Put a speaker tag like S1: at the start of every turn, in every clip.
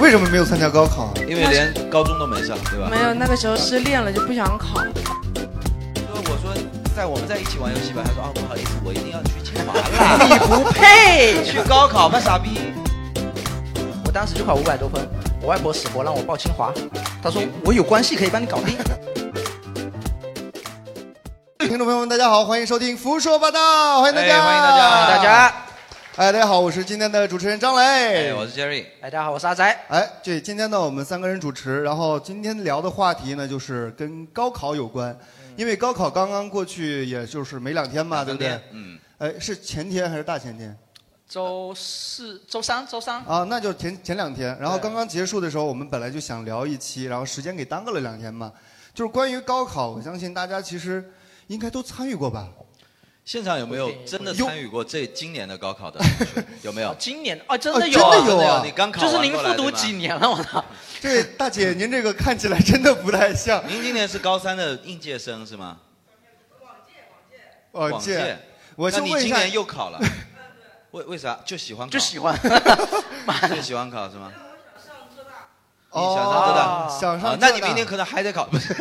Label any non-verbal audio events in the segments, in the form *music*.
S1: 为什么没有参加高考？啊
S2: 因为连高中都没上，对吧？
S3: 没有，那个时候失恋了就不想考。
S2: 说我说在我们在一起玩游戏吧，他说啊不好意思，我一定要去清华了，
S3: 你不配
S2: 去高考吧，傻逼！
S4: 我当时就考五百多分，我外婆死活让我报清华，她说我有关系可以帮你搞定。
S1: 听众朋友们，大家好，欢迎收听《胡说八道》，欢迎大家，
S2: 哎欢迎大家
S4: 大家，
S1: 哎，大家好，我是今天的主持人张磊，
S2: 哎，我是 Jerry，
S4: 哎，大家好，我是阿宅。
S1: 哎，对，今天呢，我们三个人主持，然后今天聊的话题呢，就是跟高考有关，
S2: 嗯
S1: 因为高考刚刚过去，也就是没两天嘛，对不对？
S2: 嗯，
S1: 哎，是前天还是大前天？
S4: 周四、周三、周三，
S1: 啊，那就前前两天。然后
S4: 对
S1: 刚刚结束的时候，我们本来就想聊一期，然后时间给耽搁了两天嘛。就是关于高考，我相信大家其实应该都参与过吧？
S2: 现场有没有
S4: 不一定
S2: 真的
S1: 有
S2: 参与过这今年的高考的？哦有没有？
S4: *laughs* 今年啊，真
S1: 啊
S4: 的有
S1: 真
S4: 啊，
S1: 的有啊
S2: 你刚考
S4: 就
S2: 完
S4: 是
S2: 过
S4: 您
S2: 来
S4: 复读几？年了？我操！
S1: 这位大
S2: *laughs*
S1: 姐，您这个看起来真的不太像
S2: 对吧。您今年是高三的应届生是吗？
S1: 哦，
S2: 往
S1: 姐
S2: 届，，
S1: 我
S2: 那
S1: 先
S2: 你
S1: 问一
S2: 今
S1: 下，
S2: 年又考
S1: *laughs*
S2: 了？为为啥就喜欢考
S4: 就喜欢，
S2: *laughs* 就喜欢考是吗？
S1: 哦
S2: 你想上浙
S4: 大
S1: 想上
S2: 啊
S1: 浙，大
S2: 那你明天可能还得考，不是？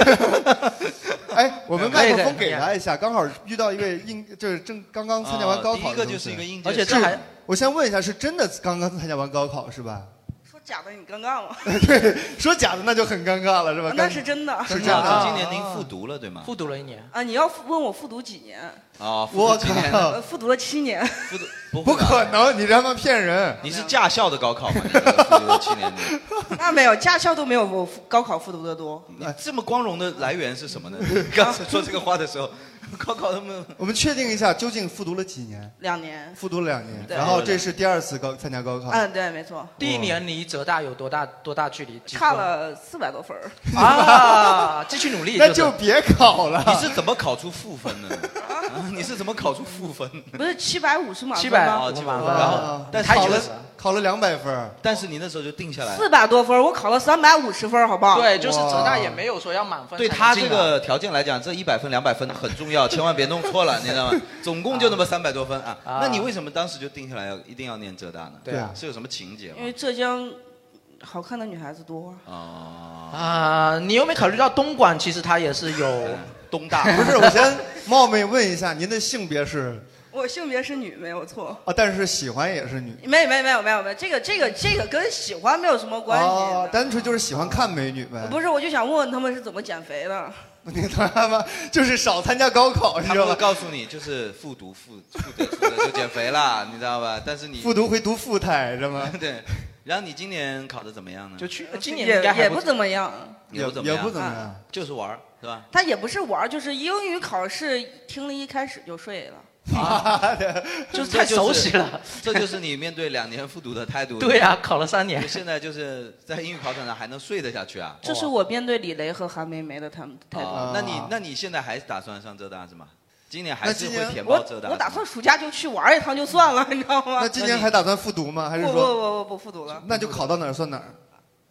S1: *laughs* 哎，我们
S4: 没有
S1: 麦克
S4: 对
S1: 风
S4: 对
S1: 给他一下，刚好遇到一位应，就是正刚刚参加完高考
S2: 啊
S1: 的
S2: 第一个
S1: 同
S2: 就是
S1: 学
S2: 一个应届
S4: 而
S2: 生，
S4: 且这还
S1: 我先问一下，是真的刚刚参加完高考是吧？
S5: 说假的，你尴尬吗？
S1: *laughs* 对，说假的那就很尴尬了是吧？
S5: 那是真的
S1: 是这
S2: 那
S1: 样的
S2: 那
S4: 啊
S2: 今年您复读了对吗？
S4: 复读了一年，
S5: 啊！你要复问我复读几年？
S2: 啊，复
S1: 我
S2: 读今年的
S1: 靠
S5: 呃，，复读了七年，
S2: 复读不
S1: 不
S2: 会吧啊
S1: 可能，你他妈骗人！
S2: 你是驾校的高考吗？你这个复读了七年的，
S5: *laughs* 那没有驾校都没有我复高考复读的多。
S4: 嗯
S2: 你这么光荣的来源是什
S1: *laughs*
S2: 么呢？你刚才说这个话的时候， *laughs* 高考他们
S1: 我们确定一下，究竟复读了几年？
S5: 两年，
S1: 复读了两年，
S5: 对
S1: 然后这是第二次高参加高考。
S5: 嗯，对，没错，
S4: 啊第一年离浙大有多大多大距离？几分
S5: 差了四百多分儿。
S4: *laughs* 啊！继续努 *laughs* 力，
S1: 那
S4: 是
S1: 就别考了。
S2: 你是怎么考出负分的呢？ *laughs* 啊你是怎么考出负分的？
S5: 不是七百五十满分
S4: 700
S5: 吗？
S2: 啊，基本
S4: 哇
S2: 上然后，但是
S4: 太
S2: 考
S4: 久
S2: 了，
S4: 了。
S1: 考了两百分儿，
S2: 但是你那时候就定下来了。
S5: *laughs* 四百多分儿，我考了三百五十分儿，好不好？，
S4: 对，就是浙大也没有说要满分才能
S2: 对
S4: 进啊。
S2: 他这个条件来讲，这一百分、两百分很重要，千万别弄错
S4: *laughs*
S2: 了，你知道吗？总共就那么三百多分啊。
S4: 啊
S2: 那你为什么当时就定下来要一定要念浙大呢？
S4: 对啊
S2: 是有什么情节
S5: 因
S2: 吗？
S5: 为浙江好看的女孩子多啊。
S2: 哦，
S4: 啊，你有没有考虑到东莞其实它也是有
S2: 东
S4: *laughs*
S2: 大
S1: 不是？我先冒昧问一下，您的性别是
S5: 我性别是女，没有错。
S1: 啊？但是喜欢也是女。
S5: 没没没有没有没有，这个这个这个跟喜欢没有什么关
S1: 哦，
S5: 系。
S1: 单纯就是喜欢看美女呗。
S5: 不是，我就想问问他们是怎么减肥的。
S1: 你他妈 *laughs* 就是少参加高
S5: 哦
S1: 考，你
S2: 他
S1: 知
S2: 们
S1: 道吧？
S2: 会告诉你，就是复读复复得出的就减肥啦，你知道吧？但是你
S1: 复读会读副胎，
S5: 啊
S1: 知道吗？
S2: *laughs* 对，然后你今年考的怎么样呢？
S4: 就去
S5: 呃
S4: 今年应该
S5: 也
S4: 还
S5: 也
S4: 不
S5: 不怎么样，
S1: 也
S2: 不怎么样，
S1: 不怎么
S5: 啊
S1: 样。
S2: 就是玩儿是吧？
S5: 他也不是玩儿，就是英语考试听了一开始就睡了。
S1: *laughs*
S5: *laughs*
S1: 妈的，
S4: *laughs* 就是太熟悉了。
S2: *laughs* 这就是你面对两年复读的态度。
S4: 对啊，考了三年
S2: 就。现在就是在英语考场上还能睡得下去啊？
S5: 这是我面对李雷和韩梅梅的他们态度。
S1: 啊
S2: 哦那你那你现在还打算上浙大是吗？今年还
S1: 那
S2: 是
S1: 今
S2: 会
S1: 年
S2: 填
S5: 我
S2: 报浙大
S5: 我打
S2: 是吗
S5: 算暑假就去玩一趟就算了，你知道吗
S1: 那？今年还打算复读吗？还是
S5: 我
S1: 说
S5: 我我我不复读了
S1: 那就考到哪儿算哪儿？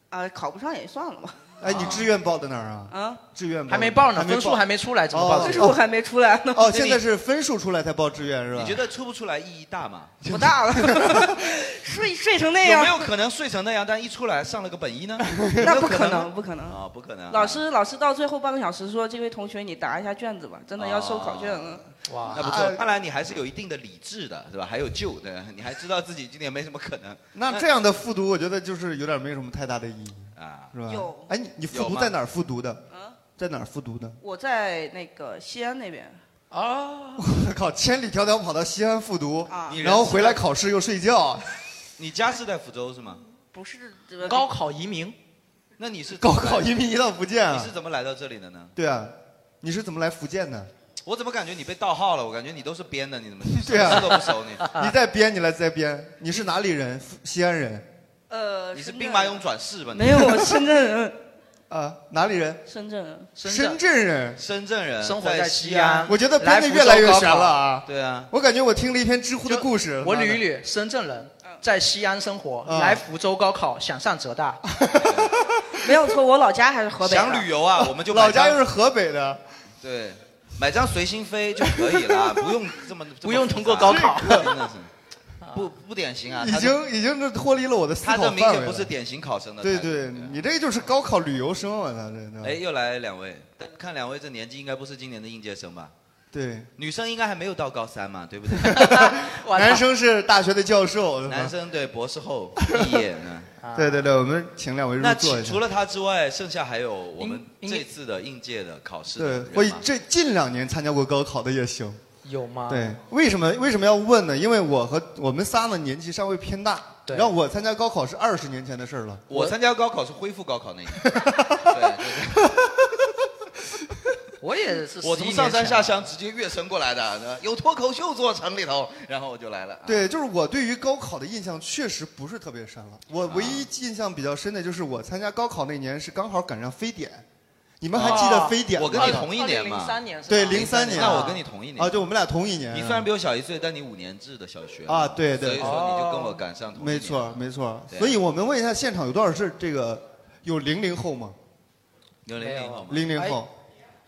S5: 啊，考不上也算了吧
S1: 哎，你志愿报的哪儿啊？
S5: 啊，
S1: 志愿报的
S4: 还没报呢，
S1: 还没
S4: 分数还没出来，怎么
S1: 哦
S4: 报
S5: 分
S4: 这
S5: 数
S4: 个？
S5: 我还没出来呢， *laughs*
S1: 哦，
S2: 那你
S1: 现在是分数出来才报志愿是吧？
S2: 你觉得出不出来意义大吗？
S5: *laughs* 不大了， *laughs* 睡睡成那
S2: 有没
S5: 样，
S2: 有可能睡成那样，但一出来上了个本一呢？
S5: *laughs* 那不
S2: 可
S5: 可能，不可能。
S2: 啊，不可能。
S5: 老师，老师到最后半个小时说：“这位同学，你答一下卷子吧，真
S2: 啊
S5: 的要收考卷了。
S4: 哇
S2: 那不错
S1: 啊，
S2: 看来你还是有一定的理智的，是吧？还有救的， *laughs* 你还知道自己今年没什么可能
S1: *laughs* 那这样的复读，我觉得就是有点没什么太大的意义，
S2: 啊。
S1: 是吧？
S5: 有
S1: 哎，你你复
S2: 有
S1: 读
S2: 吗
S1: 在哪儿复读的？
S5: 啊，
S1: 在哪儿复读的？ *laughs*
S5: 我在那个西安那边
S4: 啊！
S1: 我靠，千里迢迢跑到西安复读，
S5: 啊
S2: 你，人
S1: 然后回来考试又睡觉， *laughs*
S2: 你家是在福州是吗？
S5: 不是这个
S4: 高考移民，
S2: 那你是
S1: 高考
S2: 你
S1: 移民一道不见啊
S2: 是！怎么来到这里的呢？
S1: 对啊，你是怎么来福建的？
S2: 我怎么感觉你被盗号了？我感觉你都是编的，你怎么
S1: *laughs* 对啊
S2: 什么事都不熟你？
S1: *laughs*
S5: *laughs*
S1: 你在编，你来在编，你是哪里人？福西安人
S5: 呃，
S2: 你是
S5: 深圳
S2: 兵马俑转世吧？你
S5: 没有，我深
S2: *laughs*
S5: 圳人，
S1: *laughs* 啊？哪里人？
S5: 深圳人。
S1: 深圳人。
S2: 深圳人，
S4: 生活
S2: 在
S4: 在
S2: 西
S4: 西安
S1: 我觉得编的越来越悬了啊！
S2: 对啊，
S1: 我感觉我听了一篇知乎的故事。
S4: 我捋
S1: 妈
S4: 一
S1: 的
S4: 捋，深圳人
S5: 嗯
S4: 在西安生活，
S1: 嗯
S4: 来福州高考，想上浙大，
S5: 没有错，我老家还是河北的。
S2: 想旅游啊，我们就
S1: 老
S2: 买张
S1: 家又是河北的，
S2: 对，
S1: *laughs*
S2: 买张随心飞就可以了，不用这么
S4: 不用通过高考。
S2: *laughs* 这么复杂真的是不不典型啊，
S1: 已
S2: 他这
S1: 经已经这脱离了我的思
S2: 他
S1: 考
S2: 这
S1: 范围
S2: 明显
S1: 了
S2: 不是典型考生的态
S1: 对
S2: 度。
S1: 对，你这个就是高考旅游生啊，他这
S2: 哎，又来两位，但看两位这年纪，应该不是今年的应届生吧？
S1: 对，
S2: 女生应该还没有到高三嘛，对
S1: *laughs*
S2: 不对？
S1: 男生是大学的教授，
S2: 男生对博士后毕业
S1: *laughs*
S2: 呢。
S1: 对对对，我们请两位入
S2: 那
S1: 座
S2: 其
S1: 一下
S2: 除。了他之外，剩下还有我们
S4: 应
S2: 这次的应届的考试的
S1: 对
S2: 人，
S1: 我
S2: 吗
S1: 这近两年参加过高考的也行。
S4: 有吗？
S1: 对，为什么为什么要问呢？因为我和我们仨呢年纪稍微偏大，
S4: 对
S1: 然后我参加高考是二十年前的事儿了。
S2: 我参加高考是恢复高
S1: *laughs*
S2: 考那一年，对，就是
S4: 我也是。
S2: 我从上山下，乡直接跃升过来的，有脱口秀做城里头，然后我就来了。啊
S1: 对，就是我对于高考的印象确实不是特别深了。我唯
S2: 啊
S1: 一印象比较深的就是我参加高考那年是刚好赶上非典，你们还记得非典吗？
S2: 啊我跟你同一年嘛
S5: 哦零三年是吧
S1: 对零三年，
S2: 那我跟你同一年
S1: 啊，对，我们俩同一年。
S2: 你虽然比我小一岁，但你五年制的小学
S1: 啊对对哦
S2: 所以说你就跟我赶上同一年
S1: 没错，没错，
S2: 对
S1: 所以我们问一下现场有多少是这个有零零后吗？
S2: 零零零后吗？
S1: 零零后，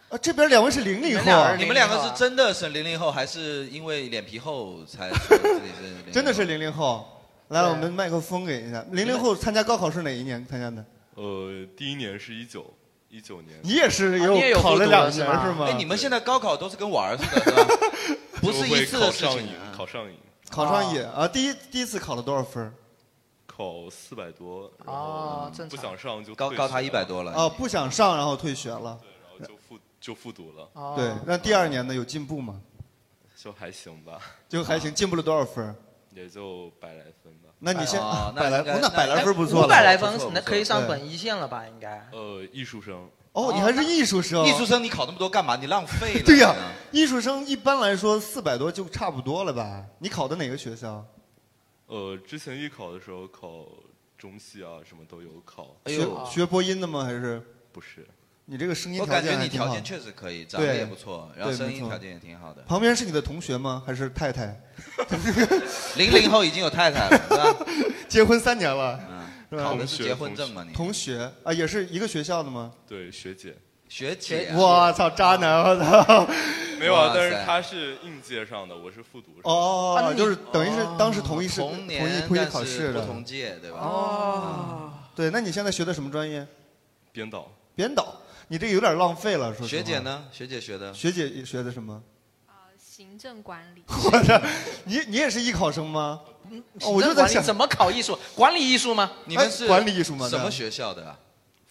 S1: 啊，这边两位是零
S4: 哎你
S1: 零
S4: 们
S1: 后
S4: 俩
S1: 啊
S4: 是，
S2: 哎你们两个是真的是零零后，还是因为脸皮厚才说自
S1: *laughs*
S2: 己是00后
S1: 真的是？零零后。来，
S4: 对
S1: 我们麦克风给一下。零零后参加高考是哪一年参加的？
S6: 呃，第一年是一九一九年，
S1: 你也是
S4: 啊你也有
S1: 考了
S4: 复读
S1: 两
S4: 了
S1: 年
S4: 是吗
S1: 是吗？
S2: 哎，你们现在高考都是跟玩儿似的，是吧？
S1: *laughs*
S2: 不是一次的事
S6: 就会
S2: 情啊。
S6: 考上瘾，考上瘾，
S1: 考上瘾啊？第一第一次考了多少分？
S6: 考四百多，然
S4: 哦
S6: 后嗯
S4: 正常
S6: 不想上就
S2: 高
S6: 退
S2: 高他
S6: 学
S2: 一百，多了
S1: 啊，，不想上，然后退学了。
S6: 对，然后就复就复读了，
S4: 哦
S1: 对，那第二年呢？有进步吗？
S6: 就还行吧，
S1: 就
S6: *laughs*
S1: 还
S2: 啊
S1: 行，进步了多少分？
S6: 也就百来分吧。
S1: 那你
S4: 哎
S1: 先
S2: 哦那
S1: 百来
S2: 应该
S1: 那百来分不错
S4: 五
S1: 了
S4: 百来
S2: 不错
S4: 分，
S2: 不
S4: 那
S2: 错
S4: 可以上
S1: 对
S4: 本一线了吧？应该。
S6: 呃，艺术生，
S1: 哦，你还是艺术生，
S2: 艺术生你考那么多干嘛？你浪费
S1: *laughs*
S2: 了。
S1: 对呀、
S2: 你呢
S1: 艺术生一般来说四百多就差不多了吧？你考的哪个学校？
S6: 呃，之前艺考的时候考中戏啊，什么都有考，
S2: 哎
S1: 学
S2: 呦，
S1: 学播音的吗？还是
S6: 不是，
S1: 你这个声音
S2: 我
S1: 条
S2: 感觉
S1: 件还
S2: 你
S1: 挺好
S2: 条件？确实可以，长得
S1: 对
S2: 也不错，然后
S1: 对
S2: 声
S1: 没
S2: 音
S1: 错
S2: 条件也挺好的。
S1: 旁边是你的同学吗？还是太太？
S2: *laughs* 零零后已经有太太了，是吧？
S1: *laughs* 结婚三年了，
S2: 嗯，
S1: 是吧
S2: 考的是结婚证嘛？你
S1: 同学啊，也是一个学校的吗？
S6: 对，学姐，
S2: 学姐啊，
S1: 我操，渣男！ *laughs* 我操！
S6: 没有啊
S2: 哇，
S6: 但是
S2: 塞
S6: 她是应届上的，我是复读上的，
S2: 啊
S7: 啊
S1: 哦，就是等于是当时同一是
S2: 同
S1: 同一
S2: 年，
S1: 同一
S2: 但
S1: 考
S2: 是
S1: 试
S2: 不
S1: 的。
S2: 同届，对吧？
S5: 哦，
S1: 对，那你现在学的什么专业？
S6: 编导，
S1: 编导，你这有点浪费了，说实话
S2: 学姐？呢？学姐学的
S1: 学姐学的什么？
S8: 啊，行政管理。
S1: 我操，你你也是艺考生吗？
S2: 嗯
S1: 哦我就在
S4: 行政管理
S1: 想哎
S4: 怎么考艺术？管理艺术吗？
S2: 你们是
S1: 管理艺术吗
S2: 什么学校的啊？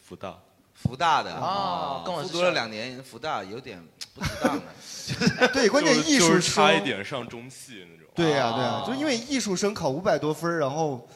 S6: 复大，
S2: 福大的啊
S4: 哦跟我是
S2: 复读了两年，福大有点不值当了。
S1: *laughs* 对，关键
S6: 就是
S1: 艺术
S6: 就是差一
S1: 生。
S6: 点上中戏那种。
S1: 对呀、对呀、
S4: 哦
S1: 就因为艺术生考五百多分儿，然后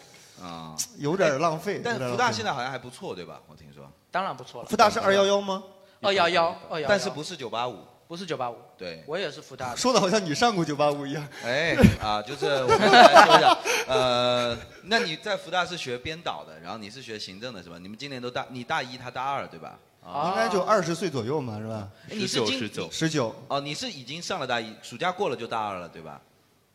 S2: 啊、
S1: 有点浪费。
S2: 但
S1: 有点
S2: 福
S1: 浪
S2: 大
S1: 费
S2: 现在好像还不错，对吧？我听说，
S4: 当然不错了，
S1: 复大是二幺幺吗？
S4: 二幺幺，二幺幺。
S2: 但是不是九八五？
S4: 不是九八五，
S2: 对，
S4: 我也是复大的。
S1: 说的好像你上过九八五一样。
S2: *laughs* 哎，啊，就是我们来说
S1: *laughs*
S2: 一下，呃，那你在福大是学编导的，然后你是学行政的，是吧？你们今年都大，你大一，他大二，对吧？哦
S1: 啊应该就二十岁左右嘛，是吧？
S2: 哎你是
S6: 19
S2: 今
S6: 19
S1: 十九
S2: 哦，你是已经上了大一，暑假过了就大二了，对吧？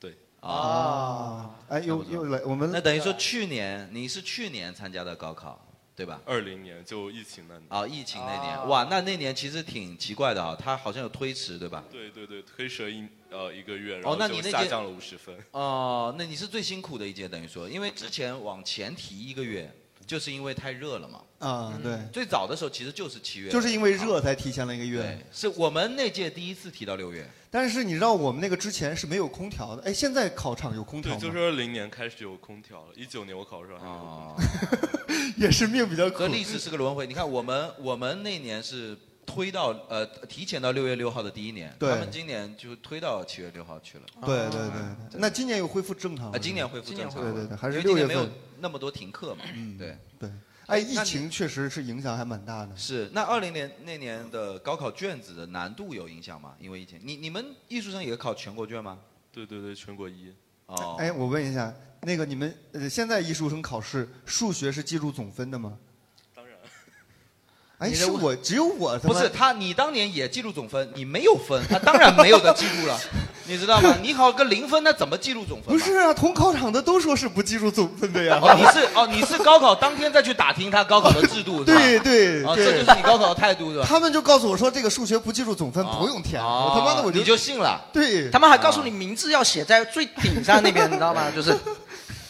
S6: 对，
S2: 啊、
S1: 啊，哎，又又来，我们
S2: 那等于说去年你是去年参加的高考，对吧？
S6: 二零年就疫情那年，
S2: 啊、疫情那年，
S4: 哦
S2: 哇，那那年其实挺奇怪的啊，它好像有推迟，对吧？
S6: 对对对，推迟了一呃一个月，然
S2: 哦
S6: 后
S2: 那你
S6: 就
S2: 那
S6: 下
S2: 届
S6: 降了五十分。
S2: 哦，那你是最辛苦的一届，等于说，因为之前往前提一个月，就是因为太热了嘛。
S1: 啊，对，
S2: 最早的时候其实就是七嗯月，
S1: 就是因为热才提前了一个
S2: 对
S1: 月。，
S2: 是我们那届第一次提到六月。
S1: 但是你知道我们那个之前是没有空调的，哎，现在考场有空调
S6: 对，
S1: 吗？
S6: 就是二零年开始有空调了，一九年我考的时候还没有空调。 *laughs*
S2: 哦，
S1: 也是命比较苦
S2: 所以。历史是个轮回。你看，我们我们那年是推到呃提前到六月六号的第一年，
S1: 对
S2: 他们今年就推到七月六号去了。
S1: 对对对对，那今年又恢复正常
S2: 啊、
S1: 了。
S2: 今年恢复
S4: 今
S2: 正
S4: 年
S2: 常
S1: 恢
S2: 了，
S1: 复对对对还是
S2: 因为今年
S1: 6
S2: 没
S1: 月份
S2: 有那么多停课嘛。对，
S1: 对，哎，
S2: 哎
S1: 疫
S2: 那你
S1: 情确实是影响还蛮大的。
S2: 是。那二零年那年的高考卷子的难度有影响吗？因为以前你你们艺术生也考全国卷吗？
S6: 对对对，全国一，
S2: 哦，
S1: 哎，我问一下，那个你们呃，现在艺术生考试数学是计入总分的吗？
S6: 当然
S1: 哎，
S4: 你的
S1: 是我只有我他
S2: 不
S1: 妈
S2: 是他，你当年也记录总分，你没有分，他当然没有的记 *laughs* 录了，你知道吗？你考个零分，那怎么记录总分
S1: 不
S2: 嘛？
S1: 是啊，同考场的都说是不计入总分的呀。
S2: *laughs* 哦，你是哦，你是高考当天再去打听他高考的制 *laughs* 度，是吧
S1: 对对
S2: 哦，这就
S1: 对，
S2: 是你高考的态度，是吧？
S1: 他们就告诉我说这个数学不计入总分不用填，
S2: 哦
S1: 我他妈的我
S2: 你就信了。
S1: 对 *laughs*
S2: *laughs*
S4: 他们还告诉你名字要写在最顶上那边，你知道吗？就是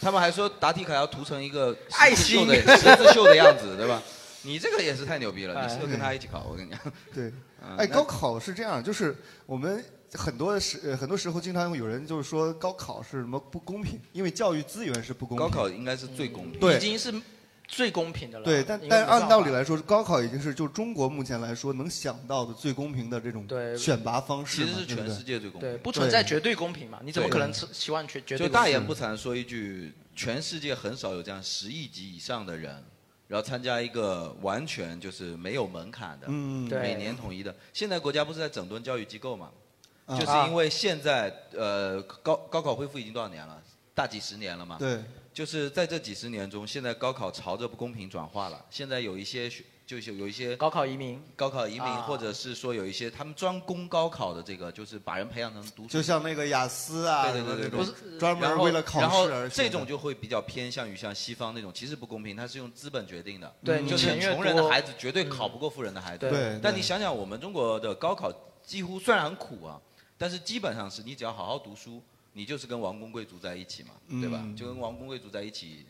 S2: 他们还说答题卡要涂成一个
S4: 爱
S2: 十字绣 *laughs*
S4: 心
S2: 的十字绣的样子， *laughs* 对吧？你这个也是太牛逼了，
S4: 哎
S2: 你适合跟他一起考，我跟你讲。
S1: 对
S2: 嗯，
S1: 哎，
S2: 那
S1: 高考是这样，就是我们很多的时呃很多时候经常有人就是说高考是什么不公平，因为教育资源是不公
S2: *laughs* 高
S1: 平。
S2: 考应该是最公平。
S1: 对
S4: 已经是最公平的了。
S1: 对，但
S4: 应该
S1: 但
S4: 没办
S1: 按
S4: 法
S1: 道理来说，高考已经是就中国目前来说能想到的最公平的这种
S4: 对
S1: 选拔方式
S2: 其
S1: 嘛，
S2: 实是
S1: 对不
S2: 全
S1: 对
S2: 世界最公
S4: 对
S2: 平。
S4: 不存在绝对公平嘛，你怎么
S2: 对
S4: 可能期期望绝绝对
S2: 就
S4: 公
S2: 大
S4: 平？
S2: 言不惭说一句，全世界很少有这样十亿级以上的人，然后参加一个完全就是没有门槛的，
S1: 嗯，
S4: 对
S2: 每年统一的。现在国家不是在整顿教育机构嘛？
S1: 啊
S2: 就是因为现在呃高高考恢复已经多少年了？大几十年了嘛？
S1: 对，
S2: 就是在这几十年中，现在高考朝着不公平转化了。现在有一些学，就是有一些
S4: 高考移民，
S2: 高考移民，
S4: 啊
S2: 或者是说有一些他们专攻高考的这个，就是把人培养成读书
S1: 就像那个雅思啊，
S2: 对对
S1: 什么
S2: 对
S1: 那
S2: 对
S1: 种
S2: 不
S1: 专
S2: 然
S1: 门
S2: 后
S1: 为了考
S2: 然后
S1: 试而学
S2: 这
S1: 的
S2: 种就会比较偏向于像西方那种，其实不公平，它是用资本决定的。
S4: 对你
S2: 就是
S4: 钱越
S2: 穷人的
S4: 多
S2: 孩子绝对考不过富人的孩子。
S4: 对
S1: 对
S2: 嗯但
S1: 对
S2: 你想想，我们中国的高考几乎虽然很苦啊，但是基本上是你只要好好读书，你就是跟王公贵族在一起嘛，对吧
S1: 嗯？
S2: 就跟王公贵族在一起，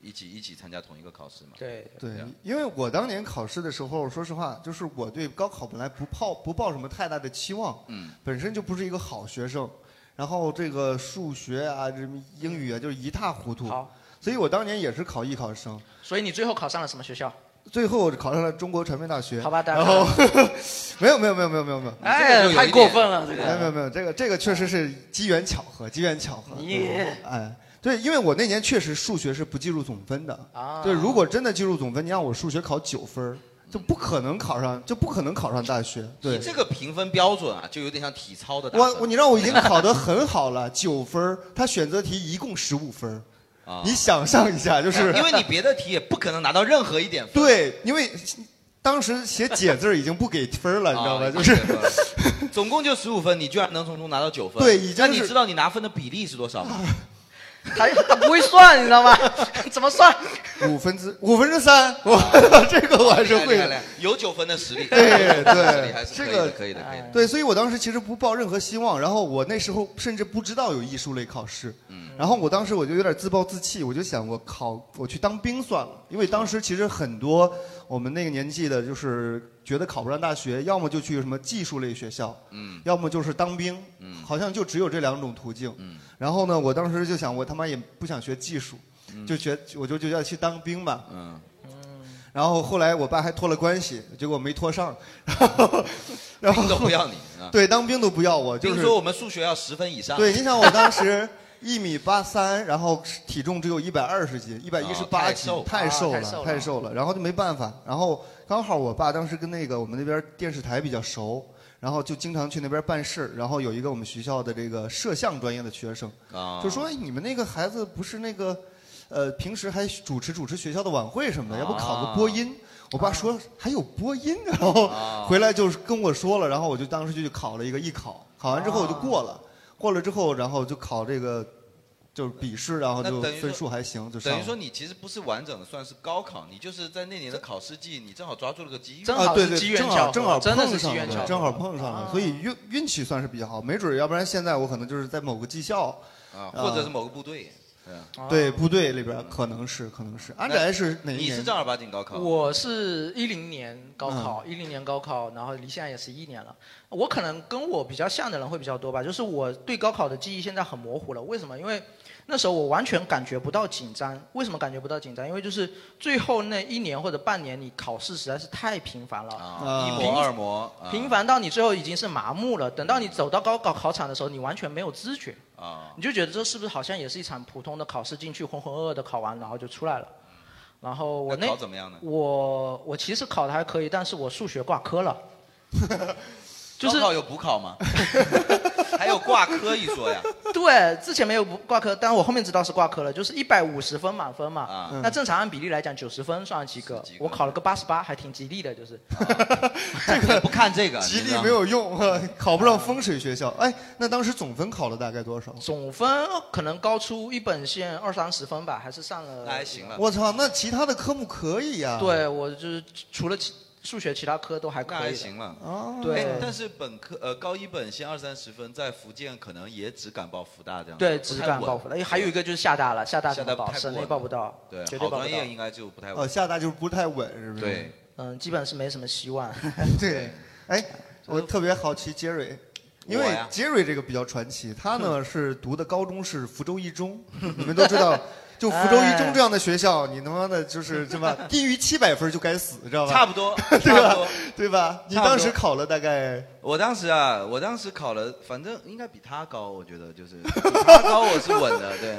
S2: 一起一起参加同一个考试嘛。
S4: 对，
S1: 对
S2: 对啊，
S1: 因为我当年考试的时候，说实话，就是我对高考本来不抱不抱什么太大的期望，
S2: 嗯，
S1: 本身就不是一个好学生，然后这个数学啊，这么英语啊，就是一塌糊涂。
S4: 好，
S1: 所以我当年也是考艺考生，
S4: 所以你最后考上了什么学校？
S1: 最后我考上了中国传媒大学。
S4: 好吧，大
S1: 然
S4: 家 *laughs*
S1: 后
S4: 看，
S1: 没有没有没有没有没有没有。
S2: 这个
S4: 哎
S2: 就有，一
S4: 太过分了，这
S1: 没有没
S4: 个。
S1: 有没有，这个这个确实是机缘巧合，机缘巧合。
S4: *laughs* 你
S1: 对哎，对，因为我那年确实数学是不计入总分的，
S4: 啊，
S1: 对，如果真的计入总分，你让我数学考九分儿，就不可能考上，就不可能考上大学。对
S2: 你，这个评分标准啊，就有点像体操的打分。
S1: 我我你让我已经考得很好了，九分儿，他选择题一共十五分儿，
S2: 啊哎
S1: 你想象一下，就是
S2: 因为你别的题也不可能拿到任何一点分。
S1: 对，因为当时写解字儿已经不给分儿了，你知道吧？
S2: 啊
S1: 就是。 *laughs*
S2: 总共就十五分，你居然能从中拿到九分，
S1: 对已经
S2: 那你
S1: 是
S2: 知道你拿分的比例是多少吗？
S4: 他他不会算，你知道吗？ *laughs* 怎么算？
S1: 五分之 *laughs* 五分之
S2: *laughs*
S1: 三，我 *laughs* *laughs*
S2: 哦
S1: 这个我还是会
S2: 厉害厉
S1: 的
S2: 害。有九分的实力，
S1: 对
S2: 有九分的实力
S1: 对
S2: 还是
S1: 这
S2: 可以
S1: 个哎
S2: 的，可以的，可以的。
S1: 对，所以我当时其实不抱任何希望，然后我那时候甚至不知道有艺术类考试，
S2: 嗯
S1: 然后我当时我就有点自暴自弃，我就想我考我去当兵算了，因为当时其实很多我们那个年纪的，就是觉得考不上大学，要么就去什么技术类学校，
S2: 嗯
S1: 要么就是当兵，
S2: 嗯
S1: 好像就只有这两种途径。
S2: 嗯
S1: 然后呢，我当时就想，我他妈也不想学技术，
S2: 嗯
S1: 就学我就就要去当兵吧。
S2: 嗯，
S1: 然后后来我爸还托了关系，结果没托
S2: *laughs*
S1: 上，然后然
S2: 都
S1: 后
S2: 不要你啊！
S1: 对当兵都不要我，就
S2: 听
S1: 是
S2: 说我们数学要十分以上，
S1: 对，你想我当时一米八三，然后体重只有一百二十斤，一百一十八
S2: 太
S1: 斤
S2: 瘦，
S1: 太瘦了
S4: 啊太瘦，了
S1: 太瘦了，然后就没办法，然后刚好我爸当时跟那个我们那边电视台比较熟。然后就经常去那边办事，然后有一个我们学校的这个摄像专业的学生，
S2: *laughs* 啊，
S1: 就说哎你们那个孩子不是那个，呃，平时还主持主持学校的晚会什么的，要不考
S4: 啊
S1: 个播音？我爸说还有播音， *laughs* 然后
S2: 啊
S1: 回来就是跟我说了，然后我就当时就去考了一个艺考，考完之后我就过了，过了之后然后就考这个就是笔试，然后
S2: 那
S1: 哦就
S2: 等于说
S1: 分数还行，就上
S2: 等于
S1: 了。
S2: 说你其实不是完整的，算是高考，你就是在那年的考试季，你正好抓住了个机遇。
S4: 真
S1: 啊，
S4: 好
S1: 对
S4: 是
S1: 对
S4: 机，缘
S1: 正
S4: 巧
S1: 好
S4: 合
S1: 正好
S4: 真的是
S1: 碰上
S4: 机缘巧
S1: 了，
S4: 合
S1: 正好碰上了
S4: 啊，
S1: 所以运运气算是比较好，没准儿要不然现在我可能就是在某个技校，
S2: 啊，或者是某个部队。对啊
S1: 对部队里边儿可能是可能是。安
S2: 那
S1: 宅是哪一
S2: 你
S1: 年？
S2: 是 *laughs* 正儿八经高考，嗯
S4: 我是一零年高考，一零、年高考，然后离现在也十一年了。我可能跟我比较像的人会比较多吧，就是我对高考的记忆现在很模糊了。为什么？因为那时候我完全感觉不到紧张。为什么感觉不到紧张？因为就是最后那一年或者半年，你考试实在是太频繁了。
S2: 啊，
S1: 啊
S2: 一模二模，啊
S4: 频繁到你最后已经是麻木了。等到你走到高考考场的时候，你完全没有知觉，
S2: 啊，
S4: 你就觉得这是不是好像也是一场普通的考试，进去浑浑噩噩的考完，然后就出来了。然后我
S2: 那
S4: 那
S2: 考怎么样呢？
S4: 我我其实考的还可以，但是我数学挂
S2: *laughs*
S4: 科了，就是
S2: 高考有补考
S4: *laughs*
S2: 吗？还有挂科一说呀？
S4: 对之前没有不挂科，但我后面知道是挂科了，就是一百五十分满分嘛。
S2: 啊，
S1: 嗯
S4: 那正常按比例来讲，九十分算及格
S2: 是及，格
S4: 我考了个八十八，还挺吉利的，就是。
S2: 这不
S1: *laughs*
S2: 看这个，
S1: 吉
S2: 你
S1: 利
S2: 知道吗
S1: 没。有用，啊考不上风水学校。哎，那当时总分考了大概多少？
S4: 总分可能高出一本线二三十分吧，还是上了。
S2: 那还行了。
S1: 我操，那其他的科目可以呀、
S4: 对我就是除了其数学其他科都还可
S2: 那
S4: 以的。
S2: 还行了。
S4: 哦对
S2: 哎，但是本科呃高一本先二三十分，在福建可能也只敢报福大这样。
S4: 对，
S2: 不太
S4: 只敢
S2: 稳
S4: 报复了。还有一个就是厦大了，厦大
S2: 厦
S4: 怎
S2: 大
S4: 么
S2: 不
S4: 报？
S2: 太
S4: 省内
S2: 稳
S4: 报不到，
S2: 对
S4: 绝对
S2: 好
S4: 报不
S2: 专
S4: 到
S2: 业。应该就不太稳。
S1: 呃，厦大就是不太稳，是不是？
S2: 对，
S4: 嗯，基本是没什么希望。
S1: *laughs* 对，哎，我特别好奇杰瑞，因
S2: 我
S1: 为
S2: 呀
S1: 杰瑞这个比较传奇，他
S2: *laughs*
S1: 呢是读的高中是福州一中，你们都知道，就福州
S2: 哎
S1: 一中这样的学校，你他妈的就是什么低于七百分就该死，知道吧？
S2: 差不多，
S1: *laughs* 对
S2: 差不
S1: 吧
S2: 多。？
S1: 对吧？你当时考了大概
S2: 我当时啊，我当时考了，反正应该比他高，我觉得就是比他高我是稳
S1: *laughs*
S2: 的，对。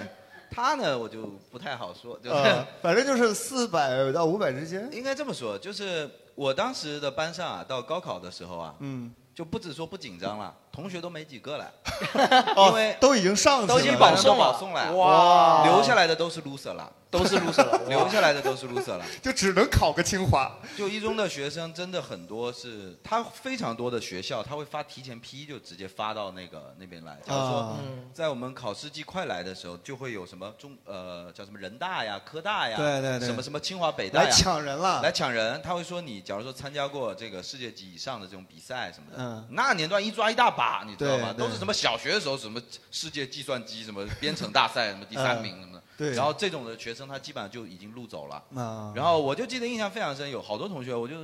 S2: 他呢，我就不太好说，就是、
S1: 呃，反正就是四百到五百之间。
S2: *laughs* 应该这么说，就是我当时的班上啊，到高考的时候啊，
S1: 嗯，
S2: 就不止说不紧张了，同学都没几
S1: *laughs*
S2: 个了，因
S1: 哦
S2: 为，
S1: 都已经上去了，
S2: 都已经保送了，保送了，
S4: 哇
S2: 留下来的都是 loser 了，
S4: 都是 loser
S1: *laughs*
S4: 了，
S2: *laughs* 留下来的都是 loser 了。
S1: 就只能考个清华。
S2: *laughs* 就一中的学生真的很多是，他非常多的学校他会发提前批，就直接发到那个那边来。假如说
S1: 啊
S4: 嗯，
S2: 在我们考试季快来的时候，就会有什么中呃叫什么人大呀、科大呀，
S1: 对对对
S2: 什么什么清华北大呀
S1: 来抢人了，
S2: 来抢人，他会说你，假如说参加过这个世界级以上的这种比赛什么的，
S1: 嗯
S2: 那年段一抓一大把，你知道
S1: 对
S2: 吗？
S1: 对
S2: 都是什么小学的时候什么世界计算机什么编程大赛什么第三名什么的，
S1: 对
S2: 然后这种的学生他基本上就已经路走了。
S1: 啊，
S2: 然后我就记得印象非常深，有好多同学，我就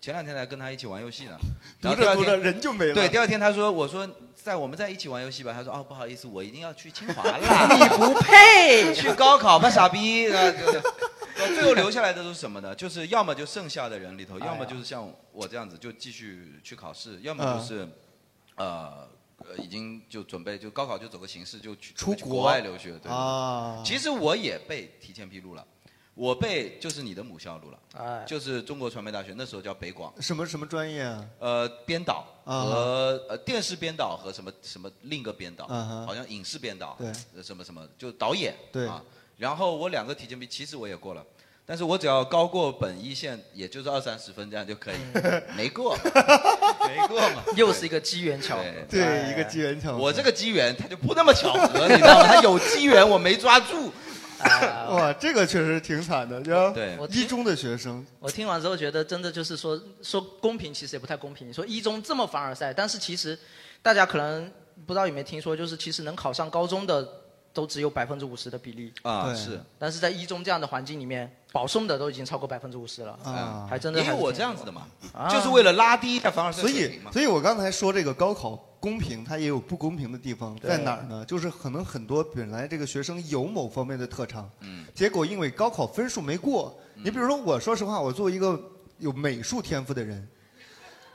S2: 前两天才跟他一起玩游戏呢，
S1: 读
S2: 然后第
S1: 着
S2: 二
S1: 读着
S2: 天。
S1: 人就没了。
S2: 对，第二天他说，我说在我们在一起玩游戏吧，他说哦不好意思，我一定要去清华啦，你不
S3: 呸！
S2: 去高考吧，傻逼！然后就最后留下来的都是什么呢？就是要么就剩下的人里头，
S4: 哎呀
S2: 要么就是像我这样子就继续去考试，要
S1: 嗯
S2: 么就是、呃呃已经就准备就高考就走个形式就去
S1: 出
S2: 去
S1: 国
S2: 国外留学。对，
S1: 啊，
S2: 其实我也被提前披露了，我被就是你的母校录了，
S4: 哎，
S2: 就是中国传媒大学那时候叫北广，
S1: 什么什么专业啊？
S2: 呃，编导
S1: 啊
S2: 和、呃电视编导和什么什么另一个编导，
S1: 啊哈
S2: 好像影视编导，
S1: 对
S2: 呃，什么什么就导演，
S1: 对
S2: 啊。然后我两个体检比，其实我也过了，但是我只要高过本一线，也就是二三十分这样
S1: *laughs*
S2: 就可以，没过，没过嘛。
S4: 又是一个机缘巧合
S2: 对。
S1: 对，
S4: 哎
S1: 一个机缘巧合。
S2: 我这个机缘，他就不那么巧
S1: *laughs*
S2: 合，你 *laughs* 知道吗？他有机缘，我没抓住。
S4: *laughs* 哎
S1: 哇，这个确实挺惨的，就
S2: 对
S4: 我
S1: 一中的学生，
S4: 我听完之后觉得，真的就是说说公平，其实也不太公平。你说一中这么凡尔赛，但是其实大家可能不知道有没有听说，就是其实能考上高中的都只有百分之五十的比例，
S2: 啊，
S1: 对
S2: 是。
S4: 但是在一中这样的环境里面，保送的都已经超过百分之五十了，
S1: 啊
S4: 还真的
S2: 因
S4: 还
S2: 为
S4: 是
S2: 我
S4: 挺
S2: 这样子的嘛，
S4: 啊
S2: 就是为了拉低一下凡尔赛
S1: 所
S2: 水
S1: 以
S2: 平嘛，。
S1: 所以我刚才说这个高考公平，它也有不公平的地方，
S4: 对
S1: 在哪儿呢？就是可能很多本来这个学生有某方面的特长，
S2: 嗯
S1: 结果因为高考分数没过，你比如说，我说实话，我作为一个有美术天赋的人，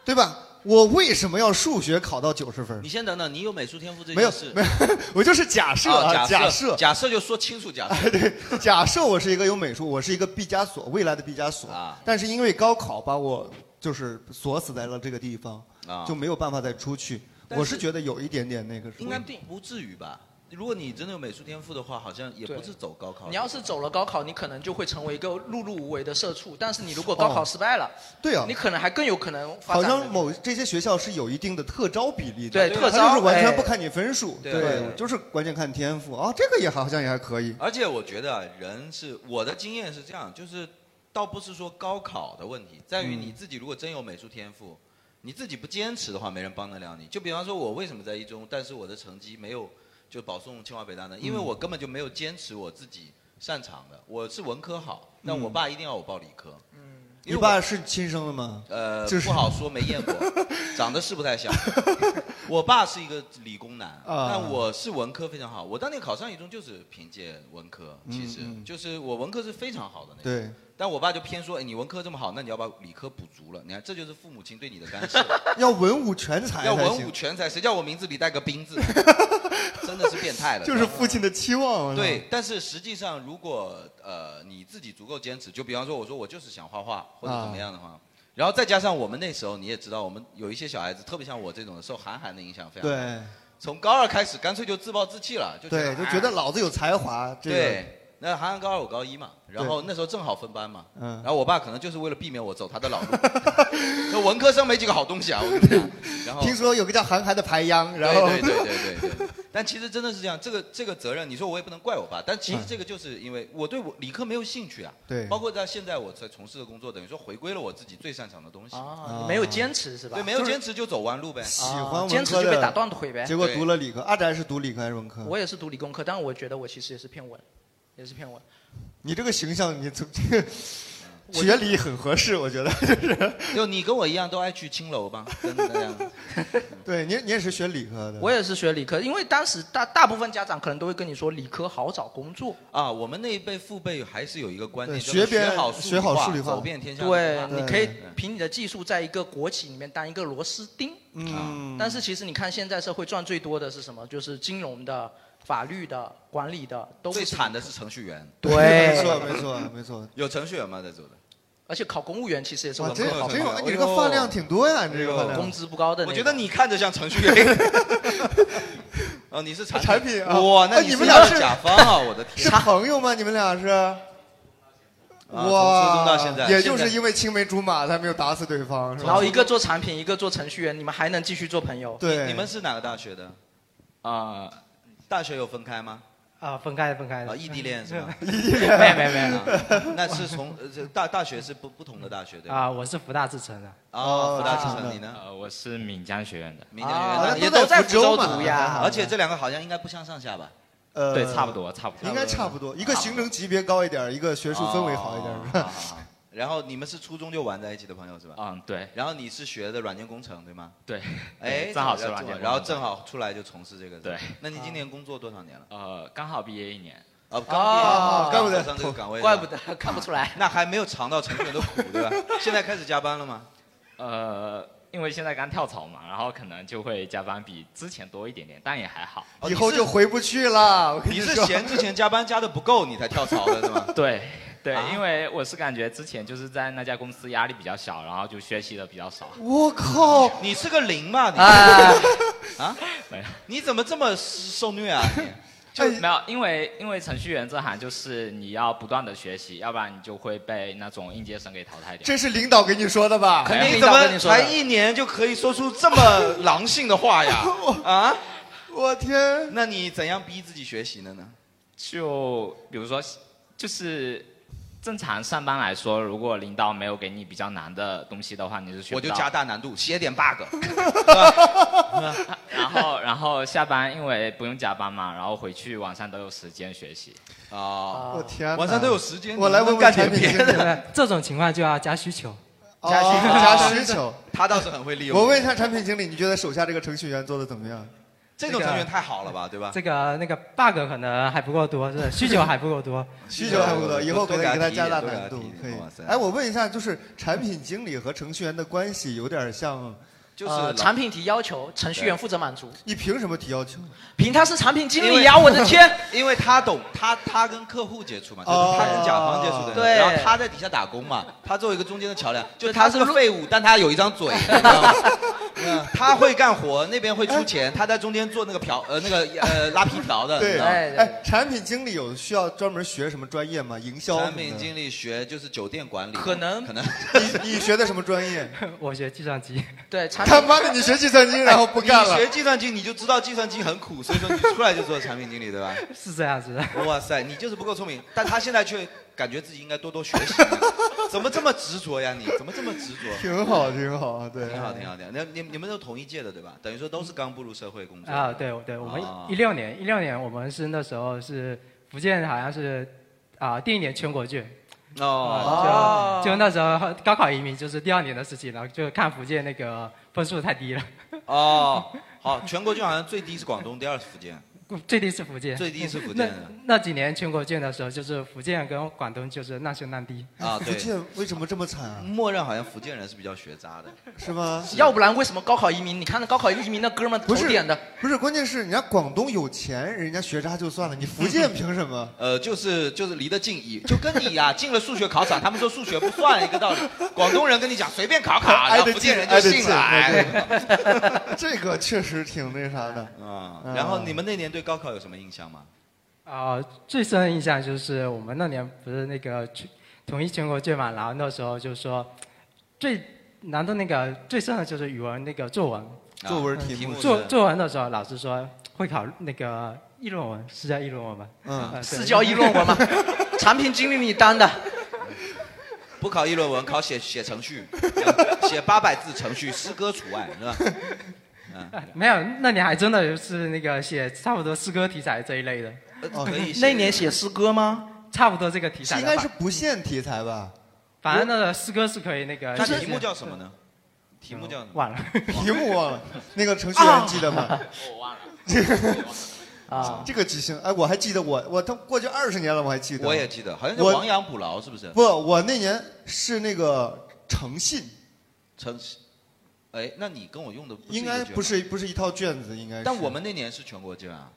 S1: 对吧？我为什么要数学考到九十分
S2: 你？先等等，你有美术天赋这
S1: 没有
S2: 件事，
S1: 没有， *laughs* 我就是假设啊，
S2: 啊，假
S1: 假设
S2: 假设就说清楚假
S1: *laughs*
S2: 设。
S1: 假设我是一个有美术，我是一个毕加索，未来的毕加索，
S2: 啊
S1: 但是因为高考把我就是锁死在了这个地方，
S2: 啊
S1: 就没有办法再出去。
S2: 但是
S1: 我是觉得有一点点那个什么，
S2: 应该不至于吧？如果你真的有美术天赋的话，好像也
S4: 对
S2: 不是走高考。
S4: 你要是走了高考，你可能就会成为一个碌碌无为的社畜。但是你如果高考失败了，
S1: 对啊
S4: 你，可能还更有可能发
S1: 好
S4: 展。
S1: 像某这些学校是有一定的特招比例的，
S4: 对特
S1: 他
S4: 招
S1: 就是完全
S4: 哎
S1: 不看你分数，
S2: 对
S4: 对
S1: 就是完全看天赋啊，这个也好像也还可以，
S2: 而且我觉得啊人是我的经验是这样，就是倒不是说高考的问题，在于你自己如果真有美术天赋，你自己不坚持的话，没人帮得了你。就比方说，我为什么在一中，但是我的成绩没有就保送清华北大呢？
S1: 嗯
S2: 因为我根本就没有坚持我自己擅长的。我是文科好，但我爸一定要我报理科。嗯，
S1: 嗯你爸是亲生的吗？
S2: 呃，
S1: 就是
S2: 不好说，没验过，长得是不太
S1: *laughs*
S2: 像。我爸是一个理工男，
S1: 啊
S2: 但我是文科非常好。我当年考上一中就是凭借文科，其实、
S1: 嗯嗯
S2: 就是我文科是非常好的那种。
S1: 对，
S2: 但我爸就偏说，哎，你文科这么好，那你要把理科补足了。你看，这就是父母亲对你的干涉，
S1: *laughs* 要文武全才
S2: 要
S1: 才
S2: 文武
S1: 行，
S2: 全才，谁叫我名字里带个
S1: *laughs*
S2: 兵字？真的是变态了。
S1: 就是父亲的期望，啊是吧，
S2: 对，但是实际上，如果呃你自己足够坚持，就比方说我说我就是想画画或者怎
S1: 啊
S2: 么样的话，然后再加上我们那时候你也知道，我们有一些小孩子，特别像我这种的，受韩寒的影响非常大，
S1: 对
S2: 从高二开始干脆就自暴自弃了，啊就觉得
S1: 对，就觉得
S2: 哎
S1: 老子有才华，这个
S2: 对。那韩寒高二，我高一嘛，然后那时候正好分班嘛，
S1: 嗯
S2: 然后我爸可能就是为了避免我走他的老路， *laughs* 那文
S1: *laughs*
S2: 科生没几个好东西啊，我跟你讲，然后 *laughs*
S1: 听说有个叫韩寒的排秧，然后
S2: 对
S4: *laughs*
S2: 对对对对对，但其实真的是这样，这个这个责任，你说我也不能怪我爸，但其实
S1: 嗯
S2: 这个就是因为我对我理科没有兴趣啊。
S1: 对
S2: 包括到现在我在从事的工作，等于说回归了我自己最擅长的东西。
S4: 啊你没有坚持是吧
S2: 对，
S4: 啊
S2: 没有
S4: 就是
S2: 坚持就走弯路呗。
S1: 喜欢文科的，
S4: 坚持就被打断腿呗
S1: 结果
S4: 对
S1: 读了理科，阿宅是读理科还是文科？
S4: 我也是读理工科，但我觉得我其实也是偏文，也是偏文。
S1: 你这个形象，你从这
S2: *laughs*
S1: 个学理很合适，我觉得就是。
S2: *laughs* 就你跟我一样都爱去青楼吧，跟大家。
S1: 对你，你也是学理科的。
S4: 我也是学理科，因为当时大大部分家长可能都会跟你说理科好找工作。
S2: 啊，我们那一辈父辈还是有一个观念，
S4: 对
S2: 就是
S4: 学别人
S2: 好
S4: 学好数理化
S2: 走遍天下。
S4: 对，你可以
S2: 对
S4: 凭你的技术在一个国企里面当一个螺丝钉。
S1: 嗯
S4: 但是其实你看现在社会赚最多的是什么？就是金融的、法律的、管理的，都不
S2: 最
S4: 是
S2: 惨的是程序员。
S4: 对
S2: *laughs*
S4: 没
S1: 错没错没错。
S2: 有程序员吗？在座的？
S4: 而且考公务员其实也是
S2: 哇
S4: 文科
S2: 这
S4: 好
S2: 这
S4: 考的
S2: 你这个饭量挺多呀你这个饭量
S4: 工资不高的那
S2: 哎我
S4: 种。
S2: 觉得你看着像程序 *laughs* 员。 *laughs* 哦，你是产
S1: 产品啊，
S2: 哇，那
S1: 哎
S2: 你
S1: 们俩
S2: 是
S1: 是
S2: 甲方啊！我的天，啊
S1: 是朋友吗？你们俩是？
S2: 从初中到现在
S1: 也就
S2: 现
S1: 是
S2: 在
S1: 因为青梅竹马，才没有打死对方，是吧？
S4: 然后一个做产品，一个做程序员，你们还能继续做朋友？
S1: 对
S2: 你们是哪个大学的？啊，大学有分开吗？
S9: 啊，分开的分开的。？
S2: 啊，异地恋是吗
S9: *laughs* 没有没有没有。
S2: 啊那是
S9: *laughs*
S2: 从呃这大大学是不不同的大学对吧？
S9: 啊，我是福大之城的。
S2: 哦福大之城你呢
S10: 呃，我是闽江学院的，
S2: 闽江学院
S10: 啊
S2: 大也福读呀，而且这两个好像应该不相上下吧？
S1: 呃，
S10: 对，差不多，差不多，
S1: 应该差不多。一个行政级别高一点，一个学术氛围好一
S2: 哦
S1: 点，是吧？
S2: 然后你们是初中就玩在一起的朋友是吧？
S10: 嗯，对。
S2: 然后你是学的软件工程对吗？
S10: 对，
S2: 哎，
S10: *laughs* 正好是软件工程
S2: 然后正好出来就从事这个。
S10: 对
S2: 那你今年工作多少年了？
S10: 呃，刚好毕业一年。
S2: 啊，刚毕业
S10: 哦
S2: 刚
S10: 怪不得
S2: 走上这个岗位，
S10: 怪不得
S4: *laughs* 看不出来。
S2: *laughs* 那还没有尝到程序员的苦，对
S10: *laughs*
S2: 吧？现在开始加班了吗？
S10: 呃，因为现在刚跳槽嘛，然后可能就会加班比之前多一点点，但也还好。
S1: 以后就回不去了。我跟
S2: 哦 *laughs* 你是
S1: 说
S2: 嫌之前加班加的不够，你才跳槽的是吗？啊
S10: 对对，因为我是感觉之前就是在那家公司压力比较小，然后就学习的比较少。
S1: 我靠！
S2: 你是个零吧？你
S10: 哎
S2: *laughs* 啊？
S10: 没有，
S2: 你怎么这么受
S10: *laughs*
S2: 虐啊你？
S10: 就没有，因为因为程序员这行就是你要不断的学习，要不然你就会被那种应届生给淘汰掉。
S1: 这是领导给你说的吧？
S10: 肯定
S2: 啊你怎么才一年就可以说出这么狼性的话
S10: *laughs*
S2: 呀？啊？
S1: 我天！
S2: 那你怎样逼自己学习的呢？
S10: 就比如说，就是正常上班来说，如果领导没有给你比较难的东西的话，你是学
S2: 我
S10: 不
S2: 就
S10: 到
S2: 加大难度，写点 bug。
S10: *laughs* 然后然后下班因为不用加班嘛，然后回去晚上都有时间学习。
S2: 啊
S1: 我天哪
S2: 晚上都有时间
S1: 我来问问干点别
S9: *laughs*
S1: 的
S9: 的。这种情况就要加需求，
S1: 哦加需求，
S2: *laughs* 他倒是很会利用
S1: 我问一下产品经理，你觉得手下这个程序员做的怎么样？，
S2: 这种程序员太好了吧，对吧？
S9: 这个那个 bug 可能还不够多，是需求还不够多
S1: *laughs* 需求还不多，以后可以给他加大难度可
S2: 多给，他提一
S1: 以
S2: 点哇塞。
S1: 哎，我问一下，就是产品经理和程序员的关系有点像，
S4: 呃产品提要求，程序员负责满足。
S1: 你凭什么提要求？
S4: 凭他是产品经
S2: 因为
S4: 理呀！我的天，
S2: *laughs* 因为他懂，他他跟客户接触嘛，就是
S4: 哦
S2: 他跟甲方接触的，
S4: 对
S2: 然后他在底下打工嘛，他作为一个中间的桥梁，就是他
S4: 他
S2: 是
S4: 是
S2: 个废物，但他有一张
S4: *laughs*
S2: 嘴，你知道吗？ *laughs* 嗯他会干活，那边会出钱，他在中间做那个瓢呃那个呃拉皮条的，你
S1: 对，
S2: 知道吗
S1: 哎，产品经理有需要专门学什么专业吗？营销什么的？
S2: 产品经理学就是酒店管理，
S1: 可
S2: 能可能
S1: 哎你你学的什么专业？
S9: *laughs* 我学计算机。
S1: *laughs*
S4: 对，产
S1: 他妈的，你学计算机然后不干了
S2: 哎你学？计算机你就知道计算机很苦，所以说你出来就做产品经理，对吧？
S9: *laughs* 是这样子的。
S2: 哇塞，你就是不够聪明，但他现在却感觉自己应该多多学
S1: *laughs*
S2: 习，怎么这么执着呀你？怎么这么执着？
S1: 挺好，挺好，对，
S2: 挺好，挺好，挺好。那你你们都同一届的对吧？等于说都是刚步入社会工作哦
S9: 啊，对对，我们一六年一六年我们是那时候是福建好像是啊第一年全国卷。
S2: 哦
S9: 啊就就那时候高考移民就是第二年的事情了，就看福建那个分数太低了，
S2: 哦，好，全国卷好像最低是广东，第二是福建。
S9: *laughs* 最低是福建，
S2: 最低是福
S9: 那
S2: 建啊的
S9: 那几年全国卷的时候，就是福建跟广东就是难兄难弟
S2: 啊对
S1: 福建为什么这么惨啊？
S2: 默认好像福建人是比较学渣的，
S1: 是吗？
S4: 要不然为什么高考移民？你看那高考移民那哥们儿头
S1: 不是
S4: 点的，
S1: 不是，关键是人家广东有钱，人家学渣就算了，你福建凭什
S2: *laughs*
S1: 么？
S2: 呃，就是就是离得近一，就跟你呀、进了数学考场，他们说数学不算一个道理。广东人跟你讲随便考考，然
S1: *laughs* 挨
S2: 后
S1: 得
S2: 福建
S1: 近
S2: 人
S1: 挨
S2: 就
S1: 得
S2: 信
S1: 近，
S2: 了。哎
S1: 对这个确实挺那啥的。嗯
S2: 啊 *laughs* 然后你们那年对高考有什么印象吗？
S9: 啊、最深的印象就是我们那年不是那个全统一全国卷嘛，然后那时候就说最难的那个最深的就是语文那个作文，
S2: 啊作文题目
S9: 作
S2: 是
S9: 作文的时候老师说会考那个议论文，是叫议论文吧？
S2: 嗯
S9: 呃对
S4: 是叫议论文
S2: *laughs*
S4: 吗产品经理你担的。
S2: 不考议论文，考写写程序， *laughs* 写八百字程序，诗歌除外，是吧？嗯，
S9: *laughs* 没有，那年还真的是那个写差不多诗歌题材这一类的。
S2: 哦可以写
S4: 那年写诗歌吗？
S9: 差不多这个题材
S1: 是
S9: 的
S1: 应
S9: 吧。
S1: 该是不限题材吧？*laughs*
S9: 反正那个诗歌是可以那个。
S1: 那
S9: 就是
S1: 题目叫什么呢？
S9: 题
S2: 目叫什么
S9: 忘了。
S1: *laughs* 题目忘了，那个程序员记得吗？
S9: *laughs* 啊
S10: 我忘了。
S4: 啊，
S1: 这个记性，哎，我还记得我我都过去二十年了，我还 *laughs* 记得。
S2: 我也记得，好像叫
S1: 我
S2: 亡羊补牢，是不是？
S1: 不，我那年是那个诚信，
S2: 程序，哎，那你跟我用的不是一
S1: 应
S2: 个
S1: 该
S2: 卷
S1: 不是不是一套卷子，应该是。
S2: 但我们那年是全国卷啊。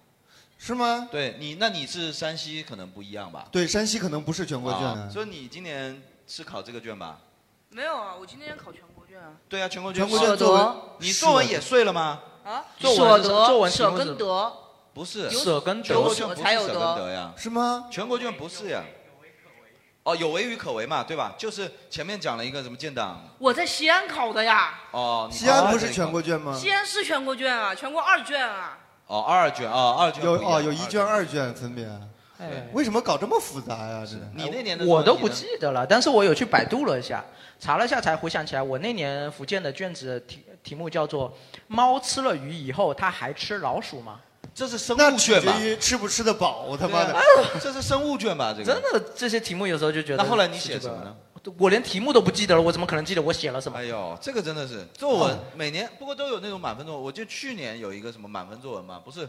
S1: 是吗？
S2: 对你，那你是山西可能不一样吧？
S1: 对山西可能不是全国卷
S2: 啊
S1: 啊。
S2: 所以你今年是考这个卷吧？
S5: 没有啊，我今天考全国卷啊。
S2: 对啊，全国卷。
S1: 全国卷
S5: 舍
S1: 作为
S5: 得
S2: 你作文也睡了吗？
S5: 啊，
S4: 作
S5: 舍
S4: 文是作
S5: 得
S4: 文题
S5: 舍
S4: 目是
S5: 跟得，
S2: 不是，
S5: 有
S4: 舍跟得
S2: 全国卷不
S5: 有舍
S2: 是
S5: 才有
S2: 舍跟
S5: 得
S2: 得呀。
S1: 是吗？
S2: 全国卷不是呀。哦，有为与可为嘛，对吧？就是前面讲了一个什么建党
S5: 我在西安考的呀，
S2: 哦，你
S1: 西安
S2: 考
S1: 不是全国卷吗？
S5: 西安是全国卷啊，全国二卷啊。
S2: 哦二卷哦二卷
S1: 有
S2: 不样
S1: 哦，有一卷二卷分别。啊
S4: 哎
S1: 为什么搞这么复杂呀？真的。
S2: 你那年的
S4: 我
S2: 作
S4: 都
S2: 文题
S4: 不
S2: 呢
S4: 记得了，但是我有去百度了一下，查了一下才回想起来，我那年福建的卷子的题题目叫做“猫吃了鱼以后，它还吃老鼠吗
S2: 这是生
S1: 那
S2: 物
S1: 取
S2: 卷吧？
S1: 决于吃不吃得饱，我他
S2: 对
S1: 妈的
S2: 啊。 *laughs* 这是生物卷吧？”？这个
S4: 真的，这些题目有时候就觉得。
S2: 那后来你写什么呢？
S4: 我连题目都不记得了，我怎么可能记得我写了什么
S2: 哎？呦，这个真的是作
S1: 哦
S2: 文，每年不过都有那种满分作文。我记得去年有一个什么满分作文嘛，不是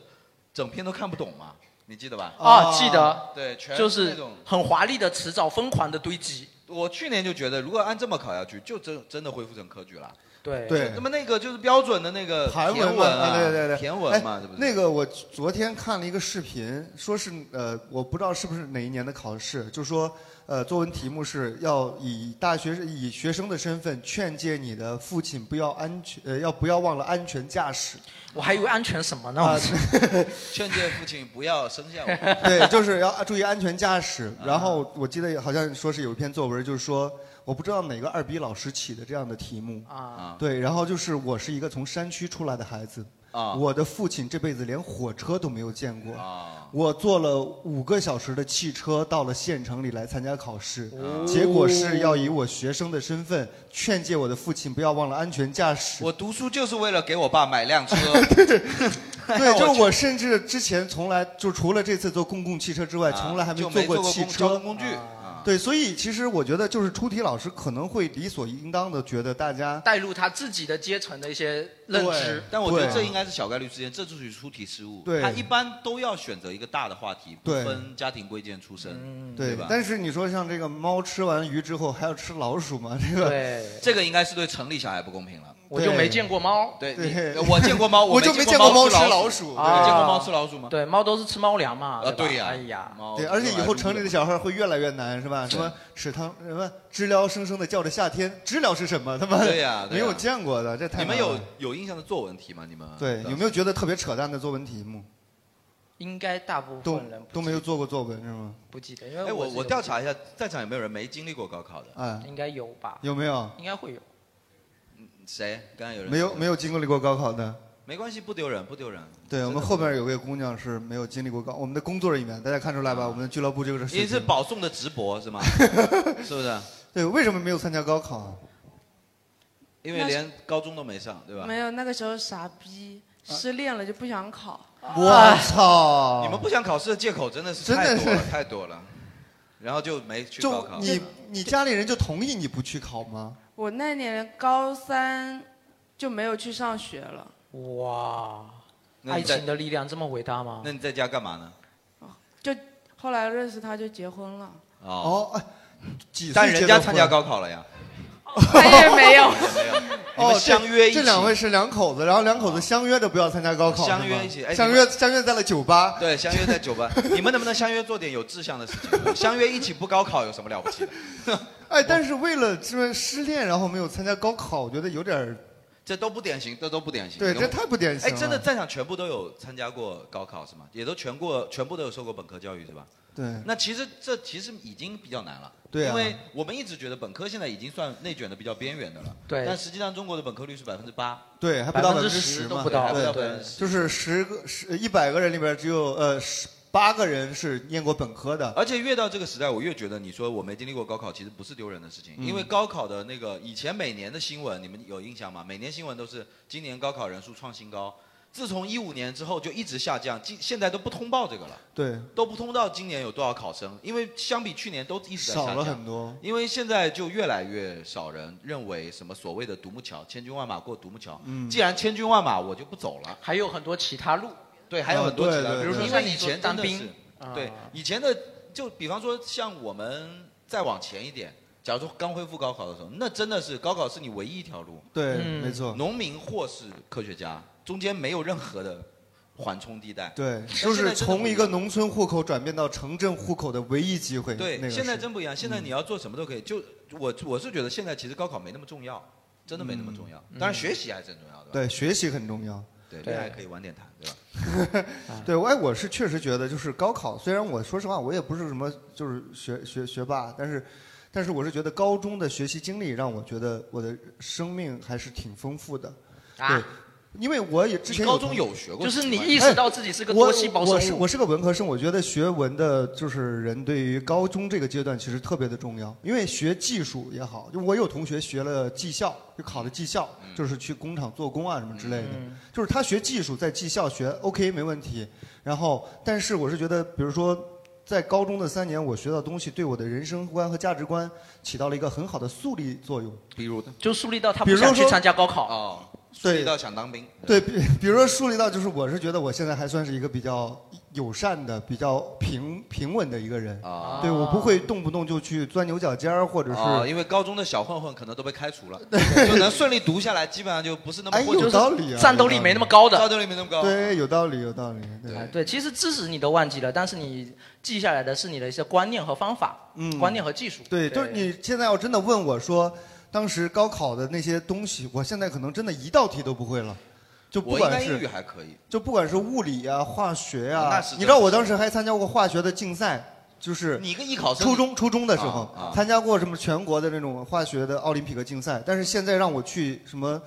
S2: 整篇都看不懂嘛，你记得吧？
S1: 哦
S4: 啊，记得，
S2: 对，全
S4: 就是
S2: 那
S4: 是
S2: 种。
S4: 很华丽的词藻疯狂的堆积。
S2: 我去年就觉得，如果按这么考下去，就真真的恢复成科举了。
S4: 对
S1: 对
S2: 那么那个就是标准的那个
S1: 韩
S2: 田
S1: 嘛，
S2: 啊，
S1: 对对对，
S2: 田文嘛，
S1: 哎
S2: 是不是？
S1: 那个我昨天看了一个视频，说是呃，我不知道是不是哪一年的考试，就说呃，作文题目是要以大学以学生的身份劝诫你的父亲不要安全，呃，要不要忘了安全驾驶
S4: 我还以为安全什么呢？
S1: 啊、 *laughs*
S2: *laughs* 劝诫父亲不要生下 *laughs* 啊我。
S1: 对，就是要注意安全驾驶。然后我记得好像说是有一篇作文，就是说我不知道哪个二逼老师起的这样的题目。
S4: 啊，
S1: 对，然后就是我是一个从山区出来的孩子，
S2: 啊
S1: 我的父亲这辈子连火车都没有见过，
S2: 啊
S1: 我坐了五个小时的汽车到了县城里来参加考试，
S2: 哦
S1: 结果是要以我学生的身份劝诫我的父亲不要忘了安全驾驶。
S2: 我读书就是为了给我爸买辆
S1: *laughs*
S2: 车。 *laughs*
S1: 对，就是我甚至之前从来就除了这次坐公共汽车之外，
S2: 啊
S1: 从来还
S2: 就
S1: 坐
S2: 没坐过
S1: 汽
S2: 公交
S1: 车
S2: 通。工具啊。
S1: 对，所以其实我觉得就是出题老师可能会理所应当的觉得大家
S4: 带入他自己的阶层的一些认知。
S2: 但我觉得
S1: 对
S2: 这应该是小概率事件，这就属于出题失误。
S1: 对
S2: 他一般都要选择一个大的话题，不
S1: 对嗯
S2: 分家庭贵贱出身，
S1: 对
S2: 吧？
S1: 但是你说像这个猫吃完鱼之后还要吃老鼠吗？ *laughs* 这个
S4: 对，
S2: 这个应该是对城里小孩不公平了。
S4: 我就没见过猫。
S2: 对，
S1: 对 *laughs*
S2: 你我见过猫，
S1: 我就
S2: 没
S1: 没见
S2: 过
S1: 过猫
S2: 吃
S1: 吃
S2: 老
S1: 老鼠
S2: 对
S4: 啊
S2: 你见过猫吃老鼠吗？
S4: 对，猫都是吃猫粮嘛。
S2: 啊，
S4: 吧
S2: 对呀。
S4: 哎呀，
S2: 猫
S1: 对，而且以后城里的小孩会越来越难，是吧？
S2: 对
S1: 什么池塘，什么知了声声的叫着夏天，知了是什么？他妈的
S2: 对呀
S1: 没
S2: 对呀
S1: 有见过的，这太
S2: 你们
S1: 难了
S2: 有啊有印象的作文题吗？你们
S1: 对有没有觉得特别扯淡的作文题目？
S4: 应该大部
S1: 都
S4: 分人不
S1: 都没有做过作文是吗？
S4: 不记得，因为
S2: 哎，我
S4: 我
S2: 我调查一下，在场有没有人没经历过高考的？
S1: 哎，
S4: 应该有吧，
S1: 有没有
S4: 应该会有。
S2: 谁？刚刚有人
S1: 没有没
S2: 有，
S1: 有经历过高考的？
S2: 没关系，不丢人，不丢人。
S1: 对我
S2: 真的
S1: 们后边有位姑娘是没有经历过高，我们的工作人员，大家看出来吧？我们的俱乐部这个是
S2: 你啊是保送的直
S1: *laughs*
S2: 博是吗？是不是？
S1: 对，为什么没有参加高考啊？
S2: 因为连高中都没上，对吧？啊
S3: 没有，那个时候傻逼，失恋了就不想考。
S1: 我操！
S2: 哎你们不想考试的借口真的是
S1: 真的
S2: 太多了，
S1: 是
S2: 太多了。然后就没去高
S1: 就
S2: 考。
S1: 你你家里人就同意你不去考吗？
S3: 我那年高三就没有去上学了，
S4: 哇，
S2: 那
S4: 爱
S2: 你在
S4: 情的力量这么伟大吗
S2: 那？你在家干嘛呢？
S3: 后来认识他就结婚了。
S1: 哦，
S2: 哦，
S1: 哎几岁
S2: 但
S1: 结
S2: 人
S1: 的
S2: 家
S1: 婚
S2: 参加高考了呀。
S3: 哦他也没
S2: *laughs*
S3: 有，
S2: 没有，你
S1: 哦，
S2: 们相约一
S1: 这
S2: 起。啊
S1: 这两位是两口子，然后两口子相约着不要参加高考，
S2: 相
S1: 是吗
S2: 约一起哎
S1: 相约相约在了酒吧。
S2: 对相约在酒吧， *laughs* 你们能不能相约做点有志向的事情？相约一起不高考有什么了不起的？
S1: 哎，但是为了这失恋，然后没有参加高考，我觉得有点儿
S2: 这都不典型，这都不典型。
S1: 对
S2: 跟
S1: 这
S2: 我
S1: 太不典型
S2: 哎，真的
S1: 了
S2: 在场全部都有参加过高考是吗？也都全过，全部都有受过本科教育是吧？
S1: 对
S2: 那其实这其实已经比较难了，
S1: 嗯对啊
S2: 因为我们一直觉得本科现在已经算内卷的比较边缘的了，
S1: 对
S2: 但实际上中国的本科率是百分之八，
S1: 对，还不到百分之
S2: 10%
S1: 十嘛，
S2: 都不到
S1: 对，
S2: 对对
S1: 就是十个十一百个人里边只有呃十八个人是念过本科的，
S2: 而且越到这个时代，我越觉得你说我没经历过高考，其实不是丢人的事情，
S1: 嗯
S2: 因为高考的那个以前每年的新闻，你们有印象吗？每年新闻都是今年高考人数创新高，自从一五年之后就一直下降，今现在都不通报这个了。
S1: 对，
S2: 都不通到今年有多少考生，因为相比去年都一直在下降
S1: 少了很多
S2: 因为现在就越来越少人认为什么所谓的独木桥，千军万马过独木桥。
S1: 嗯
S2: 既然千军万马，我就不走了。
S4: 还有很多其他路。
S2: 对，
S1: 哦
S2: 还有很多
S4: 啊
S2: 其
S4: 对
S2: 他路，
S4: 对对
S2: 因为以前真的
S4: 比如说像
S2: 是
S4: 你说当兵
S2: 对
S4: 啊
S2: 以前的就比方说像我们再往前一点，假如说刚恢复高考的时候，那真的是高考是你唯一一条路。
S1: 对嗯没错
S2: 农民或是科学家，中间没有任何的缓冲地带。
S1: 对，
S2: 但
S1: 就是
S2: 哎现在真的
S1: 从
S2: 不
S1: 一
S2: 样
S1: 个农村户口转变到城镇户口的唯一机会。
S2: 对，
S1: 那个
S2: 现在
S1: 是嗯
S2: 真不一样。现在你要做什么都可以。就我我是觉得现在其实高考没那么重要，真的没那么重要。
S1: 嗯
S2: 当然学习还是很重要的，
S1: 对学习很重要。
S2: 对，恋爱可以晚点谈，对吧？
S1: *laughs* 对，我哎，我是确实觉得，就是高考，虽然我说实话，我也不是什么就是学学学霸，但是，但是我是觉得高中的学习经历让我觉得我的生命还是挺丰富的。
S4: 啊
S1: 对，因为我也之前
S4: 你高中有学过就是你意识
S1: 哎
S4: 到自己是个
S1: 我
S4: 多细胞生
S1: 我是
S4: 物
S1: 我是个文科生，我觉得学文的就是人对于高中这个阶段其实特别的重要，因为学技术也好，就我有同学学了技校，就考的技校，
S2: 嗯
S1: 就是去工厂做工啊什么之类的，
S4: 嗯
S1: 就是他学技术在技校学 OK 没问题，然后但是我是觉得，比如说。在高中的三年，我学到的东西对我的人生观和价值观起到了一个很好的塑力作用。
S2: 比如，
S4: 就树立到他
S1: 比
S4: 不
S1: 如
S4: 想去
S1: 说
S4: 参加高考。
S2: 哦，
S1: 对
S2: 遇到想当兵，
S1: 对比， *laughs* 比如说树立到就是，我是觉得我现在还算是一个比较友善的、比较平平稳的一个人。
S2: 啊
S1: 对我不会动不动就去钻牛角尖儿，或者是、
S2: 啊，因为高中的小混混可能都被开除了，就能顺利读下来，基本上就不是那么
S1: 哎
S2: 混
S1: 有道理啊，有道理
S2: 战斗力没那么高。
S1: 对，有道理，有道理。对，
S4: 哎对，其实知识你都忘记了，但是你记下来的是你的一些观念和方法，
S1: 嗯
S4: 观念和技术。
S1: 对，就是你现在要真的问我说，当时高考的那些东西，我现在可能真的一道题都不会了，就不
S2: 我应
S1: 管
S2: 该
S1: 是
S2: 英语还可以，
S1: 就不管是物理啊、化学啊，
S2: 哦那是
S1: 你知道我当时还参加过化学的竞赛，就是
S2: 你一个艺考生
S1: 初中初中的时候、
S2: 啊啊
S1: 参加过什么全国的那种化学的奥林匹克竞赛，但是现在让我去什么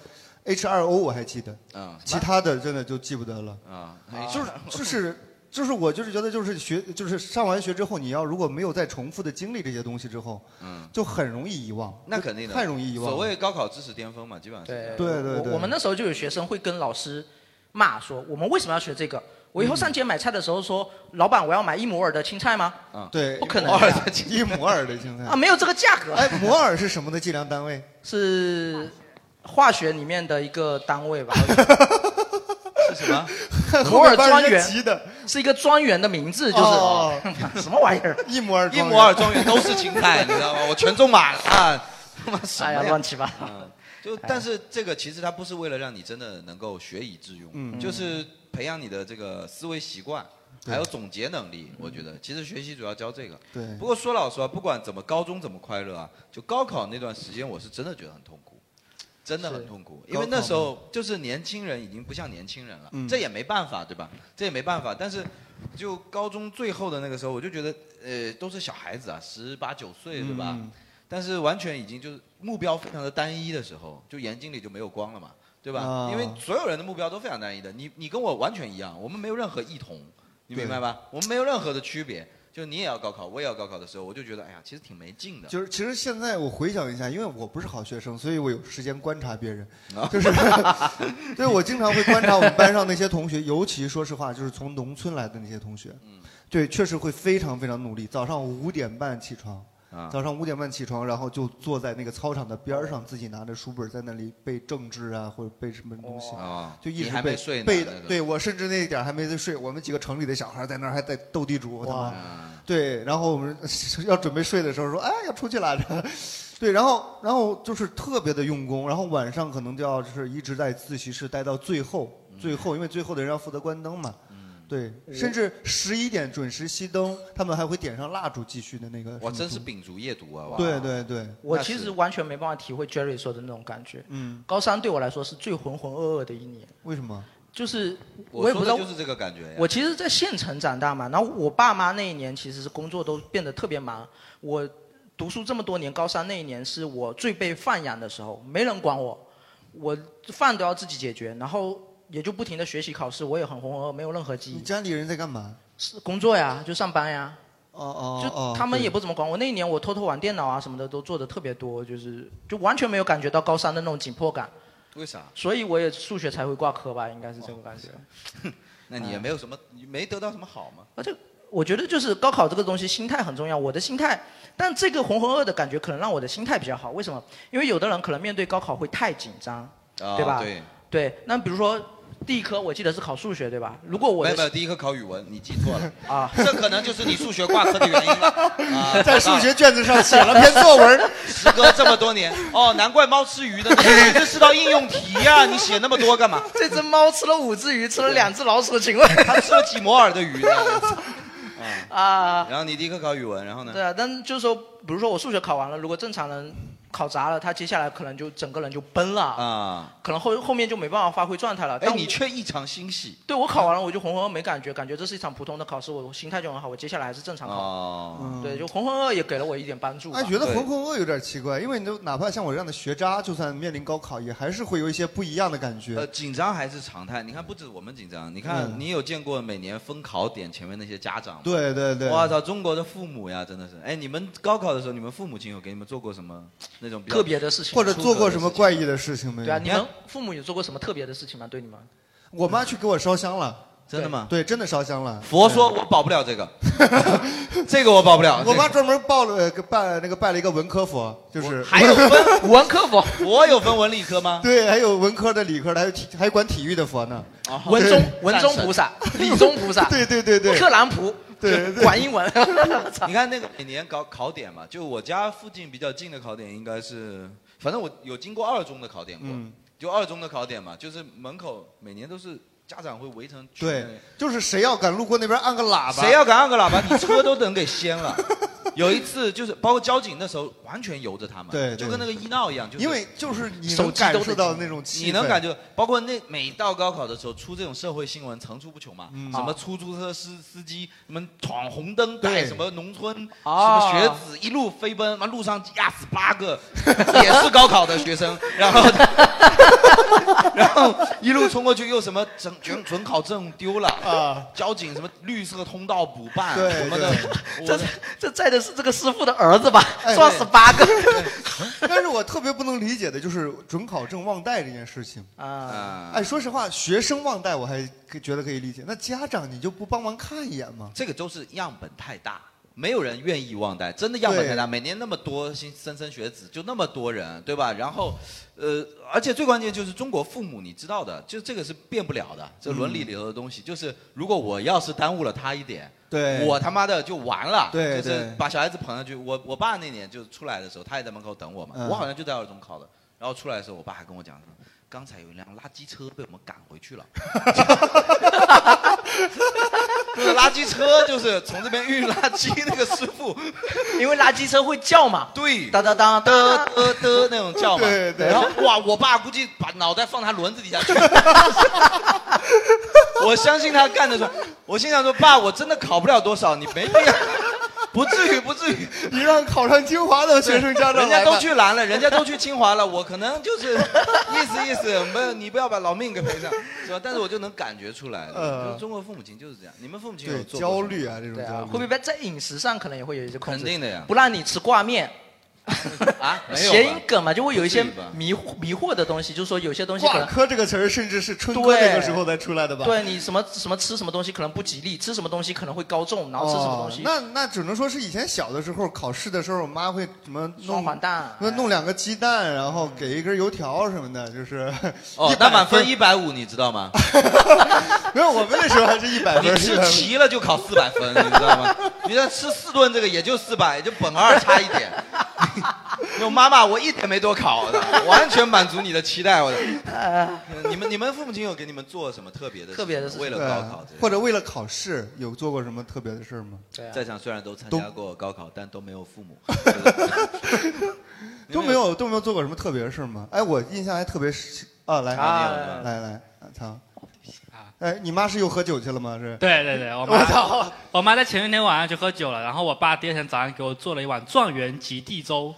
S1: H 2 O 我还记得，
S2: 嗯
S1: 其他的真的就记不得了
S2: 啊
S1: 就是就是。 *laughs* 就是我就是觉得就是学就是上完学之后，你要如果没有再重复的经历这些东西之后，
S2: 嗯，
S1: 就很容易遗忘。
S2: 那肯定的，
S1: 太容易遗忘了。
S2: 所谓高考知识巅峰嘛，基本上是这样。
S1: 对对对
S4: 我我们那时候就有学生会跟老师骂说，我们为什么要学这个？我以后上街买菜的时候说，老板，我要买一亩二的青菜吗？
S2: 啊，
S1: 对，
S4: 不可能
S1: 一摩尔
S4: 的
S1: 的青一摩尔的青菜
S4: 啊，没有这个价格。
S1: 嗯哎，摩尔是什么的计量单位？
S4: 是化学里面的一个单位吧？ *laughs*
S2: 是什么
S4: 摩尔庄园
S1: 急的
S4: 是一个庄园的名字，就是、
S2: 哦
S4: *laughs* 什么玩意儿？
S1: 一摩尔
S2: 一摩尔庄园都是青菜，你知道吗？
S1: *laughs*
S2: 我全中满了，
S4: *laughs*
S2: 啊他妈什么
S4: 哎
S2: 呀
S4: 呀，乱七八糟。哎
S2: 嗯就但是这个其实它不是为了让你真的能够学以致用，
S1: 嗯
S2: 就是培养你的这个思维习惯，
S1: 对
S2: 还有总结能力。我觉得其实学习主要教这个。
S1: 对
S2: 不过说老实话，不管怎么高中怎么快乐啊，就高考那段时间，我是真的觉得很痛苦，真的很痛苦，
S1: 是
S2: 因为那时
S1: 高
S2: 候就是年轻人已经不像年轻人了，
S1: 嗯
S2: 这也没办法，对吧？这也没办法，但是。就高中最后的那个时候，我就觉得，呃，都是小孩子啊，十八九岁，对吧？
S1: 嗯
S2: 但是完全已经就是目标非常的单一的时候，就眼睛里就没有光了嘛，对吧？
S1: 啊
S2: 因为所有人的目标都非常单一的，你你跟我完全一样，我们没有任何异同，你
S1: 对
S2: 明白吧？啊我们没有任何的区别。就你也要高考，我也要高考的时候，我就觉得，哎呀，其实挺没劲的。
S1: 就是其实现在我回想一下，因为我不是好学生，所以我有时间观察别人
S2: 啊，
S1: 就是， *laughs* 对我经常会观察我们班上那些同学，尤其说实话，就是从农村来的那些同学，
S2: 嗯
S1: 对，确实会非常非常努力，早上五点半起床。
S2: 啊
S1: 早上五点半起床，然后就坐在那个操场的边儿上，自己拿着书本在那里背政治啊，或者背什么东西，
S2: 哦
S1: 就一
S2: 你
S1: 直
S2: 还
S1: 背
S2: 没睡呢
S1: 背
S2: 那
S1: 的
S2: 个。
S1: 对我甚至那一点儿还没睡，我们几个城里的小孩在那儿还在斗地主，我他妈
S4: 哇！
S1: 对，然后我们要准备睡的时候说，哎，要出去了。 *laughs* 对，然后然后就是特别的用功，然后晚上
S2: 嗯
S1: 可能就要就是一直在自习室待到最后，最后因为最后的人要负责关灯嘛。对，
S2: 我
S1: 甚至十一点准时熄灯，他们还会点上蜡烛继续的那个。
S2: 哇，真是。秉烛夜读啊！哇
S1: 对对对，
S4: 我其实完全没办法体会 Jerry 说的那种感觉。
S1: 嗯，
S4: 高三对我来说是最浑浑噩噩的一年。
S1: 为什么？
S4: 就是
S2: 我
S4: 也
S2: 说
S4: 不知道，
S2: 的就是这个感觉
S1: 啊
S2: 呀。
S4: 我其实，在县城长大嘛，然后我爸妈那一年其实是工作都变得特别忙。我读书这么多年，高三那一年是我最被放养的时候，没人管我，我饭都要自己解决，然后也就不停的学习考试，我也很浑浑噩，没有任何记忆。你
S1: 家里人在干嘛？
S4: 是工作呀，就上班呀。
S1: 哦哦，
S4: 就
S1: 哦
S4: 他们
S1: 对
S4: 也不怎么管我。那一年我偷偷玩电脑啊什么的都做的特别多，就是就完全没有感觉到高三的那种紧迫感，
S2: 为啥？
S4: 所以我也数学才会挂科吧，应该是这个感
S1: 哦
S4: 觉。
S2: 那
S1: 哎
S2: 你也没有什么，你没得到什么好吗？
S4: 而且我觉得就是高考这个东西，心态很重要。我的心态，但这个浑浑噩噩的感觉可能让我的心态比较好。为什么？因为有的人可能面对高考会太紧张，
S2: 啊
S4: 对吧？
S2: 对
S4: 对那比如说第一科，我记得是考数学，对吧？如果我
S2: 没
S4: 的
S2: 有 *laughs* 没有，第一科考语文，你记错了
S4: 啊，
S2: 这可能就是你数学挂科的原因
S4: *laughs*
S2: 了。啊
S1: 在数学卷子上写了篇作文，
S2: *laughs* 时隔这么多年，哦，难怪猫吃鱼的，你这是道应用题呀、你写那么多干嘛？
S4: 这只猫吃了五只鱼，吃了两只老鼠，请问
S2: *laughs* 它吃了几摩尔的鱼
S4: *laughs*
S2: 呢？
S4: 啊，
S2: 然后你第一科考语文，然后呢？
S4: 对啊，但就是说，比如说我数学考完了，如果正常人考砸了，他接下来可能就整个人就崩了，
S2: 啊，
S4: 可能后后面就没办法发挥状态了。
S2: 哎
S4: 但，我
S2: 你却异常欣喜。
S4: 对我考完了，我就浑浑噩没感觉，感觉这是一场普通的考试，我心态就很好，我接下来还是正常考。
S2: 哦
S4: 对，就浑浑噩也给了我一点帮助吧。
S1: 哎，觉得浑浑噩有点奇怪，因为你都哪怕像我这样的学渣，就算面临高考，也还是会有一些不一样的感觉。
S2: 呃，紧张还是常态。你看，不止我们紧张，你看，
S1: 嗯
S2: 你有见过每年分考点前面那些家长吗？
S1: 对对对
S2: 我操，中国的父母呀，真的是。哎，你们高考的时候，你们父母亲有给你们做过什么那种比较
S4: 特别的事情
S1: 或者做过什么怪异的事情
S2: 哎
S1: 没有？哎
S4: 对啊，你们父母有做过什么特别的事情吗？对你们？
S1: 我妈去给我烧香
S4: *laughs*
S1: 了，
S2: 真的吗？
S1: 对，真的烧香了。
S2: 佛说我保不了
S1: *laughs*
S2: 这个，这个我保不了。
S1: 我妈专门报了呃拜那个拜了一个文科佛，就是 *laughs*
S2: 还有分
S4: 文科佛，
S2: 我有分文理科吗？
S1: 对，还有文科的、理科的，还有体还管体育的佛呢。
S4: 哦文中
S1: 啊对
S4: 文中菩萨，理中菩萨，
S1: *laughs* 对对对对
S4: 特朗普，
S1: 对对
S4: 管英
S1: *laughs*
S4: 文。
S2: *laughs* 你看那个每年搞考点嘛，就我家附近比较近的考点应该是，反正我有经过二中的考点过，
S1: 嗯
S2: 就二中的考点嘛，就是门口每年都是家长会围成群的那个
S1: 对，就是谁要敢路过那边按个喇叭，
S2: 谁要敢按个喇叭，你车都能给
S1: *laughs*
S2: 掀了。有一次就是包括交警那时候完全由着他们，
S1: 对对
S2: 就跟那个医闹一样，就
S1: *laughs*
S2: 是
S1: 因为就是你
S2: 手
S1: 能
S2: 机都
S1: 感
S2: 得
S1: 受到那种气氛，
S2: 你能感觉，包括那每到高考的时候出这种社会新闻层出不穷嘛，
S1: 嗯
S2: 什么出租车司司机，什么闯红灯带
S1: 对
S2: 什么农村，
S4: 啊
S2: 什么学子一路飞奔，妈路上压死八个 *laughs* 也是高考的学生， *laughs*
S1: *laughs*
S2: 然后然后一路冲过去又什么准准准考证丢了
S1: 啊，
S2: 交警什么绿色通道补办
S1: 对
S2: 什么的，
S4: 这
S2: 我
S4: 这在的是这个师傅的儿子吧？
S1: 哎
S4: 撞十八个
S1: *laughs* 但是我特别不能理解的就是准考证忘带这件事情。
S4: 啊！
S2: 啊
S1: 哎，说实话，学生忘带我还可觉得可以理解，那家长你就不帮忙看一眼吗？
S2: 这个都是样本太大，没有人愿意忘带，真的样本太大。
S1: 对
S2: 每年那么多新莘莘学子，就那么多人，对吧？然后，呃，而且最关键就是中国父母，你知道的，就这个是变不了的，这伦理里头的东西。就是如果我要是耽误了他一点，
S1: 对
S2: 我他妈的就完了，
S1: 对
S2: 就是
S1: 对
S2: 把小孩子捧上去。我我爸那年就出来的时候，他也在门口等我嘛，
S1: 嗯
S2: 我好像就在二中考的。然后出来的时候，我爸还跟我讲说，刚才有一辆垃圾车被我们赶回去了。 *laughs* 就是垃圾车，就是从这边运垃圾那个师傅，
S4: *laughs* 因为垃圾车会叫嘛，
S2: 对，
S4: 哒
S2: 哒
S4: 哒哒
S2: 哒
S4: 哒。
S2: 哒那种叫嘛。
S1: 对对
S2: 然后哇，我爸估计把脑袋放他轮子底下去。 *laughs* 我相信他干的时候，我心想说：爸，我真的考不了多少，你没必
S1: *laughs*
S2: 要，不至于，不至于。
S1: 你让考上清华的学生家长
S2: 人家
S1: 来吧
S2: 都去蓝了，人家都去清华了，我可能就是意思意思，没有你不要把老命给赔上，是吧？但是我就能感觉出来，
S1: 呃
S2: 就是中国父母亲就是这样。你们父母亲有
S1: 对
S2: 做过什么
S1: 焦虑啊，这种
S4: 对
S1: 焦
S4: 啊，
S1: 虑
S4: 会不会在饮食上可能也会有一些控制？
S2: 肯定的呀
S4: 不让你吃挂面，
S2: *laughs*
S4: *laughs*
S2: 啊？没有吧
S4: 谐音梗嘛，就会有一些
S2: 不至于吧
S4: 迷惑迷惑的东西，就是说有些东西可
S1: 挂
S4: 能。
S1: 科这个词儿，甚至是春哥那个时候才出来的吧？
S4: 对你什么什么吃什么东西可能不吉利，吃什么东西可能会高中，然后吃什么东
S1: 哦、
S4: 西、
S1: 那那只能说是以前小的时候考试的时候，我妈会什么
S4: 双
S1: 弄
S4: 黄蛋，
S1: 那弄两个鸡蛋，然后给一根油条什么的，就是 *laughs*
S2: 哦
S1: 100，
S2: 那满分一百五，你知道吗？
S1: 没 *laughs* 有我们那时候还是一百
S2: 你
S1: 分，
S2: 吃
S1: 100分
S2: 齐了就考四百 *laughs* 分，你知道吗？你这吃四顿这个也就四百，也就本二差一点。就妈妈，我一点没多考的，完全满足你的期待。我的，你们你们父母亲有给你们做什么特别的事情吗？为了高考
S1: 对
S2: 这
S1: 啊
S2: 个，
S1: 或者为了考试有做过什么特别的事儿吗？
S4: 啊
S2: 在场虽然都参加
S1: 都
S2: 过高考，但都没有父母。
S1: *laughs* 都没有都没有做过什么特别的事儿吗？哎，我印象还特别深啊，来
S2: 啊你有吗
S1: 来来，操！哎，你妈是又喝酒去了吗？是？
S11: 啊对对对，我妈，我妈在前一天晚上去喝酒了，然后我爸第二天早上给我做了一碗状元及第粥。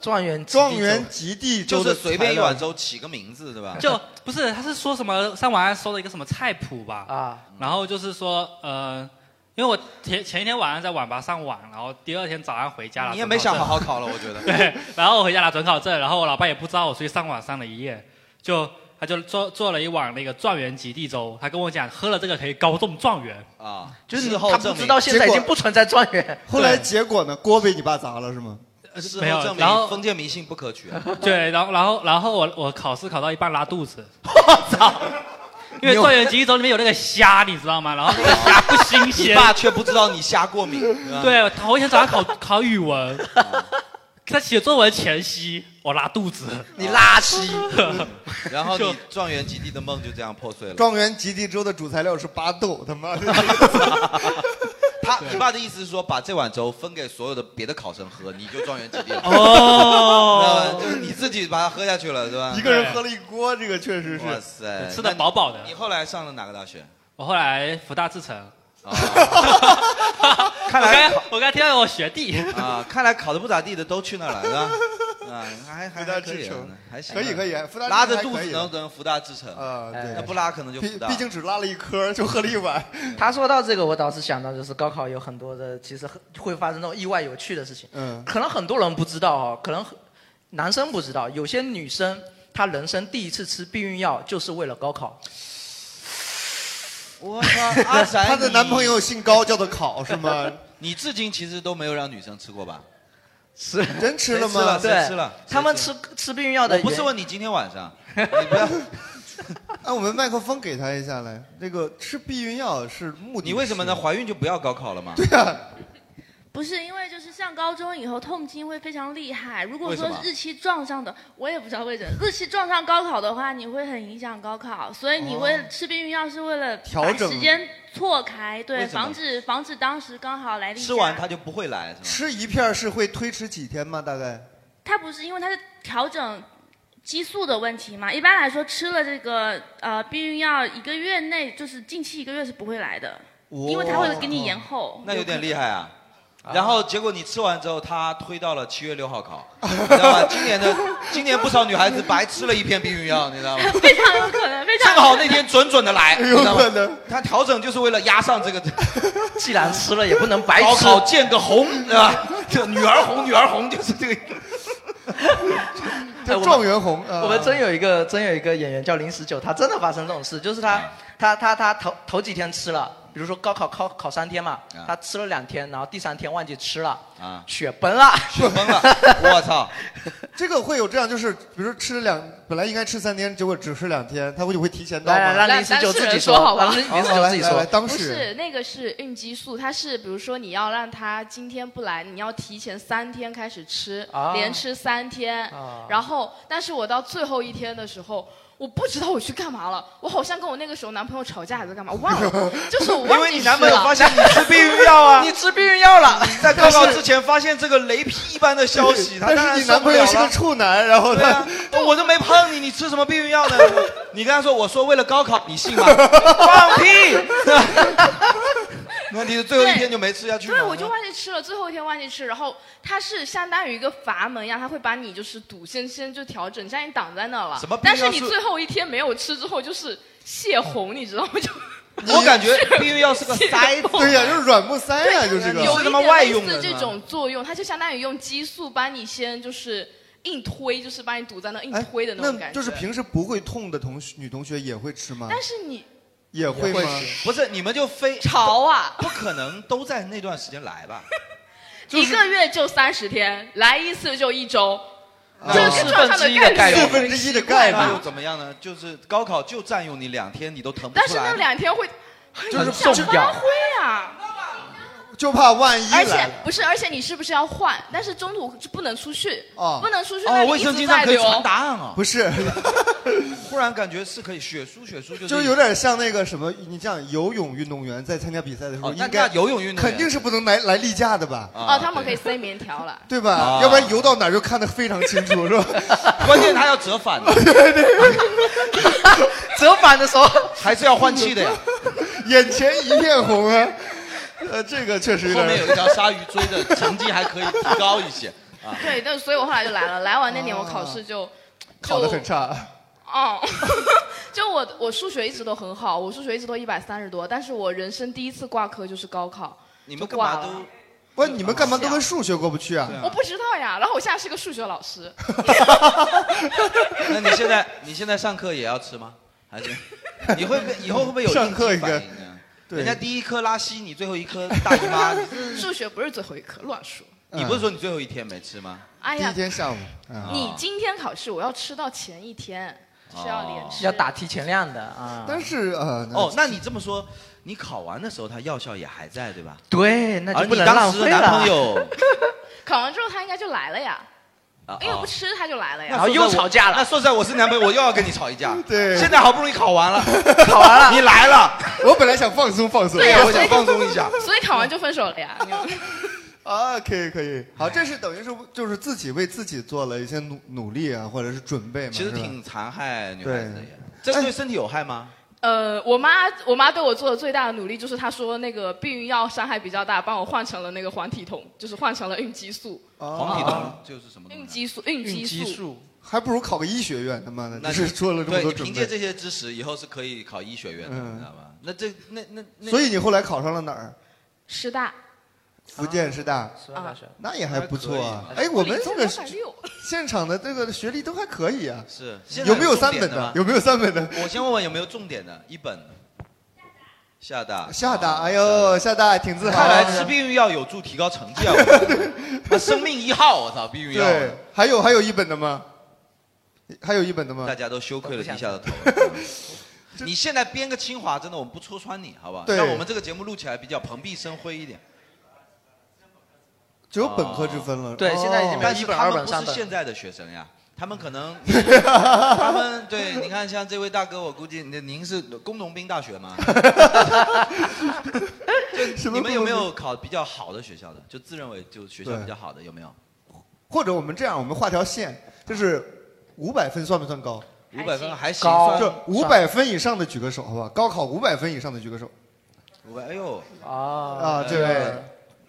S4: 状元
S1: 状元及第
S2: 就
S1: 粥
S2: 是
S1: 的
S2: 随
S1: 材
S2: 便一
S1: 料
S2: 碗粥起个名字，
S4: 啊
S2: 对吧？
S11: 就不是，他是说什么上网上搜了一个什么菜谱吧，
S4: 啊，
S11: 然后就是说，呃，因为我前前一天晚上在网吧上网，然后第二天早上回家了，
S2: 你也没想好好考了，我觉得。
S11: 对，然后我回家拿准考证，然后我老爸也不知道我出去上网上了一夜，就他就做做了一碗那个状元及第粥，他跟我讲喝了这个可以高中状元，
S2: 啊，
S4: 就是
S2: 事
S4: 你
S2: 后
S4: 他
S2: 证
S4: 不
S2: 明
S4: 知道现在已
S1: 结
S4: 经
S1: 果
S4: 不存在状元。
S1: 后来结果呢？锅被你爸砸了是吗？
S2: 事
S11: 没有
S2: 后证
S11: 然后
S2: 明封建迷信不可取啊。
S11: 对，然后然后然后我我考试考到一半拉肚子，我操！因为状元及第粥里面有那个虾，你知道吗？然
S2: *laughs*
S11: 后那个虾
S2: 啊
S11: 不新
S2: 你
S11: 鲜，
S2: 爸却不知道你虾过敏，对吧，
S11: 对，头一天早上考考语文，在写作文前夕，我拉肚子，
S4: 你
S11: *laughs*
S4: 拉稀，
S2: *laughs* 然后
S11: 就
S2: 你状元及第的梦就这样破碎了。
S1: 状元及第粥的主材料是巴豆，他妈
S2: *laughs*
S1: 的！
S2: 他你爸的意思是说，把这碗粥分给所有的别的考生喝，你就状元及第了。
S11: *laughs* 哦
S2: 那就是你自己把它喝下去了，对吧？
S1: 一个人喝了一锅，这个确实
S2: 哇
S1: 是。
S2: 塞，
S11: 吃的饱饱的
S2: 那你。你后来上了哪个大学？
S11: 我后来福大自成， *laughs*
S2: 啊
S11: 我
S2: 看来
S11: 刚我刚听到我学弟，
S2: 啊，看来考的不咋地的都去那儿了，是吧？啊，还还
S1: 福大
S2: 还可
S1: 之
S2: 以啊
S1: 城，
S2: 还行啊，
S1: 可以可以，福大
S2: 拉
S1: 之
S2: 着
S1: 城
S2: 肚
S1: 还可
S2: 子
S1: 以
S2: 能能福大之城，
S1: 啊，
S4: 哎
S1: 对
S2: 那，不拉可能就
S1: 毕
S2: 福大。
S1: 毕竟只拉了一颗，就喝了一碗。
S4: *laughs* 他说到这个，我倒是想到就是高考有很多的，其实很会发生那种意外有趣的事情。
S1: 嗯，
S4: 可能很多人不知道哦，可能很男生不知道，有些女生她人生第一次吃避孕药就是为了高考。
S2: 我
S5: *laughs*
S2: 操，
S1: 啊 *laughs*
S2: 阿宅，
S1: 她的
S2: 你
S1: 男朋，友姓高，叫做考是吗？
S2: *laughs* 你至今其实都没有让女生吃过吧？
S4: 是，
S1: 真吃了
S2: 谁吃
S1: 吗
S2: 了？
S4: 对，
S2: 吃了
S4: *laughs* 他们
S2: 谁
S4: 吃吃
S1: 嗯
S4: 避孕药的
S2: 我
S4: 原，
S2: 不是问你今天晚上，你
S1: *laughs*
S2: 不要，
S1: 哎，我们麦克风给他一下来。那个吃避孕药是啊目的。
S2: 你为什么呢？？怀孕就不要高考了嘛？
S12: 不是因为就是上高中以后痛经会非常厉害，如果
S2: 为什
S12: 说
S2: 么
S12: 日期撞上的，我也不知道为什么日期撞上高考的话，你会很影响高考，所以你为了吃避孕药是为
S2: 哦
S12: 了
S1: 调
S12: 把
S1: 整
S12: 时间错开，
S2: 为
S12: 对，
S2: 什么
S12: 防止防止当时刚好来例假。
S2: 吃完他就不会来是吗？
S1: 吃一片是会推迟几天吗？大概？
S12: 它不是因为它是调整激素的问题嘛？一般来说，吃了这个呃避孕药一个月内，就是近期一个月是不会来的，因为它会给你延后。
S2: 哦那有点厉害啊。然后结果你吃完之后，他推到了七月六
S1: *laughs*
S2: 号考，你知道吧？今年的今年不少女孩子白吃了一片避孕药，你知道吗？
S12: *laughs* 非常有可能，非常
S2: 正好那天准准的来，
S1: *laughs*
S2: 你
S1: 有
S2: 知道
S1: 可
S2: 吗？
S1: 能。
S2: 他调整就是为了压上
S1: *laughs*
S2: 这个
S4: 既然吃了也不能白
S2: 高
S4: 吃。
S2: 考见个红，对吧？这女儿红，女儿红就是这个。
S4: 哎
S1: *laughs*
S4: 我 *laughs*
S1: 叫
S4: 们
S1: 状元红。啊
S4: 我们真有一个真有一个演员叫林十九，他真的发生这种事，就是他
S2: 啊
S4: 他他他头头几天吃了，比如说高考考考三天嘛
S2: 啊，
S4: 他吃了两天，然后第三天忘记吃了，
S2: 啊
S4: 血崩了，
S2: 雪崩
S4: *laughs*
S2: 了，我操！
S1: 这个会有这样，就是比如说吃了两，本来应该吃三天，结果只吃两天，他会就会提前到
S4: 来
S1: 吗？
S4: 来，让
S8: 来
S4: 林十九自
S8: 当事
S4: 己
S8: 人说好吧
S4: 让林
S1: 好，
S4: 十
S1: 好
S4: 九
S1: 来
S4: 自己
S1: 来来，
S4: 说。
S1: 当
S8: 不
S1: 事人
S8: 是那个是孕激素，它是比如说你要让它今天不来，你要提前三天开始吃，
S4: 啊
S8: 连吃三天，
S4: 啊
S8: 然后但是我到最后一天的时候。我不知道我去干嘛了，我好像跟我那个时候男朋友吵架还是干嘛，我忘了，
S2: *laughs*
S8: 就是我
S2: 因
S8: 忘
S2: 为
S8: 记
S2: 你
S8: 吃
S2: 男朋友发
S8: 了。
S2: 现你吃避孕药啊，
S4: 你吃避孕药了，
S2: 在高考之前发现这个雷劈一般的
S1: *laughs*
S2: 消息，他
S1: 但
S2: 当然
S1: 是你
S2: 受
S1: 男
S2: 不
S1: 朋
S2: 了
S1: 友是个
S2: 了。
S1: 处男，然后
S2: 对
S1: 他
S2: 啊，我都没碰你，你吃什么避孕药呢？你跟他说，我说为了高考，
S8: *laughs*
S2: 你信吗？放屁！ *laughs* 那你的最后一天就没吃下去吗？
S8: *laughs* 对，我就忘记吃了，最后一天忘记吃，然后它是相当于一个阀门一样，它会把你就是堵，先先就调整，让你挡在那儿了。
S2: 什么避孕
S8: 但是
S2: 药
S8: 你
S2: 是
S8: 最后一天没有吃之后，就是泄洪，你知道吗？就
S2: 我感觉避孕药是
S8: *laughs*
S2: 个塞子，
S1: 对呀，就是软木塞呀，就是
S2: 有
S1: 个。
S2: 是他妈外用的
S8: 的
S2: 是
S8: 这
S2: 吗
S8: 种作用，它就相当于用激素把你先就是硬推，就是把你堵在那儿硬
S1: 哎
S8: 推的，种感
S1: 那
S8: 觉。
S1: 就是平时啊不会痛的同学女同学也会吃吗？
S8: 但是你
S1: 也会吗？
S2: 不是你们就非
S8: 潮啊，
S2: 不可能都在那段时间来吧？
S8: 一个月就三十天，来一次就一周，*laughs*
S1: 啊
S8: 这跟撞上
S4: 四分之一
S8: 概
S4: 的概
S8: 率啊
S4: 率
S8: 很
S1: 四分之一的
S8: 奇怪
S1: 概
S2: 那
S1: 率
S2: 又
S8: 吧。
S2: 怎么样呢？就是高考就占用你两天，你都腾不
S8: 但
S2: 出
S8: 是那
S2: 来。
S8: 两天会
S1: 就是
S8: 很想
S4: 重要
S8: 发挥啊。
S1: 就怕万一
S8: 而且
S1: 来了。
S8: 不是，而且你是不是要换？但是中途就不能出去，
S1: 哦
S8: 不能出去，那
S2: 哦，
S8: 你
S2: 卫
S8: 一
S2: 生
S8: 直
S2: 巾上
S8: 在
S2: 可以
S8: 留。
S2: 传答案啊！
S1: 不是，
S2: *laughs* 忽然感觉是可以血书，血书就是
S1: 就有点像那个什么，你像游泳运动员在参加比赛的时候，
S2: 哦那
S1: 应该
S2: 那游泳运动员
S1: 肯定是不能来来例假的吧？
S8: 哦，他们可以塞棉条了。
S1: 对吧？
S2: 啊
S1: 要不然游到哪儿就看得非常清楚，是吧？
S2: 关键他要折
S1: *laughs*
S2: 返的，
S4: *laughs* 折返的时候
S2: *laughs* 还是要换气的呀。
S1: *laughs* 眼前一片红啊！呃，这个确实有
S2: 后
S1: 点。
S2: 面有一条鲨鱼追的，成绩还可以提高一些啊。
S8: 对，但所以我后来就来了，来完那年我
S1: 啊
S8: 考试就
S1: *laughs* 考得很差。
S8: 哦， *laughs* 就我我数学一直都很好，我数学一直都一百三十多，但是我人生第一次挂科就是高考，
S2: 你
S8: 们挂了。
S1: 不，你们干嘛都跟数学过不去啊？
S8: 我不知道呀，然后我现在是个数学老师，
S2: *laughs* 那你现在你现在上课也要吃吗？还是 *laughs* 你会不会以后会不会有应激
S1: 上课应
S2: 反
S1: 该
S2: 应呢？
S1: 对
S2: 人家第一科拉稀，你最后一科大姨
S8: *laughs*
S2: 妈，
S8: 数学不是最后一科，乱说。
S1: 嗯
S2: 你不是说你最后一天没吃吗？
S8: 哎呀，
S1: 下午，嗯
S2: 哦
S8: 你今天考试，我要吃到前一天，是要连吃。
S4: 要打提前量的啊。
S1: 但是呃，
S2: 哦，那你这么说，你考完的时候他药效也还在对吧？
S4: 对，那
S2: 而
S4: 就不
S2: 啊你
S4: 能
S2: 当
S4: 浪
S2: 时的
S4: 费
S2: 男朋
S4: 了。
S2: 友
S8: *laughs* 考完之后他应该就来了呀，
S2: 啊，
S8: 因为
S2: 啊
S8: 我不吃他就来了呀。
S2: 那说实在我那说实在，我是男朋友，我又要跟你吵一架。
S1: *laughs* 对
S2: 现在好不容易考
S1: *laughs*
S2: 完了，考完了，你来了，
S1: 我本来想放松放松。
S2: 对啊呀，我想放松一下。
S8: 所以考完就分手了呀。你
S2: *laughs*
S8: 们
S1: *laughs* 啊，可以可以，好，这是等于是就是自己为自己做了一些努努力啊，或者是准备嘛，
S2: *laughs* 其实
S1: 是吧
S2: 挺残害女孩
S1: 对
S2: 子的也，这对身体有害吗？
S8: 呃，我妈我妈对我做的最大的努力就是她说那个避孕药伤害比较大，帮我换成了那个黄体酮，就是换成了孕激素。
S1: 哎哦
S2: 黄体酮就是什么？
S8: 孕激素，孕激素。
S1: 还不如考个医学院，他妈的，
S2: 那
S1: 就是做了这么
S2: 对
S1: 多
S2: 你
S1: 准
S2: 凭借
S1: 备。
S2: 这些知识，以后是可以考医学院的，
S1: 嗯
S2: 你知道吧？那这那那那，
S1: 所以你后来考上了哪儿？
S8: 师大
S1: 福建师大，
S8: 啊，
S1: 那也还不错啊
S2: 还。可以
S1: 哎，我们这个
S8: 三百六
S1: 现场的这个学历都还可以啊。
S2: 是
S1: 有没有三
S2: 现
S1: 本
S2: 在有重点的吗
S1: 有没有三本的？
S2: 我先问问有没有重点的，一本。厦大，
S1: 厦大，哎呦，厦大挺自豪啊。
S2: 啊看来吃避孕药有助提高成绩啊！我
S1: *laughs*
S2: 操啊生命一号，我操，避孕药，
S1: 对，还有还有一本的吗？还有一本的吗
S2: 大？家都羞愧的低下了头。 *laughs* 你现在编个清华，真的我们不戳穿你，好吧？
S1: 对
S2: 让我们这个节目录起来比较蓬荜生辉一点。
S1: 只有本科之分了。
S4: 对现在已经没有
S2: 哦但
S4: 一
S2: 是
S4: 本
S2: 他
S4: 二
S2: 们
S4: 本
S2: 不
S4: 三
S2: 是
S4: 本
S2: 现在的学生呀，他们可能，他们对，你看像这位大哥，我估计您您是工农兵大学吗？就你们有没有考比较好的学校的？就自认为就学校比较好的有没有？
S1: 或者我们这样，我们画条线，就是五百分算不算高？
S2: 五百分还行，
S1: 就
S2: 算
S1: 五百分以上的举个手，好吧？高考五百分以上的举个手
S2: 五百，哎呦
S1: 啊！这位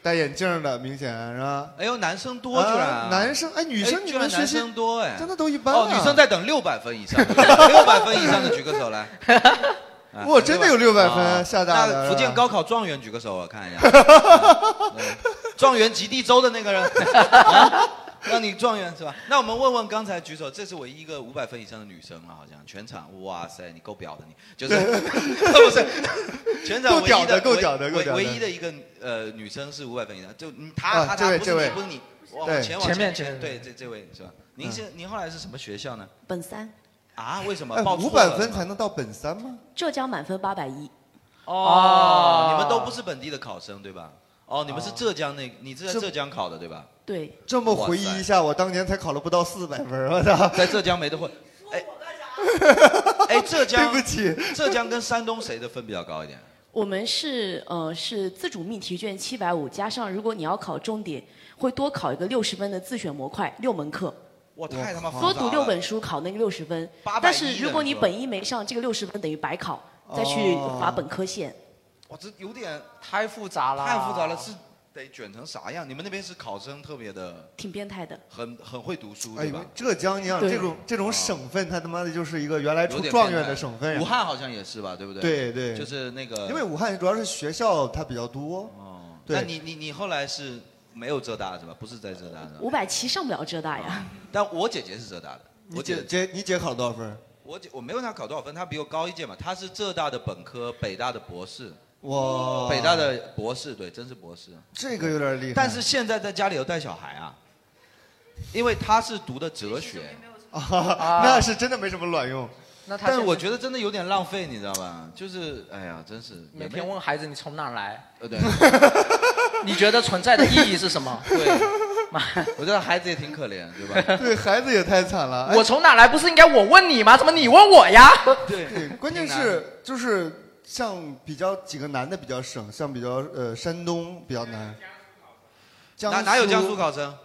S1: 戴眼镜的明显是吧？
S2: 哎呦，男生多居然、
S1: 啊男生哎女生
S2: 哎
S1: 你
S2: 居
S1: 们
S2: 然男
S1: 学习
S2: 生多哎，
S1: 真的都一般
S2: 哦，
S1: 啊
S2: 女生在等六百分以上，六百分以上的举个手
S1: *laughs*
S2: 来。啊
S1: 哇真的有600分
S2: 啊
S1: 吓大了
S2: 那
S1: 是吧
S2: 福建高考状元举个手，我看
S1: *laughs*
S2: 一下。对状元及第州的那个人，啊让你状元是吧？那我们问问刚才举手，这是唯一一个五百分以上的女生了，好像全场，哇塞，你够表的你，就
S1: *laughs*
S2: 是 *laughs* 不是全场
S1: 够
S2: 唯
S1: 屌
S2: 一
S1: 的
S2: 的
S1: 够
S2: 唯
S1: 屌的够
S2: 唯
S1: 屌的
S2: 唯一的一个呃女生是五百分以上，就嗯她
S1: 啊
S2: 她
S1: 这位
S2: 她不是
S1: 这
S2: 你
S1: 位
S2: 不是你，往
S1: 对嗯
S2: 前往
S4: 前面前
S2: 前
S4: 面
S2: 对这这位是吧？您是您后来是什么学校呢？
S13: 本三，
S2: 啊？为什么
S1: 哎，
S2: 报
S1: 五
S2: 错
S1: 百
S2: 了
S1: 分
S2: 吗
S1: 才能到本三吗？
S13: 浙江满分八百一。
S2: 哦，你们都不是本地的考生对吧？哦，你们是浙江那，你是在
S1: 这
S2: 浙江考的对吧？
S13: 对，
S1: 这么回忆一下，我当年才考了不到四百分，我操！
S2: 在浙江没得混。 *laughs* 哎，浙江，
S1: 对不起，
S2: 浙江跟山东谁的分比较高一点？
S13: 我们是呃是自主命题卷七百五，加上如果你要考重点，会多考一个六十分的自选模块，六门课。
S2: 哇，太他妈复杂
S13: 多
S2: 了
S13: 读六本书考那个六十分
S2: 810，
S13: 但是如果你
S2: 的
S13: 本一没上，这个六十分等于白考，再去
S2: 哦
S13: 罚本科线。
S2: 哇，这有点
S4: 太复杂了，
S2: 太复杂了，是得卷成啥样？你们那边是考生特别的，
S13: *laughs* 挺变态的。
S2: 很很会读书
S1: 哎
S2: 对
S1: 呦
S2: 吧？，
S1: 浙江你想
S13: 对
S1: 这种这种省份，他他妈的就是一个原来
S2: 有
S1: 出
S2: 点
S1: 状
S2: 变
S1: 元
S2: 态
S1: 的省份呀。
S2: 武汉好像也是吧，对不对？
S1: 对对
S2: 就是那个，哦
S1: 因为武汉主要是学校它比较多。对
S2: 那你你你后来是没有浙大是吧？不是在浙大是吧？
S13: 五百七上不了浙大呀。
S2: 但我姐姐是浙大的，
S1: 你
S2: 我
S1: 姐姐你姐考了多少分？
S2: 我姐我没问她考多少分，她比我高一届嘛。她是浙大的本科，北大的博士。
S1: 哇
S2: 北大的博士，对，真是博士。
S1: 这个有点厉害。
S2: 但是现在在家里有带小孩啊，因为她是读的哲学，
S1: 啊， *laughs* 那是真的没什么卵用。
S4: 那他现在
S2: 但我觉得真的有点浪费，你知道吧？就是哎呀，真是也
S4: 每
S2: 没
S4: 天问孩子你从哪儿来，
S2: 呃对，
S4: *laughs* 你觉得存在的意义是什么？ *laughs*
S2: 我觉得孩子也挺可怜， *laughs* 对吧？
S1: 对孩子也太惨了。哎
S4: 我从哪来？不是应该我问你吗？怎么你问我呀？
S2: 对， *laughs*
S1: 关键是就是像比较几个男的比较省，像比较呃山东比较难。江
S2: 哪哪有江苏考生？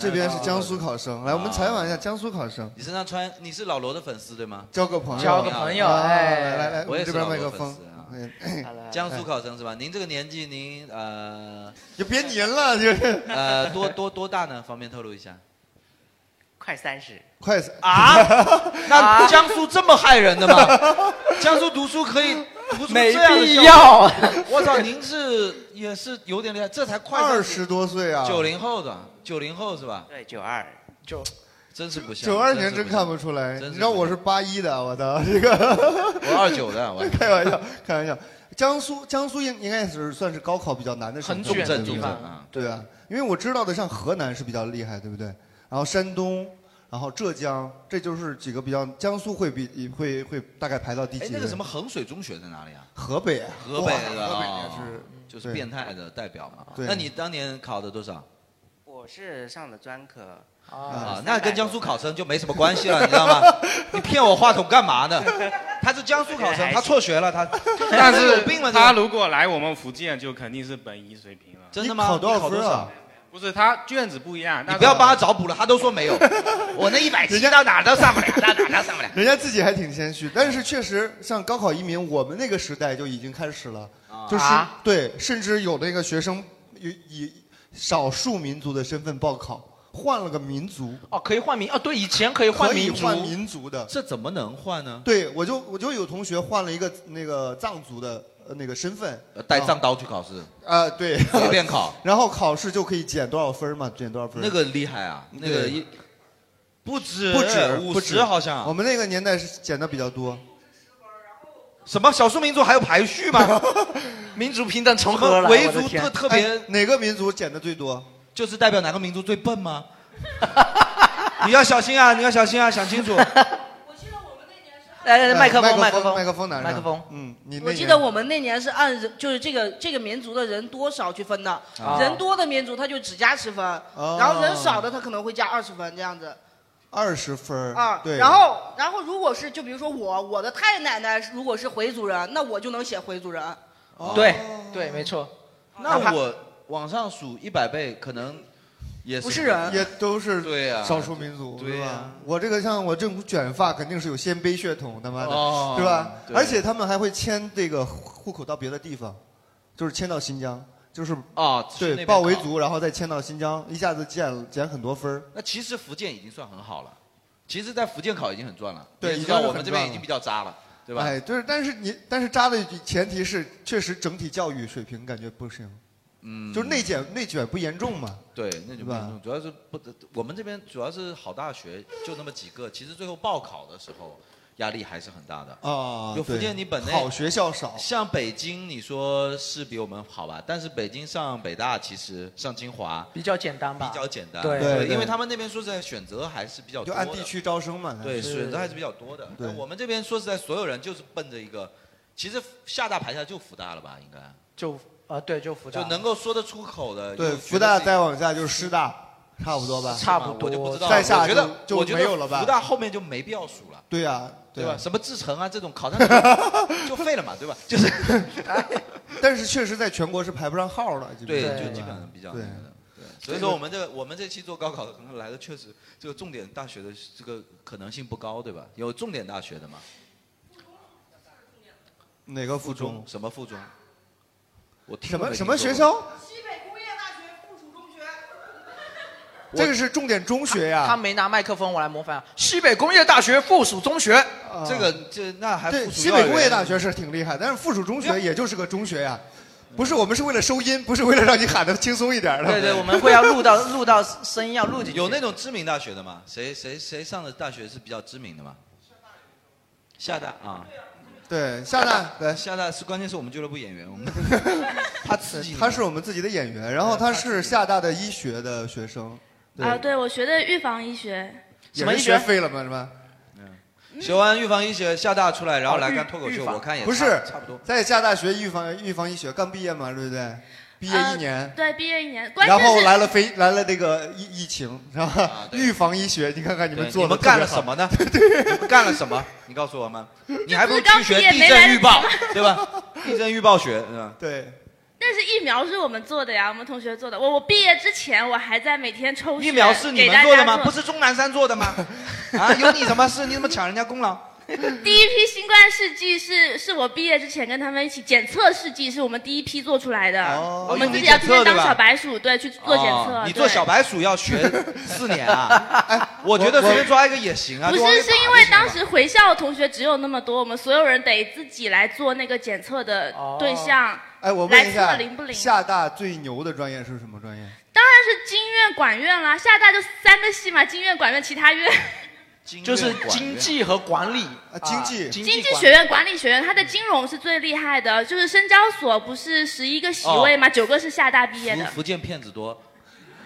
S1: 这边是江苏考生，来我
S2: 啊
S1: 们采访一下江苏考生，
S2: 你身上穿，你是老罗的粉丝对吗？
S1: 交个朋友，啊
S4: 哎
S1: 来来来，
S2: 我
S1: 们
S2: 也
S1: 这
S2: 是
S1: 边
S2: 老罗
S1: 麦克
S2: 的粉
S1: 风
S2: 丝。
S1: 哎
S2: 啊。江苏考生是吧？您这个年纪，您呃，
S1: 就别您了，就是
S2: 呃，多多多大呢？方便透露一下？
S14: 快三十，
S1: 快 *laughs*
S2: 啊？那江苏这么害人的吗？江苏读书可以读出这样的
S1: 没必
S2: 效果
S1: 要啊
S2: *laughs* 我操，您是也是有点厉害，这才快
S1: 二十多岁啊，
S2: 九零后的，九零后是吧？
S14: 对，九二
S4: 九，
S2: 真是不像。
S1: 九二年
S2: 真是
S1: 真
S2: 不
S1: 看不出来，
S2: 真
S1: 你
S2: 是
S1: 知道我是八一的，啊我操，这个
S2: *laughs* 我29的我
S1: 开玩笑，开玩笑。江苏江苏应应该是算是高考比较难的省份，对
S2: 很卷的
S1: 不对
S2: 地方啊
S1: 对啊，因为我知道的像河南是比较厉害，对不对？然后山东，然后浙江，这就是几个比较江苏会比会会大概排到第几
S2: 哎
S1: 位？，
S2: 那个什么衡水中学在哪里啊？
S1: 河北啊，
S2: 河北的
S1: 哇河北
S2: 啊
S1: 也是
S2: 就是
S1: 对
S2: 变态的代表嘛。
S1: 对
S2: 那你当年考的多少？
S14: *laughs* 我是上的专科
S4: 哦
S2: 啊，那跟江苏考生就没什么关系了，你知道
S1: *laughs*
S2: 吗？你骗我话筒干嘛呢？ *laughs* 他是江苏考生，他辍学了，他。
S15: 但
S2: 有
S15: 是
S2: 病吗？
S15: 他如果来我们福建，就肯定是本一水平了。
S2: 真的吗你考多少分啊你考多少？
S15: 不是，他卷子不一样。
S2: 你不要帮他找补了，他都说没有。
S1: *laughs*
S2: 我那一百七到哪儿都上不了，到哪儿都上不了。
S1: 人家自己还挺谦虚，但是确实像高考移民，我们那个时代就已经开始了，就是、
S2: 啊
S1: 对，甚至有那个学生以以少数民族的身份报考，换了个民族。
S4: 哦，可以换民哦，对，以前可以换民族
S1: 可以换民族的，
S2: 这怎么能换呢？
S1: 对，我就我就有同学换了一个那个藏族的呃那个身份，
S2: 带藏刀去考试，
S1: 啊、呃对，
S2: 随便考，
S1: *laughs* 然后考试就可以减多少分嘛，减多少分？
S2: 那个厉害啊，那个
S1: 对
S2: 一不止
S1: 不止
S2: 五
S1: 不止
S2: 十好像。
S1: 我们那个年代是减的比较多。
S2: 什么少数民族还有排序
S1: *laughs*
S2: 吗？
S4: 民族平等重
S2: 合了什么维我的族天特特别
S1: 哎哪个民族减的最多？
S2: 就是代表哪个民族最
S1: *laughs*
S2: 笨吗？你要小心啊！你要小心啊！想
S1: *laughs*
S2: 清楚。
S5: 哎
S4: 来来来麦克风
S1: 哎麦
S4: 麦
S1: 克
S4: 克
S1: 风
S4: 风
S1: 麦克风拿上
S4: 麦克风
S1: 嗯，你那
S5: 我
S1: 年
S5: 记得我们那年是按人，就是这个这个民族的人多少去分的，
S1: 啊
S5: 人多的民族他就只加十分，
S1: 哦
S5: 然后人少的他可能会加二十分这样子
S1: 二十分儿
S5: 啊。
S1: 对，
S5: 然后然后如果是就比如说我我的太奶奶如果是回族人，那我就能写回族人。
S2: 哦
S4: 对对，没错。
S2: 那我往上数一百倍，可能也
S5: 不是人
S1: 也都是
S2: 对呀、
S1: 少数民族
S2: 对
S1: 是
S2: 啊呀、
S1: 吧？我这个像我这种卷发，肯定是有鲜卑血统的嘛，
S2: 哦
S1: 对吧？
S2: 对
S1: 而且他们还会迁这个户口到别的地方，就是迁到新疆，就是
S2: 啊去那
S1: 对，
S2: 边
S1: 报维
S2: 考
S1: 族，然后再迁到新疆，一下子减减很多分儿。
S2: 那其实福建已经算很好了，其实，在福建考已经很赚了。
S1: 对
S2: 你
S1: 已
S2: 也
S1: 经
S2: 知道我
S1: 很
S2: 们这
S1: 赚
S2: 边
S1: 了
S2: 已经比较渣了，对吧？
S1: 哎，就是，但是你，但是渣的前提是，确实整体教育水平感觉不行，
S2: 嗯
S1: 就是内卷内卷不严重嘛。
S2: 对，那就
S1: 对
S2: 不
S1: 吧
S2: 严重，主要是不得，我们这边主要是好大学就那么几个，其实最后报考的时候压力还是很大的。
S1: 啊
S2: 就福
S1: 对
S2: 建你本内
S1: 好学校少
S2: 像北京你说是比我们好吧，但是北京上北大其实上清华
S4: 比较简单吧？
S2: 比较简单，
S4: 对
S1: 对
S2: 因为他们那边说实在选择还是比较
S1: 就
S2: 多
S1: 按
S2: 的
S1: 地区招生嘛
S2: 对，
S1: 是
S2: 选择还是比较多的。
S1: 对
S2: 那我们这边说实在，所有人就是奔着一个，其实厦大排下就福大了吧，应该
S4: 就呃对，就复杂，
S2: 就能够说得出口的。
S1: 对，
S2: 又
S1: 福大再往下就是师大，差不多吧？
S2: 差不多我就不知道了
S1: 再下
S2: 我觉得
S1: 就
S2: 我
S1: 就
S2: 觉得
S1: 没有了吧？
S2: 福大后面就没必要数了。
S1: 对呀，
S2: 对
S1: 呀
S2: 吧？什么志成啊这种考上去就废了嘛，对吧？就是
S1: *laughs* 但是确实在全国是排不上号了，基本
S2: 对，
S1: 上
S2: 就基本上比较那
S1: 对
S2: 个。的。对，所以说我们这个我们这期做高考的可能来的确实这个重点大学的这个可能性不高，对吧？有重点大学的吗？
S1: 哪个附中？
S2: 什么附中？我听
S1: 什
S2: 都
S1: 么
S2: 没
S1: 什么
S2: 听
S1: 学
S2: 说
S1: 校
S2: 过？？
S1: 这个是重点中学呀。
S2: 啊
S4: 他没拿麦克风，我来模仿啊。西北工业大学附属中学，
S2: 这个这那还
S1: 啊对，西北工业大学是挺厉害，但是附属中学也就是个中学呀。不是，我们是为了收音，不是为了让你喊的轻松一点的。
S4: 对对，我们会要
S1: *laughs*
S4: 录到录到声音要录进去。
S2: 有那种知名大学的吗？谁谁谁上的大学是比较知名的吗？厦大啊，
S1: 对厦大，对
S2: 厦大是关键是我们俱乐部演员，我们
S1: 他
S2: 自己
S1: 他是我们自己的演员，然后他是厦大的医学的学生，
S12: 啊，对，我学的预防医学。
S1: 也是学废了吗？是吧？
S2: 学完预防医学，厦大出来，然后
S1: 哦
S2: 来看
S1: 预
S2: 脱口
S1: 预
S2: 秀，
S1: 防
S2: 我看也
S1: 不
S2: 差
S1: 是
S2: 差不多。
S1: 在厦大学预防预防医学刚毕业嘛，对不对？毕业
S12: 呃
S1: 一年
S12: 对，毕业一年，关键
S1: 然
S12: 是
S1: 后来了非来了那个疫疫情，然后预防医学，你看看你
S2: 啊对
S1: 们做
S2: 你
S1: 的
S2: 们干了什么呢？你们干了什么？你告诉我们，你还不如去学
S12: 就不是刚
S2: 地
S12: 毕业没来
S2: 震
S12: 得
S2: 预
S12: 及
S2: 报
S12: 吗，
S2: 对吧？地震预报学，嗯对吧？
S1: 对。
S12: 但是疫苗是我们做的呀，我们同学做的。我我毕业之前，我还在每天抽血
S2: 疫苗是你
S12: 给
S2: 们
S12: 大
S2: 做的
S12: 家
S2: 吗？不是钟南山做的吗？啊，有你什么事？你怎么抢人家功劳？
S12: *laughs* 第一批新冠试剂是是我毕业之前跟他们一起检测试剂，是我们第一批做出来的。我们自己要天天当小白鼠，对，去做检测。
S2: 哦你
S12: 对
S2: 做小白鼠要学四年啊？哎，我觉得随便抓一个也行啊。
S12: 不
S2: 就往里
S12: 是，是
S2: 打
S12: 因
S2: 就
S12: 为
S2: 行了
S12: 当时回校同学只有那么多，我们所有人得自己来做那个检测的对象，
S1: *laughs* 哎，我
S12: 来
S1: 问一
S12: 测
S1: 下
S12: 灵不，灵。
S1: 厦大最牛的专业是什么专业？
S12: 当然是经院管院啦，厦大就三个系嘛，经院管院其他院。
S4: 就是经济和管理啊，
S1: 经济
S4: 经
S12: 经
S4: 济
S12: 济学院、管理学院，它的金融是最厉害的。就是深交所不是十一个席位吗？
S2: 哦
S12: 九、个是厦大毕业的。
S2: 福福建骗子多，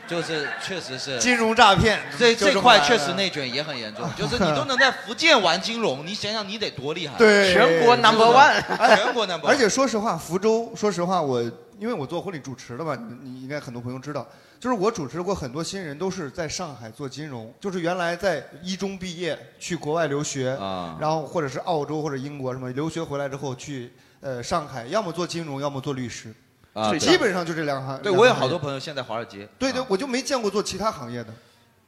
S2: 就是确实是
S1: 金融诈骗嗯
S2: 这
S1: 就这
S2: 这
S1: 么来
S2: 块
S1: 的
S2: 确实内卷也很严
S1: *laughs*
S2: 重，就是你都能在福建玩金融，你想想你得多厉害？
S1: 对，
S2: 是不是
S1: *laughs* 哎
S2: 全国 number one。
S1: 而且说实话，福州，说实话，我因为我做婚礼主持的嘛，你你应该很多朋友知道，就是我主持过很多新人，都是在上海做金融，就是原来在一中毕业去国外留学，
S6: 啊
S1: 然后或者是澳洲或者英国什么留学回来之后去呃上海，要么做金融，要么做律师，
S2: 啊
S1: 所以
S2: 对
S1: 基本上就这两行。
S2: 对
S1: 两个
S2: 我有好
S1: 行业
S2: 多朋友现在华尔街，
S1: 对对，我就没见过做其他行业的。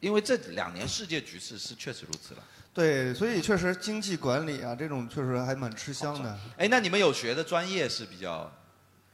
S2: 因为这两年世界局势是确实如此了。
S1: 对，所以确实经济管理啊这种确实还蛮吃香的。
S2: 哎，那你们有学的专业是比较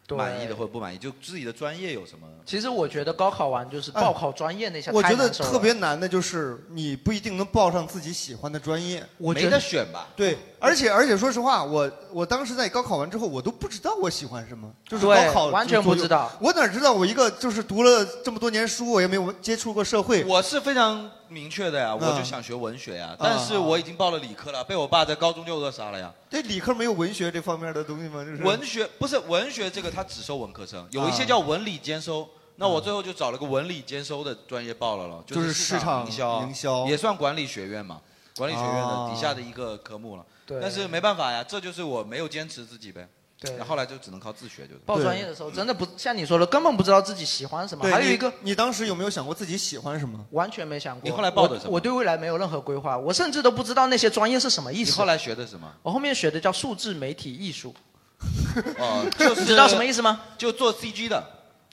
S4: 对
S2: 满意的或者不满意？就自己的专业有什么？
S4: 其实我觉得高考完就是报考专业那下，
S1: 我觉得特别难的就是你不一定能报上自己喜欢的专业，
S4: 我觉得没得选吧
S1: 对，而且而且说实话，我我当时在高考完之后，我都不知道我喜欢什么，就是高
S4: 对
S1: 考
S4: 完全不知道
S1: 左右。我哪知道我一个就是读了这么多年书，我也没有接触过社会。
S2: *laughs* 我是非常明确的呀，
S1: 嗯
S2: 我就想学文学呀，但是我已经报了理科了，被我爸在高中就扼杀了呀。
S1: 对理科没有文学这方面的东西吗？嗯就是
S2: 文学不是文学这个，它只收文科生，有一些叫文理兼收。那我最后就找了个文理兼收的专业报了了，
S1: 嗯就是市场
S2: 营销，
S1: 营销
S2: 也算管理学院嘛，管理学院的
S1: 哦
S2: 底下的一个科目了。
S4: 对
S2: 但是没办法呀，这就是我没有坚持自己呗。
S4: 对
S2: 然后后来就只能靠自学，就是
S4: 报专业的时候，真的不像你说的，根本不知道自己喜欢什么。
S1: 对
S4: 还有
S1: 你
S4: 一个，
S1: 你当时有没有想过自己喜欢什么？
S4: 完全没想过。
S2: 你后来报的什么
S4: 我？我对未来没有任何规划，我甚至都不知道那些专业是什么意
S2: 你
S4: 思。
S2: 后来学的什么？
S4: 我后面学的叫数字媒体艺术。 *laughs*
S2: 哦，就是
S4: 你知道什么意思吗？
S2: 就做 CG 的。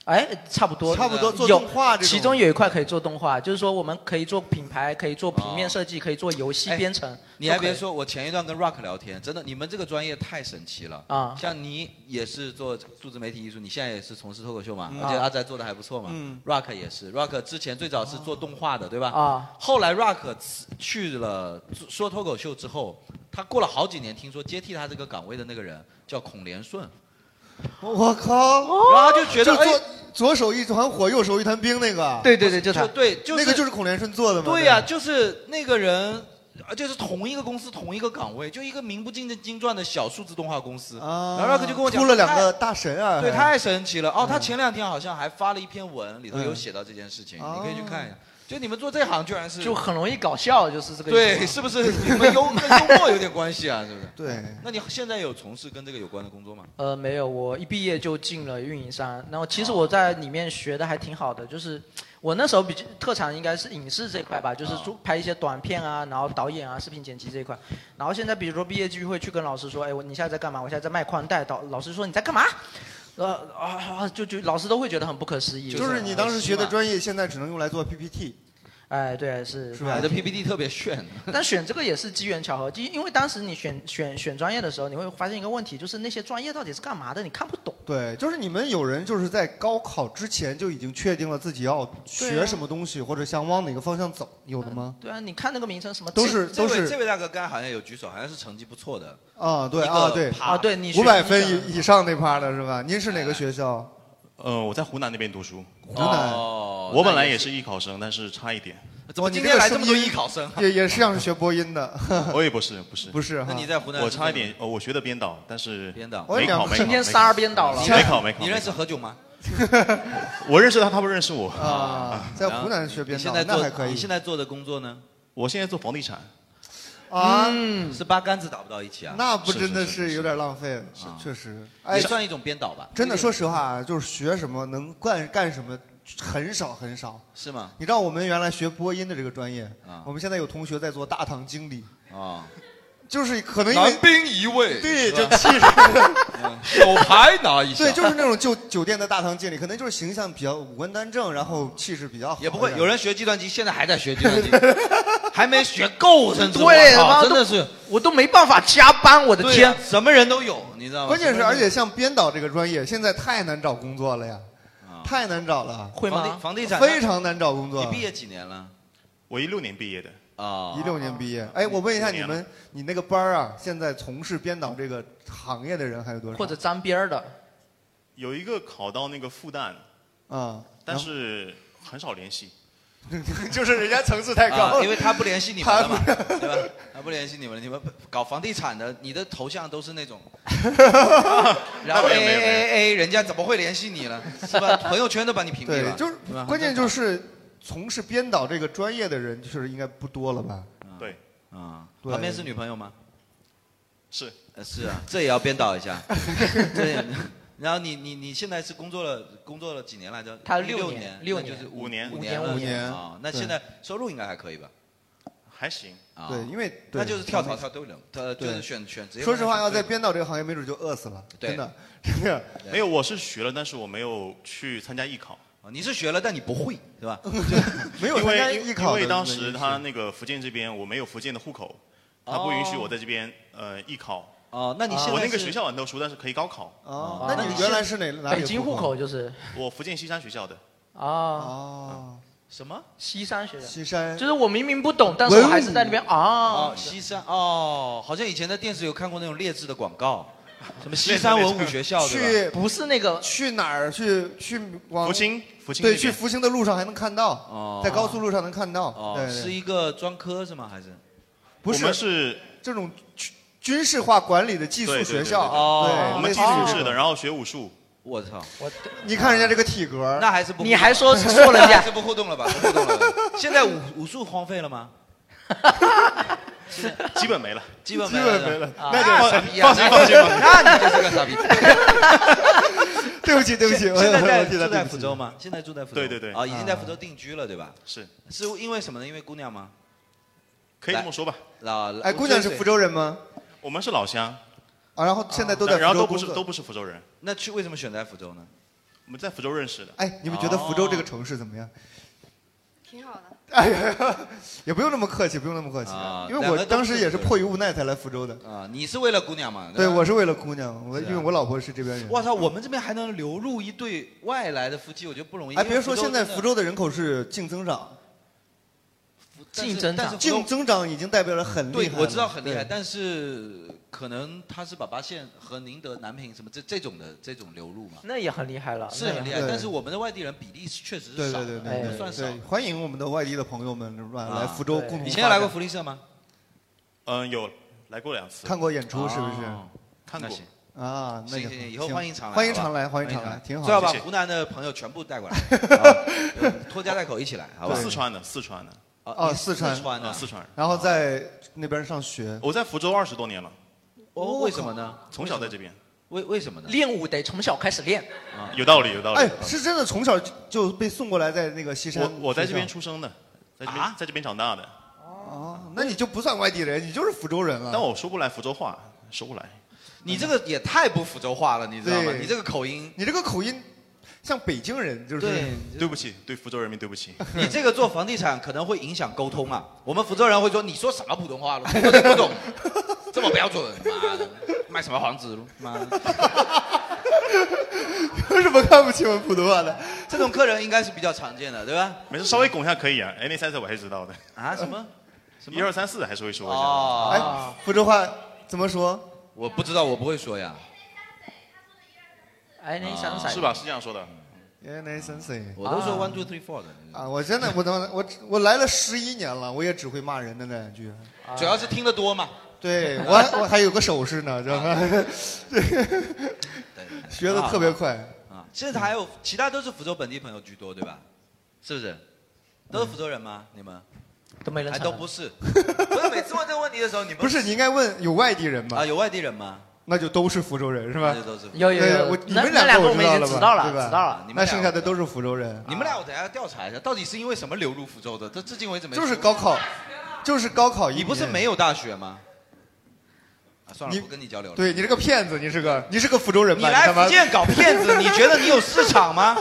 S4: 哎，差不多，
S2: 差不多做
S4: 有
S2: 动画这种
S4: 其中有一块可以做动画，就是说我们可以做品牌，可以做平面设计，可以做游戏编程。
S2: 哎你还
S4: 都可以
S2: 别，说，我前一段跟 Rock 聊天，真的，你们这个专业太神奇了
S4: 啊
S2: 像你也是做数字媒体艺术，你现在也是从事脱口秀嘛？
S4: 嗯
S2: 我觉得阿宅做的还不错嘛。
S4: 嗯
S2: Rock 也是，Rock 之前最早是做动画的，对吧？
S4: 啊。
S2: 后来 Rock 辞去了说脱口秀之后，他过了好几年，听说接替他这个岗位的那个人叫孔连顺。
S4: 啊
S1: 我靠！
S2: 然后就觉得
S1: 左
S2: 哎
S1: 左手一团火，右手一团冰那个。啊
S4: 对对对就他
S2: 就对就是
S1: 那个就是孔连顺做的嘛。
S2: 对呀、就是那个人，而且是同一个公司同一个岗位，就一个名不经经传的小数字动画公司。
S1: 啊
S2: 然后 Rock 就跟我讲，
S1: 出了两个
S2: 太
S1: 大神啊！
S2: *laughs* 对，
S1: 还
S2: 太神奇了。哦，他前两天好像还发了一篇文，里头有
S1: 嗯
S2: 写到这件事情，
S1: 哦
S2: 你可以去看一下。就你们做这行居然是
S4: 就很容易搞笑，就是这个意思嘛。
S2: 对，是不是？你们幽跟幽默有点关系啊，是不是？
S1: *laughs* 对。
S2: 那你现在有从事跟这个有关的工作吗？
S4: 呃，没有，我一毕业就进了运营商，然后其
S1: 哦
S4: 实我在里面学的还挺好的，就是我那时候比较特长应该是影视这一块吧，就是
S1: 哦
S4: 做拍一些短片啊，然后导演啊、视频剪辑这一块。然后现在比如说毕业聚会去跟老师说，哎，我你现在在干嘛？我现在在卖宽带，导老师说你在干嘛？呃啊，啊就就老师都会觉得很不可思议。
S1: 就是你当时学的专业，现在只能用来做 PPT。
S4: 哎，对，是
S1: 是吧？
S2: 你的 PPT 特别炫。
S4: *laughs* 但选这个也是机缘巧合，因因为当时你选选选专业的时候，你会发现一个问题，就是那些专业到底是干嘛的，你看不懂。
S1: 对，就是你们有人就是在高考之前就已经确定了自己要
S2: 啊
S1: 学什么东西，或者想往哪个方向走，有
S2: 嗯
S1: 的吗？
S4: 对啊，你看那个名称什么
S1: *laughs* 都是
S2: 这
S1: 都是
S2: 位这位大哥刚才好像有举手，好像是成绩不错的。
S1: 啊，对
S2: 一个
S1: 啊，对
S2: 趴啊对你啊学
S1: 五百
S2: 医
S1: 分
S2: 的
S1: 以以上那趴的是吧？您是哪个学校？
S7: 呃，我在湖南那边读书。湖
S1: 南
S2: 哦
S7: 我本来也是艺考生，但是差一点。
S2: 怎
S1: 哦
S2: 么
S1: 哇你
S2: 今
S1: 个
S2: 天来
S1: 声
S2: 这么多
S1: 音
S2: 艺考生
S1: 也也是像是学播音
S2: *laughs*
S1: 的。
S7: 我也不是，不是，
S1: 不是哈那你
S2: 在湖南
S7: 我
S2: 是
S7: 差一
S2: 怎么
S7: 点，哦，我学的编导，但是
S2: 编导
S7: 没考，没考，
S4: 今天
S7: 没考
S4: 仨编导了，
S7: 没考，没考。
S2: 你认识何炅吗？
S7: *laughs* 我认识他，他不认识我
S1: 啊在湖南学编
S2: 你
S1: 导
S2: 现在
S1: 那
S2: 做
S1: 还可以
S2: 你现在做的工作呢？
S7: 我现在做房地产，
S1: 啊，
S2: 嗯是八竿子打不到一起啊。
S1: 那不真的是有点浪费了，是确实。哎，
S2: 也算一种编导吧。
S1: 真的，说实话啊，就是学什么能干干什么，很少很少。
S2: 是吗？
S1: 你知道我们原来学播音的这个专业，我们现在有同学在做大堂经理，
S2: 啊，
S1: 就是可能因为
S2: 男兵一位，
S1: 对，
S2: 是
S1: 就
S2: 吧
S1: 气势 *laughs*
S2: 嗯手牌拿一下，
S1: 对，就是那种酒酒店的大堂经理，可能就是形象比较五官端正，然后气势比较好。
S2: 也不会有人学计算机，现在还在学计
S1: *laughs*
S2: 算机，还没学够，甚至
S4: 对，
S2: 我靠
S4: 妈
S2: 真的
S4: 都
S2: 是，
S4: 我都没办法加班，我的
S2: 对
S4: 天
S2: 啊，什么人都有，你知道吗？
S1: 关键
S2: 什
S1: 是，
S2: 么人
S1: 而
S2: 都
S1: 且像编导这个专业，现在太难找工作了呀，太难找了。
S2: 会啊吗房地房地产
S1: 非常难找工
S2: 有
S1: 作。
S2: 你毕业几年了？
S7: 我一六年毕业的。
S2: 啊
S1: 一六年毕业。哎，我问一下你们，你那个班儿啊，现在从事编导这个行业的人还有多少？
S4: 沾边儿的，
S7: 有一个考到那个复旦，
S1: 啊，
S7: 但是很少
S1: *laughs*
S7: 联系。
S1: 就是人家层次太高了
S2: 啊因为他不联系你们了嘛，对
S1: *laughs*
S2: 吧？他不联系你们了，你们搞房地产的，你的头像都是
S1: *laughs*
S2: 那种，然后 A
S1: 没有没有没有
S2: A A A，人家怎么会联系你了？是吧？朋友圈都把你屏蔽
S1: 对
S2: 了，，
S1: 就是
S2: 吧
S1: 关键就是从事编导这个专业的人，就是应该不多了吧？
S2: 嗯
S7: 对，
S2: 啊，
S1: 对
S2: 旁边是女朋友吗？
S7: 是，
S2: 呃，是啊，这也要编导一下。 *laughs* 这也然后你你你现在是工作了工作了几年来着？
S4: 他
S2: 一
S4: 六
S2: 六
S4: 年
S2: 六
S4: 六
S2: 就是
S4: 年
S2: 五
S4: 五年
S2: 五
S4: 五
S2: 了
S4: 年五年
S2: 啊。那
S4: 对
S2: 现在收入应该还可以吧？
S7: 还行
S2: 啊，
S1: 对，因为对
S2: 那就是跳槽
S1: 对
S2: 跳都能，他就是选选职业。
S1: 说实话，要在编导这个行业，没准就饿死了，
S2: 对
S1: 真的，真的。
S7: 没有，我是学了，但是我没有去参加艺考。
S2: 你是学了，但你不会，对吧？
S1: 没有
S7: 因
S1: 参加
S7: 为
S1: 艺
S7: 因
S1: 考的
S7: 为当
S1: 原
S7: 时
S1: 因是
S7: 他那个福建这边我没有福建的户口，他不允许我在这边呃艺考。
S2: 哦那你现在
S7: 我那个
S2: 是
S7: 学校很特殊，但是可以高考。
S1: 哦那你原来是哪哪里的
S4: 就是
S7: 我福建西山学校的。
S4: 啊
S1: 哦，
S2: 什么
S4: 西山学的？
S1: 西山
S4: 就是我明明不懂，但是我还是在那边
S2: 哦
S4: 啊，。
S2: 西山哦，好像以前在电视有看过那种劣质的广
S1: *laughs*
S2: 告，什么西山文武学校对
S1: 去
S2: 吧？
S4: 不是那个
S1: 去哪儿去去往
S2: 福清福清
S1: 对，
S2: 那边
S1: 去福清的路上还能看到，
S2: 哦
S1: 在高速路上能看到，
S2: 哦，
S1: 对对
S2: 是一个专科是吗？还是
S1: 不
S7: 我们是
S1: 这种军军事化管理的技术
S7: 对对
S1: 学
S7: 对
S1: 校，
S7: 对对
S2: 哦
S1: 对，
S7: 我们
S1: 类
S7: 技
S1: 似于
S7: 术
S1: 这
S7: 是的，
S1: 种
S7: 然后学武术。
S2: 我操！
S1: 你看人家这个体格，
S2: 那还是不
S1: 你还
S4: 说是说人家
S2: 还是不互动了吧？不互动了吧。现在武武术荒废了吗？
S7: 基本没了，
S2: 基本没
S1: 基
S2: 了，
S1: 本没了
S2: 啊
S1: 那就
S2: 傻逼啊
S1: 放心
S2: 那
S1: 放心放心
S2: 那你就是个傻逼。
S1: *laughs* 对不起对不起
S2: 现
S1: 我
S2: 现在
S1: 我
S2: 在
S1: 记得
S2: 住
S1: 对
S2: 在
S1: 不起
S2: 福州吗？现在住在福州，
S7: 对对对
S2: 啊，已经在福州定居了，对吧？
S7: 是，
S2: 是因为什么呢？因为姑娘吗？
S7: 可以这么说吧。
S2: 老
S1: 哎，姑娘是福州人吗？
S7: 我们是老乡，
S1: 啊，然后现在都
S2: 哦
S1: 在
S7: 然然
S1: 福州
S7: 后都
S1: 工
S7: 不是
S1: 作
S7: 都不是福州人，
S2: 那去为什么选在福州呢？
S7: 我们在福州认识的。
S1: 哎，你们觉得福
S2: 哦
S1: 州这个城市怎么样？
S8: 挺好的。
S1: 哎呀，也不用那么客气，不用那么客气
S2: 啊，
S1: 因为
S2: 两个
S1: 我
S2: 都
S1: 当时
S2: 是
S1: 也是
S2: 福州人
S1: 迫于无奈才来福州的。
S2: 啊，你是为了姑娘嘛？
S1: 对，
S2: 吧
S1: 我是为了姑娘，我
S2: 是啊
S1: 因为我老婆是这边人。
S2: 我操，我们这边还能流入一对外来的夫妻，我觉得不容易。
S1: 哎，
S2: 因为
S1: 别说现在
S2: 真的
S1: 福州的人口是净增长，
S2: 但是但是福州
S1: 净增长已经代表了很厉
S2: 对
S1: 害，了。
S2: 我知道很厉害，
S1: 对
S2: 但是可能他是粑粑县和宁德、南平什么这这种的这种流入嘛，
S4: 那也很厉害了，
S2: 是
S4: 那也
S2: 很厉害。
S1: 对
S2: 但是我们的外地人比例是确实
S1: 对
S2: 是少
S1: 对
S2: 的，
S1: 对
S2: 我
S1: 对
S2: 们
S1: 对
S2: 算少
S1: 对，欢迎我们的外地的朋友们是吧？
S2: 啊
S1: 来福州
S2: 对
S1: 共同。
S2: 以前有来过福利社吗？
S7: 嗯，有来过两次。
S1: 看过演
S2: 啊
S1: 出是不是
S7: 哦？看过
S2: 那行
S1: 啊，那
S2: 行
S1: 就
S2: 行行，以后
S1: 行
S2: 欢迎常来，
S1: 欢迎
S2: 好吧
S1: 常来，欢迎常
S2: 常
S1: 来，挺好。
S2: 最好把
S1: 谢谢
S2: 湖南的朋友全部
S1: *laughs*
S2: 带过来，好吧有拖家带口一起来，好吧？
S1: 对四
S7: 川的，四川的。
S1: 哦，
S2: 你
S1: 四川，
S2: 川的，
S7: 啊四川人。
S1: 然后在那边上学。
S7: 我在福州二十多年了，
S2: 哦，为什么呢？
S7: 从小在这边。
S2: 为为什么呢？
S4: 练武得从小开始练。
S2: 啊
S7: 啊有道理，有道理。
S1: 哎，是真的从小就就被送过来，在那个西山
S7: 我我在这边
S1: 学
S7: 出生的，在这边在这边长大的，
S1: 校哦，那你就不算外地人，你就是福州人了。
S7: 但我说不来福州话，说不来。
S2: 你这个也太不福州话了，你知道吗？
S1: 对
S2: 你这个口音，
S1: 你这个口音像北京人， *laughs* 就是
S2: 对
S7: 对不起，对福州人民对不起。
S1: *laughs*
S2: 你这个做房地产可能会影响沟通啊。我们福州人会说你说什么普通话了，我都听不懂，这么标准，妈的，卖什么房子，妈的，
S1: 有什么看不起我们普通话
S4: *laughs*
S1: 的？
S2: *laughs* 这种客人应该是比较常见的，对吧？
S7: 没事，稍微拱一下可以啊。 *laughs* 哎，那三次我还是知道的。
S2: 啊，什
S7: *laughs*
S2: 么？
S7: 一二三四还是会说一下的。
S2: 哦，
S1: 福州话怎么说？
S2: 我不知道，我不会说呀。
S4: 哎，那想
S7: 啊是吧？是这样说的。
S1: 原来三岁，
S2: 我都说 one two three four 的，
S1: 啊！我真的，我他妈，我我来了十一年了，我也只会骂人的那两句。
S2: 主要是听得多嘛。
S1: 啊对我
S2: *laughs*
S1: 还，我还有个手势呢，知道吗？ *laughs* 对，学的特别快。
S2: 啊。现在还有其他都是福州本地朋友居多，对吧？是不是？都是福州人吗？你们？
S4: 都没人
S2: 还
S4: 承
S2: 都
S4: 认。
S2: 不是。不是每次问这个问题的时候，你
S1: 不是，你应该问有外地人吗？啊，
S2: 有外地人吗？
S1: 那就都是福州人是吧？
S2: 那就都是福州人
S1: 对
S2: 有有有
S1: 我你
S2: 那
S1: 们两
S2: 那两
S1: 个
S2: 个
S1: 我
S2: 我们已经
S1: 吧
S2: 知道了
S1: 对吧
S2: 知道了你
S1: 那
S2: 们俩
S1: 剩下的都是福州人。
S2: 你们俩我等下要调查一下，到底是因为什么流入福州的？这至今为止
S1: 啊
S2: 没
S1: 就是
S2: 说
S1: 高考，就是高考移民。
S2: 你不是没有大学吗？啊，算了，
S1: 你
S2: 不跟你交流了。
S1: 对你这个骗子，你是个你是个福州人
S2: 你
S1: 吧？他
S2: 来
S1: 妈
S2: 福建搞骗子，你觉得你有市
S1: *laughs*
S2: 场吗？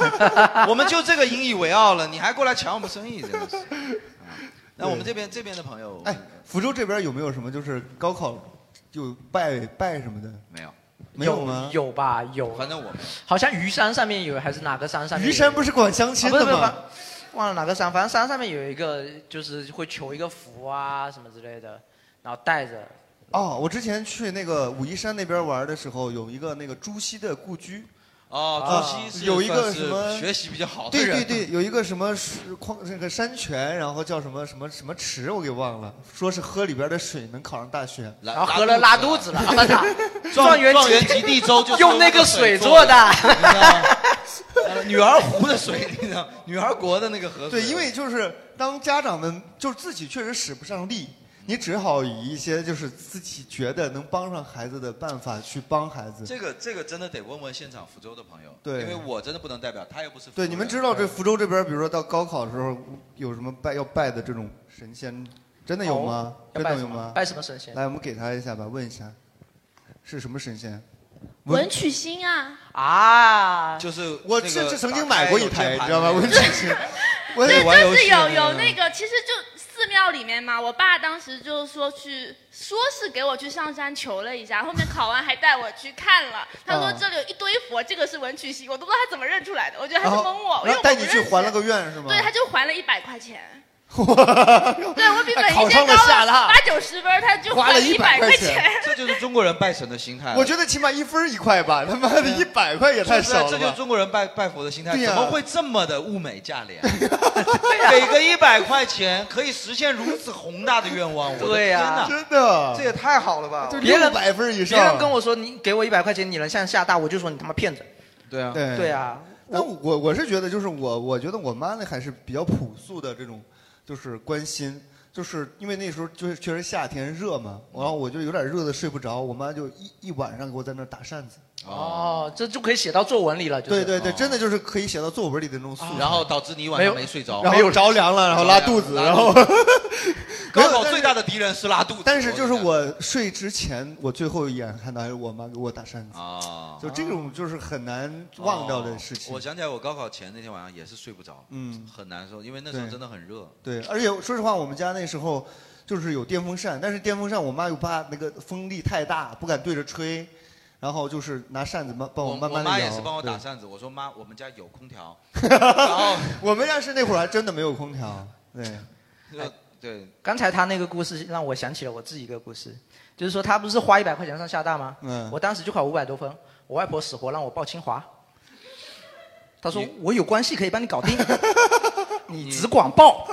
S2: 我们就这个引以为傲了，你还过来抢我们生意，真的是。啊那我们这边这边的朋友，哎，
S1: 福州这边有没有什么就是高考就拜拜什么的？
S2: 没有，
S1: 没有吗？
S4: 有吧，有。
S2: 反正我没有。
S4: 好像虞山上面有，还是哪个山上面有？
S1: 虞山不是管相亲
S4: 啊
S1: 的
S4: 不是不是
S1: 吗？
S4: 不是忘了哪个山，反正山上面有一个，就是会求一个福啊什么之类的，然后带着。
S1: 哦，我之前去那个武夷山那边玩的时候，有一个那个朱熹的故居。啊
S2: 哦，朱熹是
S1: 有一个
S2: 算是
S1: 什么
S2: 学习比较好的
S1: 对
S2: 人，
S1: 对对，有一个什么水矿那个山泉，然后叫什么什么什么池，我给忘了，说是喝里边的水能考上大学，
S2: 然后喝了拉肚子了
S4: 我操
S2: 状 *laughs*
S4: 状元
S2: 状元及第州就是
S4: 用那
S2: 个
S4: 个
S2: 水
S4: 水做的
S2: 你知道吗 *laughs* 呃女儿湖的水，你知道，女儿国的那个河水。
S1: 对，因为就是当家长们就是自己确实使不上力，你只好以一些就是自己觉得能帮上孩子的办法去帮孩子。
S2: 这个这个真的得问问现场福州的朋友，
S1: 对
S2: 因为我真的不能代表，他又不是福州啊
S1: 对，
S2: 人
S1: 你们知道这福州这边，比如说到高考的时候有什么拜要拜的这种神仙，真的有吗？
S4: 哦
S1: 真的
S4: 要拜
S1: 有
S4: 什么
S1: 吗？
S4: 拜什么神仙
S1: 来，我们给他一下吧，问一下是什么神仙？
S12: 文曲星啊，
S4: 啊，
S2: 就是
S1: 我
S2: 那个
S1: 甚至曾经
S2: 打开
S1: 买过一
S2: 有键
S1: 台，你
S2: 盘
S1: 知道吗？
S2: 的那
S1: 文
S2: 个
S1: 曲星，我
S12: 对，
S1: 也
S12: 就是有有那个，其实就寺庙里面嘛，我爸当时就是说去，说是给我去上山求了一下，后面考完还带我去看了，他说
S1: 啊
S12: 这里有一堆佛，这个是文曲星，我都不知道他怎么认出来的，我觉得他
S1: 然
S12: 是
S1: 后
S12: 蒙我，因为
S1: 然
S12: 我
S1: 后哦带
S12: 不
S1: 你
S12: 认
S1: 去
S12: 识
S1: 还了个愿是吗？
S12: 对，他就还了一百块
S1: *laughs*
S12: 钱。
S1: 对
S12: 我比本
S1: 考
S12: 一仙
S1: 上了
S12: 高
S1: 下拉
S12: 八九十分，他就
S1: 花
S12: 了
S1: 了
S12: 一
S1: 100
S12: 块
S1: 块
S12: 钱
S1: 钱。
S2: 这就是中国人拜神的心态了。
S1: 我觉得起码一分儿一块吧，
S2: *laughs*
S1: 他妈的一百块也太
S2: 是不
S1: 少了
S2: 是这就是
S1: 吧。
S2: 中国人拜拜佛的心态，
S1: 对呀
S2: 怎么会这么的物美价
S1: *laughs*
S2: 廉？给个一百块钱可以实现如此宏大的愿望，我的
S4: 对呀
S2: 天哪，
S4: 真的
S2: 这也太好了吧！
S4: 别人别人跟
S2: 我
S4: 我说你给我一百块钱，你能向下大，我就说你他妈骗子。
S2: 对啊
S1: 对
S4: 对啊，
S1: 那我我是觉得，就是我我觉得我妈呢还是比较朴素的这种，就是关心，就是因为那时候就是确实夏天热嘛，然后我就有点热的睡不着，我妈就一一晚上给我在那儿打扇子。
S4: 哦，这就可以写到作文里了。就是
S1: 对
S2: 哦
S1: 对对，真的就是可以写到作文里的那种素材。
S2: 然后导致你一晚上没睡着，啊
S1: 然后着凉了，然后拉肚子，然后。 *laughs*
S2: 高考最大的敌人是拉肚子，
S1: 但是就是我睡之前，我最后一眼看到还是我妈给我打扇子
S2: 啊
S1: 就这种就是很难忘掉的事情。
S2: 哦我想起来，我高考前那天晚上也是睡不着，
S1: 嗯
S2: 很难受，因为那时候
S1: 对
S2: 真的很热。
S1: 对，而且说实话，我们家那时候就是有电风扇，但是电风扇我妈又怕那个风力太大，不敢对着吹，然后就是拿扇子帮帮
S2: 我
S1: 哦慢慢的
S2: 我
S1: 摇。
S2: 妈也是帮我打
S1: 对。
S2: 扇子，我说妈，我们家有空调，
S1: *laughs* 我们家是那会儿还真的没有空调，对。 *laughs*
S2: 就对，
S4: 刚才他那个故事让我想起了我自己一个故事，就是说他不是花一百块钱上厦大吗？
S1: 嗯
S4: 我当时就考五百多分，我外婆死活让我报清华。他说我有关系可以帮你
S1: *laughs*
S4: 搞定，你只管报。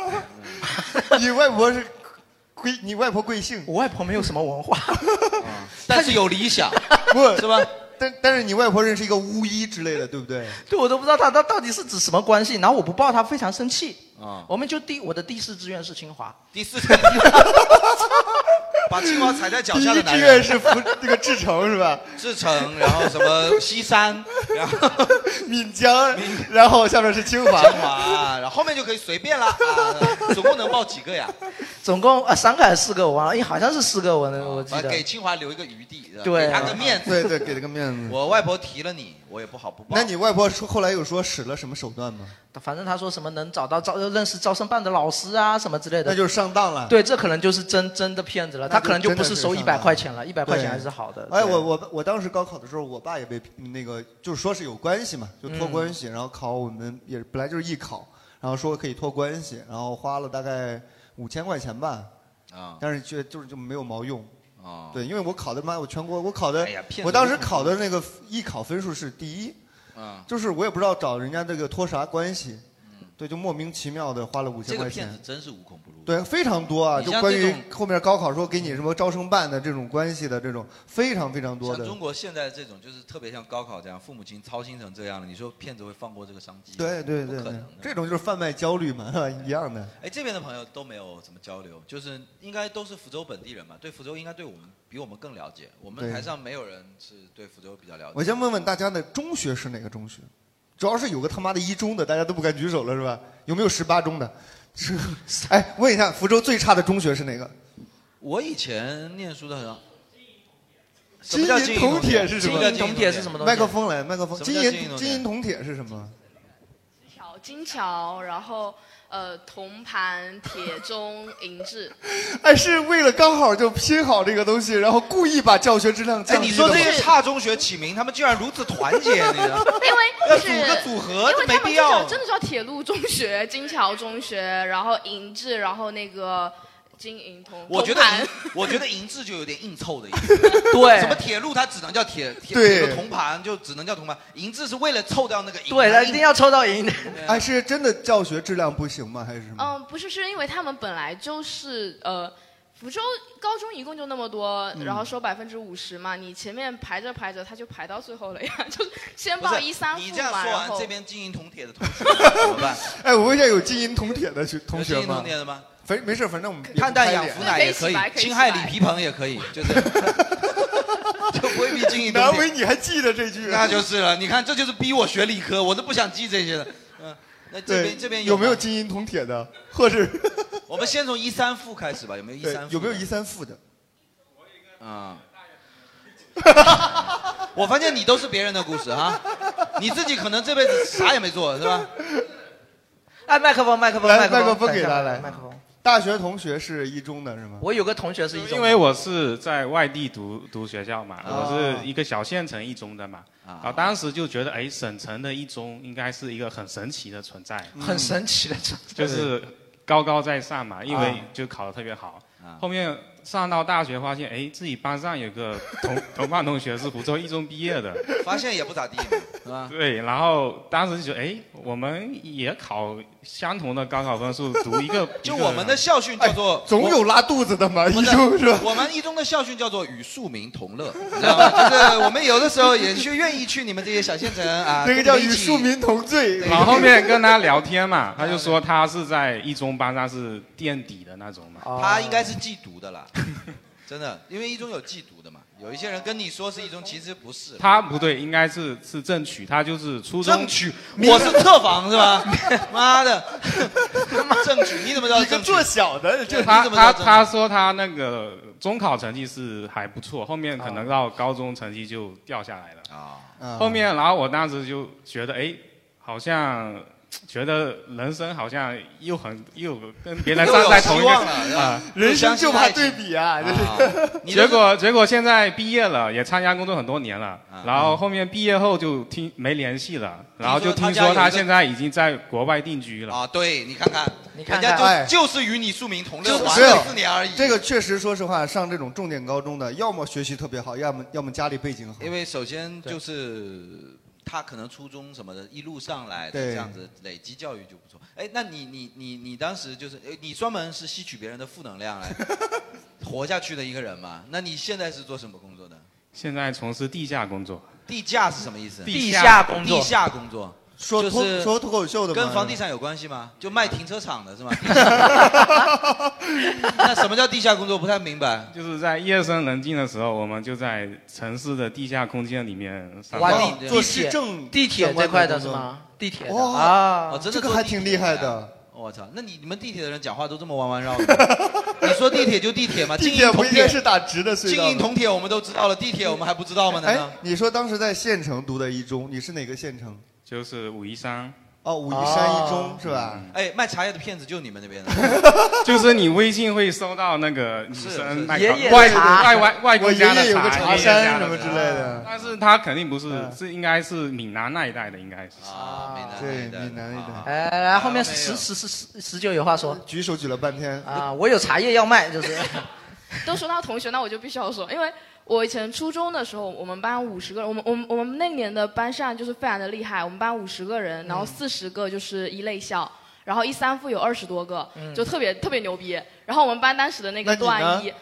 S1: 你外婆是贵，你外婆贵姓？
S4: 我外婆没有什么文
S1: *laughs*
S4: 化， *laughs*
S2: 但是有理想，
S1: 不
S2: 是吧？
S1: 但但是你外婆认识一个巫医之类的，对不对？
S4: 对我都不知道他他到底是指什么关系。然后我不报，他非常生气。
S2: 啊，
S4: 我们就第我的第四志愿是清华，
S2: 第四天把清华踩在脚下的男
S1: 第一志愿
S2: 人
S1: 是福那个志成是吧？
S2: 志成，然后什么
S1: *laughs*
S2: 西山，然后
S1: 闽江，然后下面是清华。
S2: 清华，然后后面就可以随便
S1: *laughs*
S2: 啦，啊总共能报几个呀？
S4: 总共啊三个还是四个我忘了，哎好像是四个我能我记
S2: 啊
S4: 得。
S2: 给清华留一个余地，是吧
S4: 对
S2: 给他个面子，
S1: 对对，给了个面子。
S2: 我外婆提了你，我也不好不报。
S1: 那你外婆说后来有说使了什么手段吗？
S4: 反正他说什么能找到招认识招生办的老师啊什么之类的，
S1: 那就是上当了。
S4: 对，这可能就是真真的骗子了，他可能就不是收一百块钱了，
S1: 对
S4: 一百块钱还是好的。
S1: 哎，
S4: 对
S1: 我我我当时高考的时候，我爸也被那个就是说是有关系嘛，就
S4: 嗯
S1: 托关系，然后考我们也本来就是艺考，然后说可以托关系，然后花了大概五千块钱吧，
S2: 啊
S1: 但是却就是就没有毛用。
S2: 啊，
S1: 对，因为我考的妈，我全国我考
S4: 哎
S1: 的，
S2: 骗子
S1: 我当
S4: 啊
S1: 时考的那个艺考分数是第一，
S2: 啊，
S4: 嗯
S1: 就是我也不知道找人家这个托啥关系，对，就莫名其妙的花了五
S2: 这
S1: 千
S2: 个
S1: 块
S2: 骗
S1: 钱
S2: 子。真是无孔不入。
S1: 对，非常多啊！
S2: 你
S1: 就
S2: 像
S1: 关
S2: 这
S1: 于
S2: 种
S1: 后面高考说给你什么招生办的这种关系的这种，非常非常多
S2: 像
S1: 的。
S2: 中国现在这种，就是特别像高考这样，父母亲操心成这样了，你说骗子会放过这个商机？
S1: 对对对
S2: 不可
S1: 对
S2: 能的。，
S1: 这种就是贩卖焦虑嘛，一样的。
S2: 哎，这边的朋友都没有怎么交流，就是应该都是福州本地人嘛，对福州应该对我们比我们更了解。我们
S1: 对
S2: 台上没有人是对福州比较了解。
S1: 我先问问大家的中学是哪个中学？主要是有个他妈的一中的，大家都不敢举手了是吧？有没有十八中
S2: *laughs*
S1: 的？是，哎，问一下，福州最差的中学是哪个？
S2: 我以前念书的很好。什
S1: 金
S2: 么叫
S1: 银
S2: 金银
S1: 铜
S2: 铜
S1: 铁是什么？
S2: 金银铜铁是什么东西
S1: 麦克风来，麦克风。
S2: 什
S1: 金
S2: 么叫
S1: 银
S2: 金银铜铁
S1: 金银铜铁是什么？
S8: 桥、金桥，然后呃铜盘、铁钟、银质。
S1: 哎，是为了刚好就拼好这个东西，然后故意把教学质量
S2: 哎，
S1: 降低
S2: 你
S1: 的
S2: 说
S1: 吗。
S2: 这些差中学起名，他们居然如此团结，你
S1: *laughs*
S2: 知道吗？
S8: 因为
S2: 要
S8: 是
S2: 组个组合，
S8: 因为
S2: 这
S8: 他
S2: 没
S8: 们
S2: 必
S8: 就叫
S2: 要。
S8: 真的叫铁路中学、金桥中学，然后银质，然后那个金银铜。
S2: 我觉得
S8: 铜盘
S2: 银，我 *laughs* 觉得银质就有点硬凑的意
S1: *laughs*
S2: 思。
S4: 对
S2: 什么铁路它只能叫铁铁
S1: 对
S2: 铁路铜盘，就只能叫铜盘。银质是为了凑到那个银，
S4: 对，他一定要抽到赢。
S1: 哎，是真的教学质量不行吗？还是什么？
S8: 嗯，不是，是因为他们本来就是呃，福州高中一共就那么多，
S1: 嗯
S8: 然后收百分之五十嘛，你前面排着排着，他就排到最后了呀， *laughs* 就先
S2: 不
S8: 报
S2: 是
S8: 一三
S2: 你
S8: 附
S2: 这样
S8: 嘛，
S2: 说
S8: 然
S2: 完，
S8: 后
S2: 这边金银铜铁的同学
S1: *laughs*
S2: 怎么办？
S1: 哎，我问一下，有金银铜铁的学同学
S2: 有
S1: 吗？
S2: 金银铜铁的吗？
S1: 反没事，反正我们也不
S2: 看淡
S1: 开
S2: 养
S1: 脸
S2: 福奶也可以，侵害李皮鹏也可以，就是 *laughs* 就不会逼金银铜铁。
S1: 难为你还记得这句啊
S2: 那就是了。你看，这就是逼我学理科，我都不想记这些了。嗯，那这
S1: 对
S2: 边这边
S1: 有
S2: 有
S1: 没有
S2: 吗？
S1: 金银铜铁的，或者
S2: 我们先从一三附开始吧，有没有一
S1: 对
S2: 三？
S1: 有没有一三附的？
S2: 啊。 *laughs* 我发现你都是别人的故事哈，你自己可能这辈子啥也没做是 *laughs* 吧？
S4: 哎，麦克风，麦克风，
S1: 来，
S4: 克
S1: 克
S4: 风
S1: 风给他来
S4: 麦克风。。
S1: 大学同学是一中的是吗？
S4: 我有个同学是一中，
S15: 因为我是在外地读读学校
S2: 啊
S15: 嘛，
S1: 哦
S15: 我是一个小县城一中的嘛，然后当时就觉得，哎，省城的一中应该是一个很神奇的存在，
S2: 嗯
S4: 很神奇的存在
S15: 就是高高在上嘛，因为
S4: 啊
S15: 就考得特别好
S2: 啊。
S15: 后面上到大学，发现哎，自己班上有个同 *laughs* 同班同学是福州一中毕业的，
S2: 发现也不咋地嘛，是吧？
S15: 对，然后当时就觉得，哎，我们也考相同的高考分数，读一
S2: *laughs*
S15: 个
S2: 就
S15: 一个
S2: 我们的校训叫做
S1: 啊哎总有拉肚子的嘛，一中是吧？
S2: 我们一中的校训叫做与庶民同乐， *laughs* 你知道吗？就是我们有的时候也去愿意去你们这些小县城
S1: *laughs*
S2: 啊，
S1: 那个
S2: 跟
S1: 叫
S2: 你
S1: 与
S2: 们一起
S1: 庶民同罪。
S15: 然后后面跟他聊天嘛，他就说他是在一中班上是垫底的那种嘛。
S2: *laughs* 他应该是忌毒的啦，真的，因为一中有忌毒的嘛。有一些人跟你说是一中，其实不是。
S15: 他不对，应该是是正取，他就是初中
S2: 正取，我是特防是吧？妈的，正取你怎么知道是正取？
S1: 做小的，
S2: 这
S15: 他
S2: 你怎么知
S15: 他
S2: 道正取
S15: 他说他那个中考成绩是还不错，后面可
S2: 啊
S15: 能到高中成绩就掉下来了。
S1: 啊
S15: 后面然后我当时就觉得，哎，好像觉得人生好像又很又跟别人站在同一
S2: 又
S15: 个
S2: 有希望了是吧
S15: 啊，
S1: 人生就怕对比啊！
S2: 你
S15: 结果结果现在毕业了，也参加工作很多年了，
S2: 啊
S15: 然后后面毕业后就听没联系了，然后就听说他现在已经在国外定居了。
S2: 啊，对你看看，
S4: 你
S15: 看看
S2: 人
S1: 哎
S2: 家就就是与你庶民同乐，玩
S1: 没有
S2: 了四年而已。
S1: 这个确实，说实话，上这种重点高中的，要么学习特别好，要么要么家里背景好。
S2: 因为首先就是他可能初中什么的，一路上来的
S1: 对
S2: 这样子累积教育就不错。哎，那你你你你当时就是哎你专门是吸取别人的负能
S1: *laughs*
S2: 量来活下去的一个人嘛？那你现在是做什么工作的？
S15: 现在从事地下工作，
S2: 地价是什么意思？
S15: 地下工作
S2: 地下工作。
S1: 说
S2: 就
S1: 脱
S2: 是
S1: 说脱口秀的吗
S2: 跟房地产有关系吗？就卖停车
S1: *laughs*
S2: 场的是吗？地下 *laughs* 那什么叫地下工作？不太明白。
S15: 就是在夜深人静的时候，我们就在城市的地下空间里面上
S4: 挖
S15: 班
S4: 地铁地铁这块的是吗？地铁的啊，
S2: 哦，真的
S1: 这个还挺厉害的。
S2: 我操，那你你们地铁的人讲话都这么弯弯绕的？ *laughs* 你说地铁就地铁嘛，
S1: 地
S2: 金
S1: 铁
S2: 银
S1: 不
S2: 铜
S1: 应
S2: 铁
S1: 该是打直的隧道
S2: 金
S1: 吗
S2: 银铜铁我们都知道了，地铁我们还不知道吗？难
S1: 哎
S2: 道？，
S1: 你说当时在县城读的一中，你是哪个县城？
S15: 就是武夷山。
S1: 哦，武夷山一中是吧？
S2: 哎，卖茶叶的骗子就你们那边的，
S15: *laughs*
S1: *laughs*
S15: 就是你微信会收到那个女生卖
S2: 是
S15: 烤
S2: 爷爷
S15: 外
S2: 的茶
S15: 外外外公家的
S1: 我爷爷有个茶
S15: 茶
S1: 山
S15: 爷爷家的
S1: 什么之类的
S15: 但是他肯定不是，是应该是闽南那一带的，应该是
S2: 嗯啊，闽南
S1: 对，闽南一
S2: 啊
S1: 带。
S4: 哎，来来，后面十十十十十九有话说，
S1: 举手举了半天
S4: 啊，我有茶叶要卖，就是。
S8: *laughs* 都说到同学，那我就必须要说，因为我以前初中的时候，我们班五十个人，我们我们我们那年的班上就是非常的厉害，我们班五十个人，然后四十个就是一类校，然后一三附有二十多个，
S4: 嗯
S8: 就特别特别牛逼。然后我们班当时的那个
S4: 那你
S8: 段
S4: 呢
S8: 一，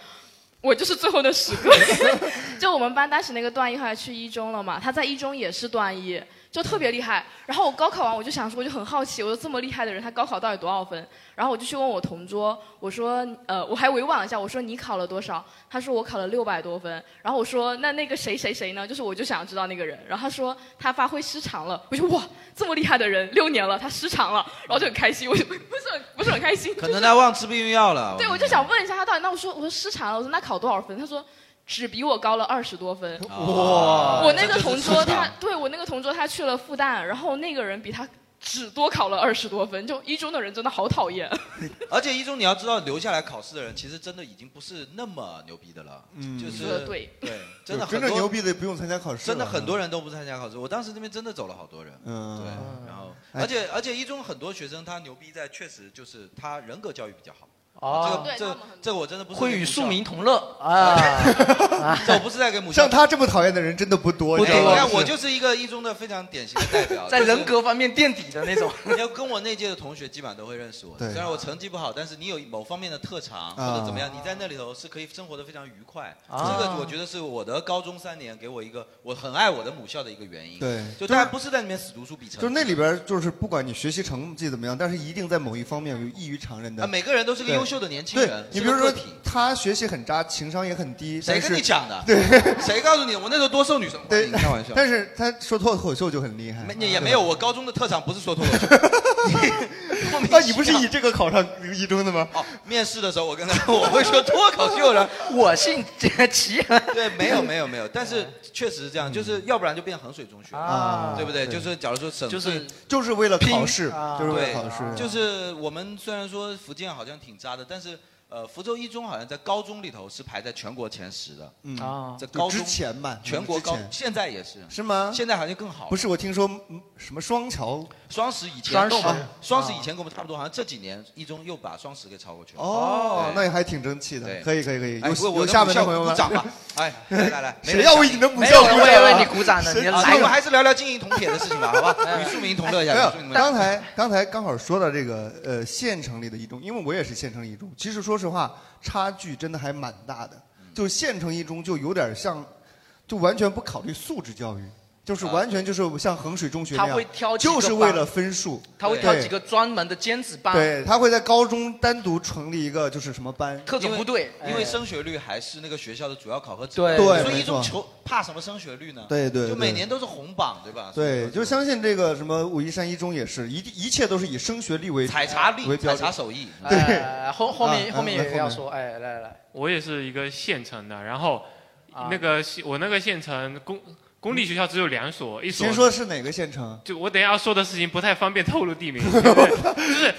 S8: 我就是最后那十个。 *laughs*
S4: *laughs*
S8: 就我们班当时那个段一后来去一中了嘛，他在一中也是段一，就特别厉害。然后我高考完我就想说，我就很好奇，我说这么厉害的人，他高考到底多少分？然后我就去问我同桌，我说，呃，我还委婉了一下，我说你考了多少？他说我考了六百多分。然后我说那那个谁谁谁呢？就是我就想知道那个人。然后他说他发挥失常了，我就哇，这么厉害的人，六年了他失常了，然后就很开心，我就 *laughs* 不是很不是很开心。
S2: 可能他忘吃避孕药了。
S8: 对，我就想问一下他到底，那我说我说失常了，我说那考多少分？他说只比我高了二十多分。
S2: 哇
S8: 我那个
S2: 这就是
S8: 同桌
S2: 失常
S8: 他对我那个同桌他去了复旦，然后那个人比他只多考了二十多分，就一中的人真的好讨厌。
S2: 而且一中你要知道，留下来考试的人其实真的已经不是那么牛逼的了，
S1: 嗯
S2: 就
S1: 你说
S2: 是
S1: 得对
S2: 真的
S1: 对真
S2: 很
S1: 正
S2: 多
S1: 牛逼的不用参加考试了
S2: 真的很多人都不参加考试。我当时那边真的走了好多人，
S1: 嗯
S2: 对，然后
S1: 哎
S2: 而且而且一中很多学生他牛逼在确实就是他人格教育比较好。
S4: 哦
S2: 这个这这我真的不是
S4: 会
S2: 给
S4: 与
S2: 母
S4: 庶
S2: 校 *laughs*
S4: 民同乐啊
S2: 这我不是在给母校
S1: 像他这么讨厌的人真的不多，
S2: 不
S1: 你知道
S2: 多，
S1: 吗
S2: 你看我就是一个一中的非常典型的代表，
S4: *laughs* 在
S2: 就是
S4: 人格方面垫底的那种。
S2: *laughs* 你要跟我那届的同学基本上都会认识我，
S1: 对
S2: 虽然我成绩不好，但是你有某方面的特
S1: 啊
S2: 长或者怎么样，你在那里头是可以生活的非常愉快。
S1: 啊
S2: 这个我觉得是我的高中三年给我一个我很爱我的母校的一个原因。
S1: 对啊
S2: 就大家不是在里面死读书比成绩，
S1: 就是那里边儿就是不管你学习成绩怎么样，但是一定在某一方面有异于常人的。
S2: 啊每个人都是个
S1: 对
S2: 优秀的年轻人
S1: 对你
S2: 是个
S1: 比如说
S2: 个体
S1: 他学习很渣，情商也很低，
S2: 谁
S1: 但是
S2: 跟你讲的？
S1: 对，，
S2: 谁告诉你我那时候多受女生欢迎？开玩笑。
S1: 但是他说脱口秀就很厉害。
S2: 没也也
S1: 哎对
S2: 没有，我高中的特长不是说脱口
S1: *laughs*
S2: 秀。
S1: 那你不是以这个考上一中的吗？
S2: 哦，面试的时候我跟他说我会说脱口
S1: *laughs*
S2: 秀了，
S4: 我姓齐。
S1: 啊
S2: 对，没有没有没有，但是确实是这样，就是要不然就变衡水中学
S1: 嗯啊
S2: 对不对？
S1: 对
S2: 就是假如说省
S1: 就是
S2: 份
S1: 就是为了
S2: 拼
S1: 考试
S2: 啊
S1: 就是为了
S2: 对
S1: 考试
S2: 就是我们虽然说福建好像挺渣的，但是。呃，福州一中好像在高中里头是排在全国前十的，
S1: 嗯
S2: 啊
S1: 啊，
S2: 在高
S1: 就
S2: 中
S1: 之前吧
S2: 全国高
S1: 之前
S2: 现在也是，
S1: 是吗？
S2: 现在好像更好了，
S1: 不是，我听说嗯什么双桥，
S2: 双十啊以前
S1: 双
S2: 跟我们
S1: 十哦
S2: 双十以前跟我们差不多，好像这几年一中又把双十给超过去了。
S1: 哦，
S2: 对
S1: 那也还挺争气的，可以可以可以，
S2: 哎
S1: 有
S2: 为我
S1: 有
S2: 的
S1: 下
S2: 母
S1: 面
S2: 校
S1: 的朋友
S2: 鼓
S1: 们
S2: 掌吧！
S1: *laughs*
S2: 哎，来来来，没
S1: 谁
S2: 人
S1: 要
S2: 想
S1: 为你的
S2: 听
S1: 母校鼓掌啊？谁
S2: 啊我们还是聊聊经营铜铁的事
S1: *laughs*
S2: 情吧，好吧？
S1: 哎
S2: 与庶民同乐一下，
S1: 没有
S2: 与庶民同乐
S1: 刚才刚才刚好说到这个呃县城里的一中，因为我也是县城一中，其实说实话差距真的还蛮大的，
S2: 嗯
S1: 就县城一中就有点像，就完全不考虑素质教育。就是
S2: 啊
S1: 完全就是像衡水中学那
S4: 他会挑
S1: 样，
S4: 几个
S1: 就是为了分数，
S4: 他会挑几个专门的尖子班，
S1: 对，对，他会在高中单独成立一个就是什么班，
S2: 因为因为升学率还是那个学校的主要考核指
S1: 对
S2: 标
S1: 哎对
S2: 所以一
S1: 没
S2: 中
S1: 错
S2: 求怕什么升学率呢？
S1: 对对对
S2: 就每年都是红榜，对吧？
S1: 对，就相信这个什么武夷山一中也是一一切都是以升学率为
S2: 采茶力
S1: 为标准
S2: 采茶手艺
S1: 对，
S4: 哎后后面
S1: 啊
S4: 后面
S1: 啊
S4: 有人要
S1: 来
S4: 说，哎，来来来，啊
S16: 我也是一个县城的，然后那个县我那个县城公公立学校只有两所，一所
S1: 先说是哪个县城？
S16: 就我等一下要说的事情不太方便透露
S2: *laughs*
S16: 地名，就是就是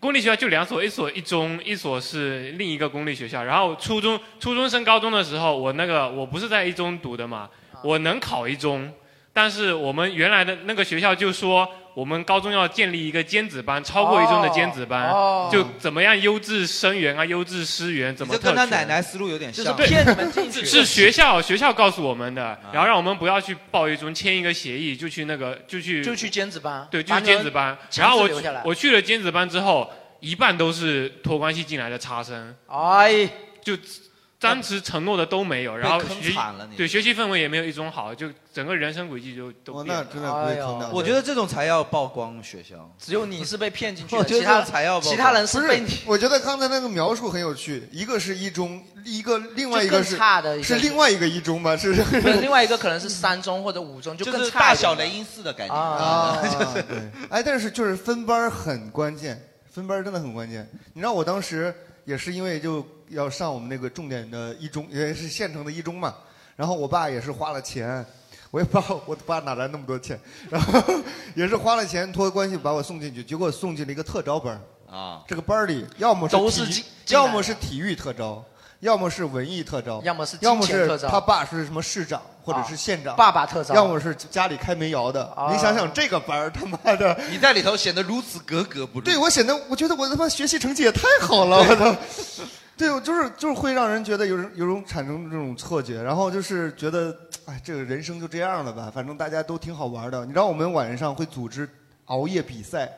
S16: 公立学校就两所，一所一中，一所是另一个公立学校。然后初中初中升高中的时候，我那个我不是在一中读的嘛，
S2: 啊
S16: 我能考一中，但是我们原来的那个学校就说。我们高中要建立一个尖子班，超过一中的尖子班，
S2: 哦
S16: 就怎么样优质生源啊，优质师源怎么
S2: 这
S16: 特
S2: 跟他
S16: 权
S2: 奶奶思路有点像，
S16: 对是学校学校告诉我们
S2: 啊
S16: 的，然后让我们不要去报一中，签一个协议就去那个就去
S4: 就去尖子班，
S16: 对，就
S4: 把
S16: 是
S4: 你
S16: 尖
S4: 们
S16: 子班。
S4: 强
S16: 然后
S4: 制
S16: 我
S4: 留
S16: 去
S4: 下来
S16: 我去了尖子班之后，一半都是托关系进来的差生，
S4: 哎，
S16: 就当时承诺的都没有，
S2: 被
S16: 哦然后
S2: 坑
S16: 学习
S2: 惨了你
S16: 对学习氛围也没有一中好，就整个人生轨迹就
S2: 哦
S16: 都变了。
S4: 哎
S1: 哎
S2: 我觉得这种才要曝光学校。
S4: 只有你是被骗 *laughs* 进去
S2: *laughs* 我
S4: 的，
S2: 觉得
S4: 其他
S2: 这才要曝光
S4: 其他人
S1: 不
S4: 是被
S1: 是
S4: 你，
S1: 我觉得刚才那个描述很有趣，一个是一中，一个另外一个
S4: 就是更差的一个
S1: 是另外一个一中吧？
S4: *laughs*
S1: 是
S4: 不是另外一个可能是三中或者五中，就
S2: 就
S4: 更
S2: 是
S4: 差
S2: 大
S4: 一点
S2: 小
S4: 了
S2: 雷音寺的概念
S1: 啊，
S2: 就是
S1: 对，哎，但是就是分班很关键，分班真的很关键。你知道我当时也是因为就要上我们那个重点的一中，也是县城的一中嘛，然后我爸也是花了钱。我也不知道我爸哪来那么多钱，然后 *laughs* 也是花了钱托关系把我送进去，结果送进了一个特招班儿
S2: 啊，
S1: 这个班儿里要么
S4: 都
S1: 是
S4: 是
S1: 体
S4: 进进来
S1: 要
S4: 的
S1: 么是体育特招，要么是文艺特招，
S4: 要么是金
S1: 要么
S4: 钱
S1: 是
S4: 特招啊
S1: 他爸是什么市长或者是县长，
S4: 爸爸特招啊
S1: 要么是家里开煤窑的。你想想这个班儿，他妈的，
S2: 啊你在里头显得如此格格不入。
S1: 对我显得我觉得我他妈学习成绩也太好了，我操！对，我就是就是会让人觉得有人有种产生这种错觉，然后就是觉得，哎，这个人生就这样了吧，反正大家都挺好玩的。你知道我们晚上会组织熬夜比赛，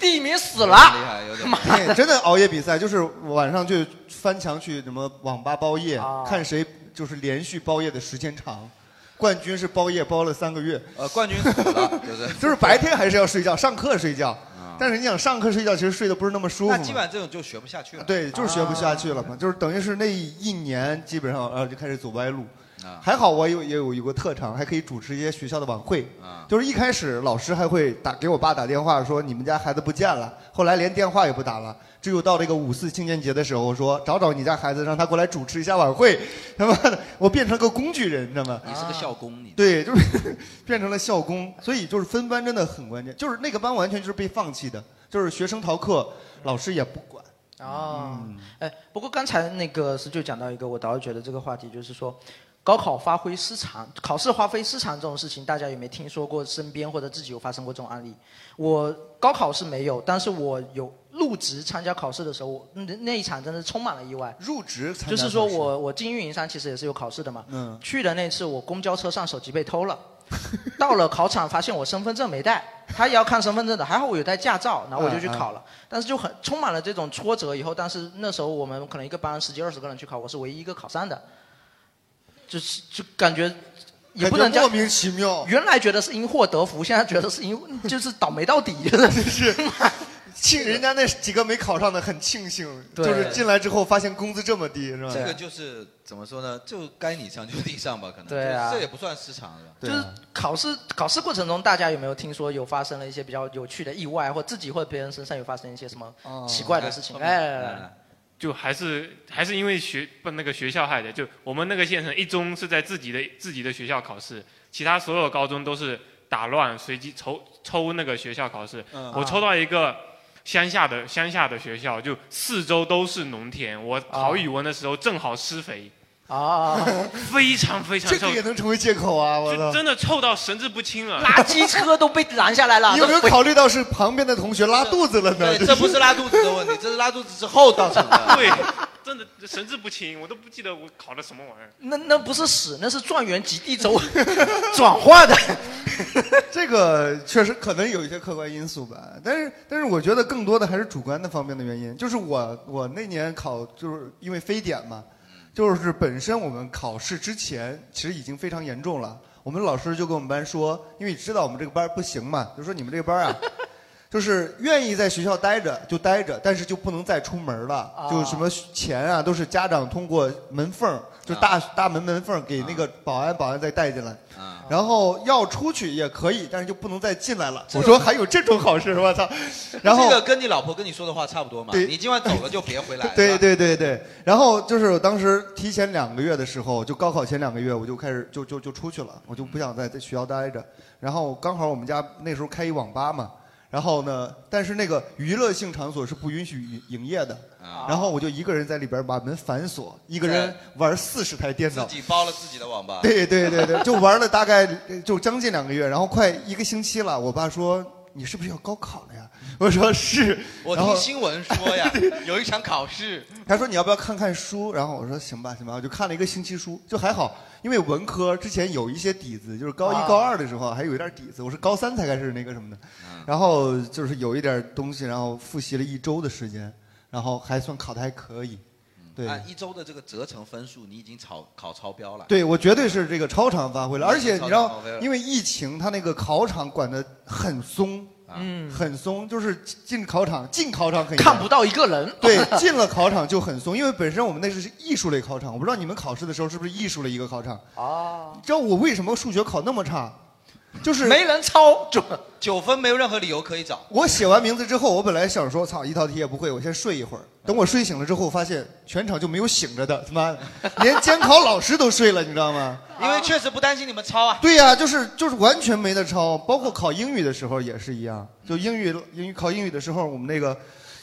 S4: 第一名死
S1: 有点
S4: 了
S1: 嗯厉害有，点
S4: *laughs* 妈
S1: 厉害
S2: *laughs*
S1: 哎对，真的熬夜比赛，就是晚上去翻墙去什么网吧包夜，
S4: 啊
S1: 看谁就是连续包夜的时间长。冠军是包夜包了三个月，
S2: 呃，冠军死了，对不对？
S1: *laughs* 就是白天还是要睡觉，上课睡觉。但是你想上课睡觉，其实睡得不是那么舒服
S2: 那
S1: 嘛。
S2: 基本上这种就学不下去了。
S1: 啊对，就是学不下去
S2: 啊
S1: 了嘛，就是等于是那一年基本上呃就开始走歪路。
S2: 啊
S1: 还好我有也有一个特长，还可以主持一些学校的晚会。
S2: 啊
S1: 就是一开始老师还会打给我爸打电话说你们家孩子不见了，后来连电话也不打了。只有到这个五四青年节的时候，我说找找你家孩子，让他过来主持一下晚会。 *laughs* 他妈的，我变成个工具人，你知道吗？
S2: 你是个校工，你
S1: 对，就是 *laughs* 变成了校工，所以就是分班真的很关键，就是那个班完全就是被放弃的，就是学生逃课，老师也不管。
S4: 哦，
S1: 嗯
S4: 哎，不过刚才那个是就讲到一个，我倒是觉得这个话题就是说，高考发挥失常，考试发挥失常这种事情，大家有没有听说过身边或者自己有发生过这种案例？我高考是没有，但是我有入职参加考试的时候，我那那一场真的充满了意外。
S1: 入职参加
S4: 就是说
S1: 考试
S4: 我我进运营商其实也是有考试的嘛，
S1: 嗯，
S4: 去的那次我公交车上手机被偷了。 *laughs* 到了考场，发现我身份证没带，他也要看身份证的，还好我有带驾照，然后我就去考
S1: 嗯
S4: 了。但是就很充满了这种挫折。以后，但是那时候我们可能一个班十几二十个人去考，我是唯一一个考上的，就是就感觉也不能
S1: 感觉
S4: 叫
S1: 莫名其妙。
S4: 原来觉得是因祸得福，现在觉得是因 *laughs* 就是倒霉到底，就是
S1: 庆人家那几个没考上的很庆幸，就
S4: 对
S1: 是进来之后发现工资这么低，是吧？
S2: 这个就是怎么说呢？就该你上就你上吧，可能。
S4: 对啊
S2: 就这也不算失常是吧？
S4: 就是
S1: 啊
S4: 考试考试过程中，大家有没有听说有发生了一些比较有趣的意外，或自己或别人身上有发生一些什么奇怪的事情？哦哎，来来来，
S16: 就还是还是因为学不那个学校害的。就我们那个县城一中是在自己的自己的学校考试，其他所有高中都是打乱随机抽抽那个学校考试。
S17: 嗯
S16: 我抽到一个乡下的乡下的学校，就四周都是农田。我考语文的时候正好施肥，
S4: 啊，
S16: 非常 *laughs* 非常
S1: 这
S16: 臭
S1: 个，也能成为借口啊！我操，
S16: 真的臭到神志不清啊了。
S4: 垃圾车都被拦下来了，
S1: 你有没有
S4: 都回
S1: 考虑到是旁边的同学拉肚子了呢？
S16: 对这不是
S2: 拉肚子的问题，这是拉肚子之后造成的。
S16: 对，真的神志不清，我都不记得我考的什么玩意儿。
S4: 那那不是屎，那是状元及第 *laughs* 轴转化的。
S1: *laughs* 这个确实可能有一些客观因素吧，但是但是我觉得更多的还是主观的方面的原因。就是我我那年考就是因为非典嘛，就是本身我们考试之前其实已经非常严重了。我们老师就跟我们班说，因为知道我们这个班不行嘛，就说你们这个班啊，就是愿意在学校待着就待着，但是就不能再出门了。就什么钱啊，都是家长通过门缝儿，就大、大门门缝儿给那个保安，保安再带进来。
S2: 啊
S1: 然后要出去也可以，但是就不能再进来了。
S2: 这
S1: 我
S2: 个
S1: 说还有这种好事，我
S2: *laughs*
S1: 操！然后
S2: 这个跟你老婆跟你说的话差不多嘛。
S1: 对
S2: 你今晚走了就别回来。
S1: 对
S2: 是吧
S1: 对对对，然后就是我当时提前两个月的时候，就高考前两个月，我就开始就就就出去了，我就不想在在学校待着。然后刚好我们家那时候开一网吧嘛，然后呢，但是那个娱乐性场所是不允许营营业的。
S2: 啊
S1: 然后我就一个人在里边把门反锁，一个人
S2: 在
S1: 玩四十台电脑
S2: 自，己包了自己的网吧。
S1: 对对对对，就玩了大概呃就将近两个月，然后快一个星期了。我爸说你是不是要高考了呀？我说是。
S2: *laughs* 我
S1: 然后
S2: 听新闻说
S1: *laughs*
S2: 呀，有一场考试，
S1: 他说你要不要看看书？然后我说行吧行吧，我就看了一个星期书，就还好，因为文科之前有一些底子，就是高
S2: 啊
S1: 一高二的时候还有一点底子，我是高三才开始那个什么的，然后就是有一点东西，然后复习了一周的时间，然后还算考的还可以，对。
S2: 按啊一周的这个折成分数，你已经考考超标了。
S1: 对，我绝对是这个超常发挥了，而且你知
S2: 超常
S1: 道
S2: 发挥了，
S1: 因为疫情，他那个考场管得很松，
S4: 嗯，
S1: 很松，就是进考场进考场很严
S4: 看不到一个人。
S1: 对，进了考场就很松，因为本身我们那是艺术类考场，我不知道你们考试的时候是不是艺术类一个考场。
S4: 哦，
S1: 你知道我为什么数学考那么差？就是
S4: 没人抄，就
S2: 九分没有任何理由可以找。
S1: 我写完名字之后，我本来想说，操，一道题也不会，我先睡一会儿。等我睡醒了之后，发现全场就没有醒着的，他妈的，连监考老师都睡了，你知道吗？
S2: 因为确实不担心你们抄啊。
S1: 对呀、就是就是完全没得抄，包括考英语的时候也是一样。就英语英语考英语的时候，我们那个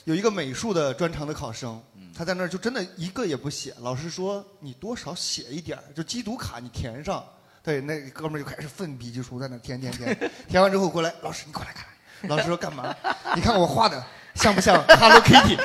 S1: 有一个美术的专长的考生，他在那儿就真的一个也不写。老师说你多少写一点儿，就机读卡你填上。对，那哥们儿就开始奋笔疾书在那儿填填填，填完之后过来，老师你过来看。老师说干嘛？你看我画的
S2: *laughs*
S1: 像不像 Hello Kitty？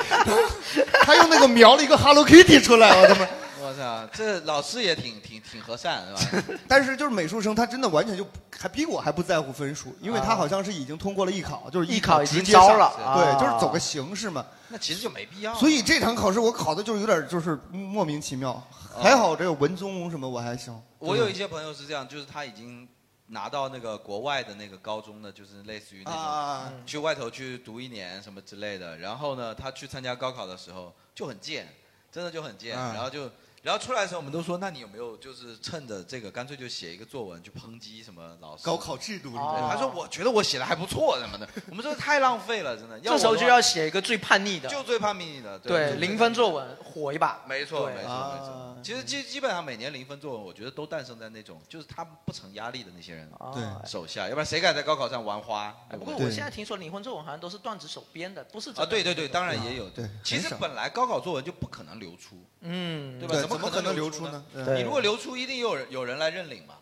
S1: 他用那个描了一个 Hello Kitty 出来，我他妈！
S2: 我我操，这老师也挺挺挺和善是吧？
S1: *laughs* 但是就是美术生，他真的完全就不还比我还不在乎分数，因为他好像是已经通过了艺考，就是
S4: 艺
S1: 考
S4: 考已经
S1: 直接上
S4: 招了啊
S1: 对，就是走个形式嘛。
S2: 那其实就没必要。啊
S1: 所以这场考试我考的就是有点就是莫名其妙，还好这个文综什么我还行。
S2: 我有一些朋友是这样，就是他已经拿到那个国外的那个高中的，就是类似于那种、
S1: 啊
S4: 嗯
S2: 去外头去读一年什么之类的。然后呢，他去参加高考的时候就很贱，真的就很贱。
S1: 啊
S2: 然后就，然后出来的时候我们都说，那你有没有就是趁着这个，干脆就写一个作文去抨击什么老师？
S1: 高考制度
S2: 对
S1: 哦
S2: 他说我觉得我写的还不错什么的。我们说太浪费了，真的。
S4: 这时候就要写一个最叛逆的，
S2: 就最叛逆的，
S4: 对
S2: 就
S4: 零分作文火一把，
S2: 没错，
S4: 对
S2: 没错，没
S1: 啊嗯
S2: 错。其实基基本上每年零分作文，我觉得都诞生在那种就是他们不成压力的那些人
S1: 对
S2: 手下，要不然谁敢在高考上玩花？对
S4: 不
S2: 不
S4: 过
S2: 对
S4: 我现在听说灵魂作文好像都是段子手编的，不是真的
S2: 啊，对对对，当然也有。
S1: 对
S2: 其
S1: 很
S2: 实
S1: 少
S2: 本来高考作文就不可能流出，
S4: 嗯
S2: 对吧？
S1: 对
S2: 怎么
S1: 怎么可能
S2: 能
S1: 流
S2: 出
S1: 出呢对
S2: 你如果流出，一定有人有人来认领嘛，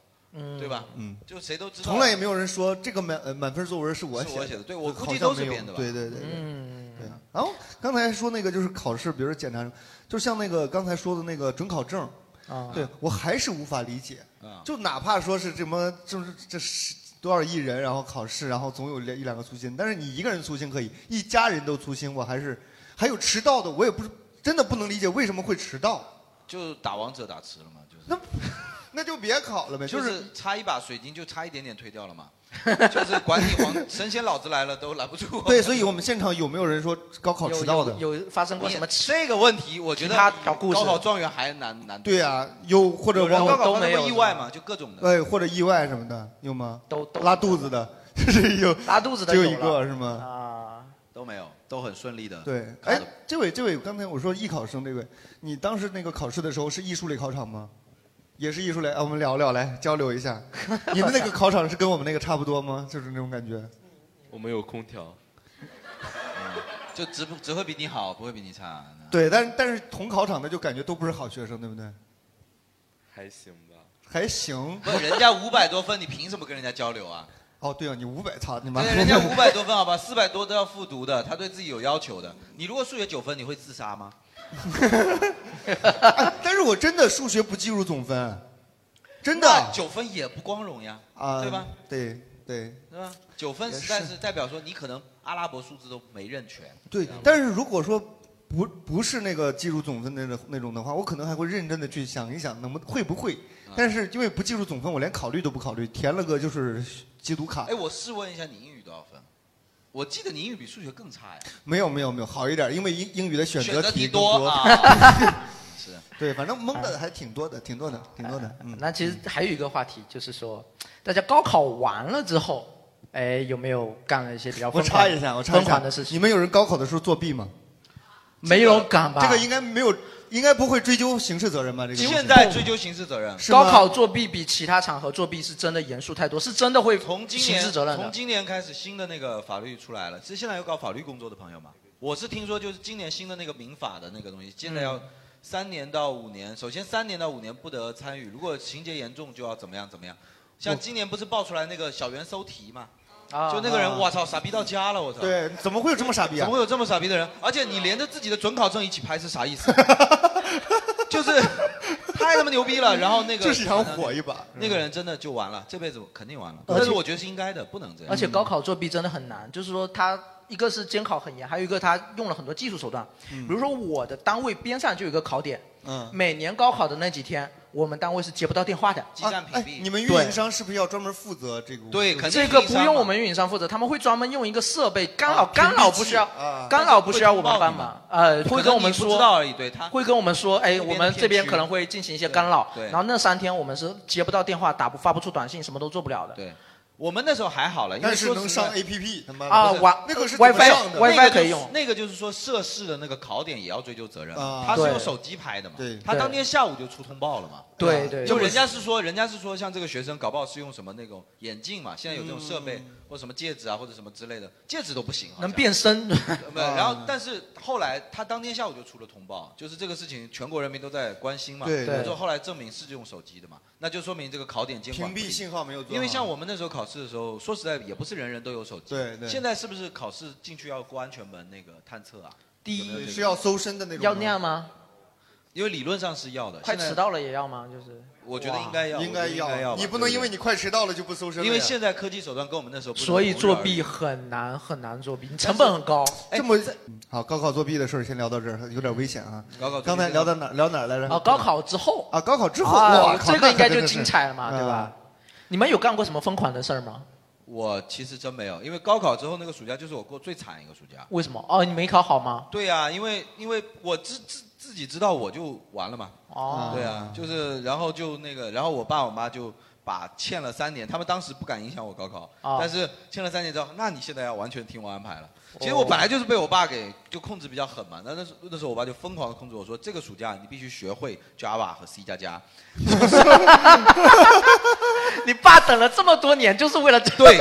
S2: 对吧？
S1: 嗯
S2: 就谁都知道。
S1: 从来也没有人说这个满呃满分作文是我
S2: 是
S1: 写
S2: 我
S1: 的，
S2: 写的对我估
S1: 好
S2: 计
S1: 像
S2: 都是
S1: 没有
S2: 编的吧
S1: 对对对对，
S4: 嗯，
S1: 对。然后刚才说那个就是考试，比如说检查，就像那个刚才说的那个准考证，
S4: 啊
S1: 对我还是无法理解
S2: 啊，
S1: 就哪怕说是什么，就是这是。多少亿人，然后考试，然后总有一两个粗心，但是你一个人粗心可以，一家人都粗心，我还是还有迟到的，我也不是真的不能理解为什么会迟到，
S2: 就打王者打迟了嘛，就是。
S1: 那就别考了呗，
S2: 就
S1: 就是
S2: 是差一把水晶，就差一点点推掉了嘛。就是管你皇神仙老子来了都拦不住我。
S1: 对，所以我们现场有没有人说高考迟到的？
S4: 有有发生过什么
S2: 这个问题？我觉得
S1: 他
S2: 高
S1: 找故事
S2: 考状元还难难。
S1: 对啊，有或者
S2: 有人
S1: 往
S2: 高考发生过意外嘛，就各种的。
S1: 哎，或者意外什么的有吗？
S4: 都
S1: 拉肚子的， *laughs* 这有
S4: 拉肚子的
S1: 只有
S4: 有
S1: 一
S4: 了
S1: 个是吗？
S4: 啊，
S2: 都没有，都很顺利的。
S1: 对，
S2: 考
S1: 哎
S2: 得，
S1: 这位这位，刚才我说艺考生这位，你当时那个考试的时候是艺术类考场吗？也是艺术类，啊，我们聊聊来交流一下。你们那个考场是跟我们那个差不多吗？就是那种感觉。
S6: 我们有空调，
S2: 就只不只会比你好，不会比你差。
S1: 对，但是但是同考场的就感觉都不是好学生，对不对？
S6: 还行吧。
S1: 还行
S2: 不，。人家五百多分，你凭什么跟人家交流
S1: *laughs*
S2: 啊？
S1: 哦，对啊，你五百，操你妈！
S2: 对，人家 *laughs* 五百多分，好吧，四百多都要复读的，他对自己有要求的。你如果数学九分，你会自杀吗？
S1: 哎但是我真的数学不计入总分，真的
S2: 那九分也不光荣呀，
S1: 啊，
S2: 对吧？？
S1: 对对
S2: 对吧？九分实在是代表说你可能阿拉伯数字都没认全。
S1: 对，但是如果说不不是那个计入总分的那那种的话，我可能还会认真的去想一想，能不会不会？
S2: 啊
S1: 但是因为不计入总分，我连考虑都不考虑，填了个就是缉毒卡
S2: 哎，。我试问一下，你英语多少分？我记得你英语比数学更差呀。
S1: 没有没有没有，好一点，因为英英语的选
S2: 选择
S1: 题
S2: 题
S1: 更 *laughs*
S2: 多啊是哎
S1: 对，反正蒙的还挺多的，挺多的，挺多的。嗯，
S4: 啊那其实还有一个话题，就是说，大家高考完了之后，哎，有没有干了一些比较
S1: 我
S4: 疯狂
S1: 插
S4: 的
S1: 一下，我插
S4: 疯
S1: 一下
S4: 狂的事，情？
S1: 你们有人高考的时候作弊吗？
S4: 没有敢吧
S1: 这个应该没有，应该不会追究刑事责任吧？这个
S2: 现在追究刑事责任。
S1: 是吗
S4: 高考作弊比其他场合作弊是真的严肃太多，是真的会
S2: 从今
S4: 刑
S2: 年
S4: 事责任
S2: 从
S4: 的。
S2: 今年开始，新的那个法律出来了。其实现在有搞法律工作的朋友嘛，我是听说就是今年新的那个民法的那个东西，现在要
S4: 嗯
S2: 三年到五年。首先三年到五年不得参与，如果情节严重就要怎么样怎么样。像今年不是爆出来那个小袁搜题嘛？
S4: 啊
S2: 就那个
S1: 啊
S2: 人，我操，傻逼到家了，我操！
S1: 对，怎么会有这么傻逼啊？
S2: 怎么会有这么傻逼的人？而且你连着自己的准考证一起拍是啥
S1: *laughs*
S2: 意思？就是太他妈牛逼了。然后那个嗯
S1: 这是想火一把
S2: 那个人真的就完了，这辈子肯定完了。
S4: 而且
S2: 但是我觉得是应该的，不能这样。
S4: 而
S1: 嗯
S4: 且高考作弊真的很难，就是说他一个是监考很严，还有一个他用了很多技术手段。
S2: 嗯
S4: 比如说我的单位边上就有一个考点，
S1: 嗯
S4: 每年高考的那几天，我们单位是接不到电话的。
S1: 啊哎，你们运
S4: 对
S1: 营商是不是要专门负责这个？
S4: 嗯这个不用我们运营商负责，他们会专门用一个设备
S2: 啊
S4: 干扰，干扰不需要
S1: 啊，
S4: 干扰不需要我们帮忙，呃，
S2: 可
S4: 会
S2: 能
S4: 跟我们
S2: 你不
S4: 说
S2: 知道而已对他，
S4: 会跟我们说，哎，
S2: 那边
S4: 我
S2: 的
S4: 们
S2: 片
S4: 这边
S2: 区
S4: 可能会进行一些干扰，
S2: 对对
S4: 然后那三天我们是接不到电话，打不发不出短信，什么都做不了的。
S2: 对，啊我们那时候还好了，因为
S1: 但是
S2: 说
S1: 能
S2: 实在
S1: 上 APP 他妈的
S4: 啊
S1: 不是
S4: 网
S1: 那个是
S4: WiFi
S1: 怎么上的
S4: WiFi
S2: 那个就是
S4: 可以用
S2: 那个就是说涉事的那个考点也要追究责任嘛
S1: 啊，
S2: 他是
S1: 对
S2: 用手机拍的嘛
S1: 对，
S2: 他当天下午就出通报了嘛。
S4: 对对
S2: 啊就人家是说，人家是说，像这个学生搞不好是用什么那种眼镜嘛，现在有这种设
S1: 嗯
S2: 备或者什么戒指啊，或者什么之类的，戒指都不行啊。
S4: 能
S2: *laughs*
S4: 变身， *laughs* 嗯
S2: 不，
S1: 啊
S2: 然后但是后来他当天下午就出了通报，就是这个事情全国人民都在关心嘛。
S1: 对对
S2: 就后来证明是用手机的嘛，那就说明这个考点监管
S1: 屏蔽信号没有做好啊
S2: 因为像我们那时候考试的时候，说实在也不是人人都有手机。
S1: 对对
S2: 现在是不是考试进去要过安全门那个探测啊？
S1: 第
S2: 有没有这
S1: 一
S2: 个
S1: 是要搜身的那种，
S4: 要那样吗？
S2: 因为理论上是要的。
S4: 快
S2: 现在
S4: 迟到了也要吗？就是
S2: 我觉得应该要，
S1: 应该
S2: 我觉得应该要
S1: 要，
S2: 吧，
S1: 你不能因为
S2: 对
S1: 你快迟到了就不搜
S2: 不
S1: 身了呀。
S2: 对因为现在科技手段跟我们那时候不是
S4: 所以
S2: 同日
S4: 作
S2: 而
S4: 弊
S2: 语
S4: 很难很难作弊，你成本很高。
S2: 哎
S1: 这么好，高考作弊的事儿先聊到这儿，有点危险啊。
S2: 高考
S1: 刚才聊到哪儿聊哪儿来着？
S4: 啊，高考之后
S1: 啊，高考之后，
S4: 啊
S1: 哇靠
S4: 这个应该就
S1: 那可真的是
S4: 精彩了嘛，对
S2: 啊
S4: 吧？你们有干过什么疯狂的事儿吗？
S2: 我其实真没有，因为高考之后那个暑假就是我过最惨一个暑假。
S4: 为什么？哦，你没考好吗？
S2: 对呀、因为因为我自自自己知道我就完了嘛。
S4: 哦
S2: 对啊，就是然后就那个，然后我爸我妈就把欠了三年，他们当时不敢影响我高考，
S4: 哦
S2: 但是欠了三年之后，那你现在要完全听我安排了。其
S4: 哦
S2: 实我本来就是被我爸给就控制比较狠嘛，那那时那时候我爸就疯狂的控制我说，这个暑假你必须学会 Java 和 C 加加。 *laughs*
S4: 你爸等了这么多年，就是为了
S2: 对，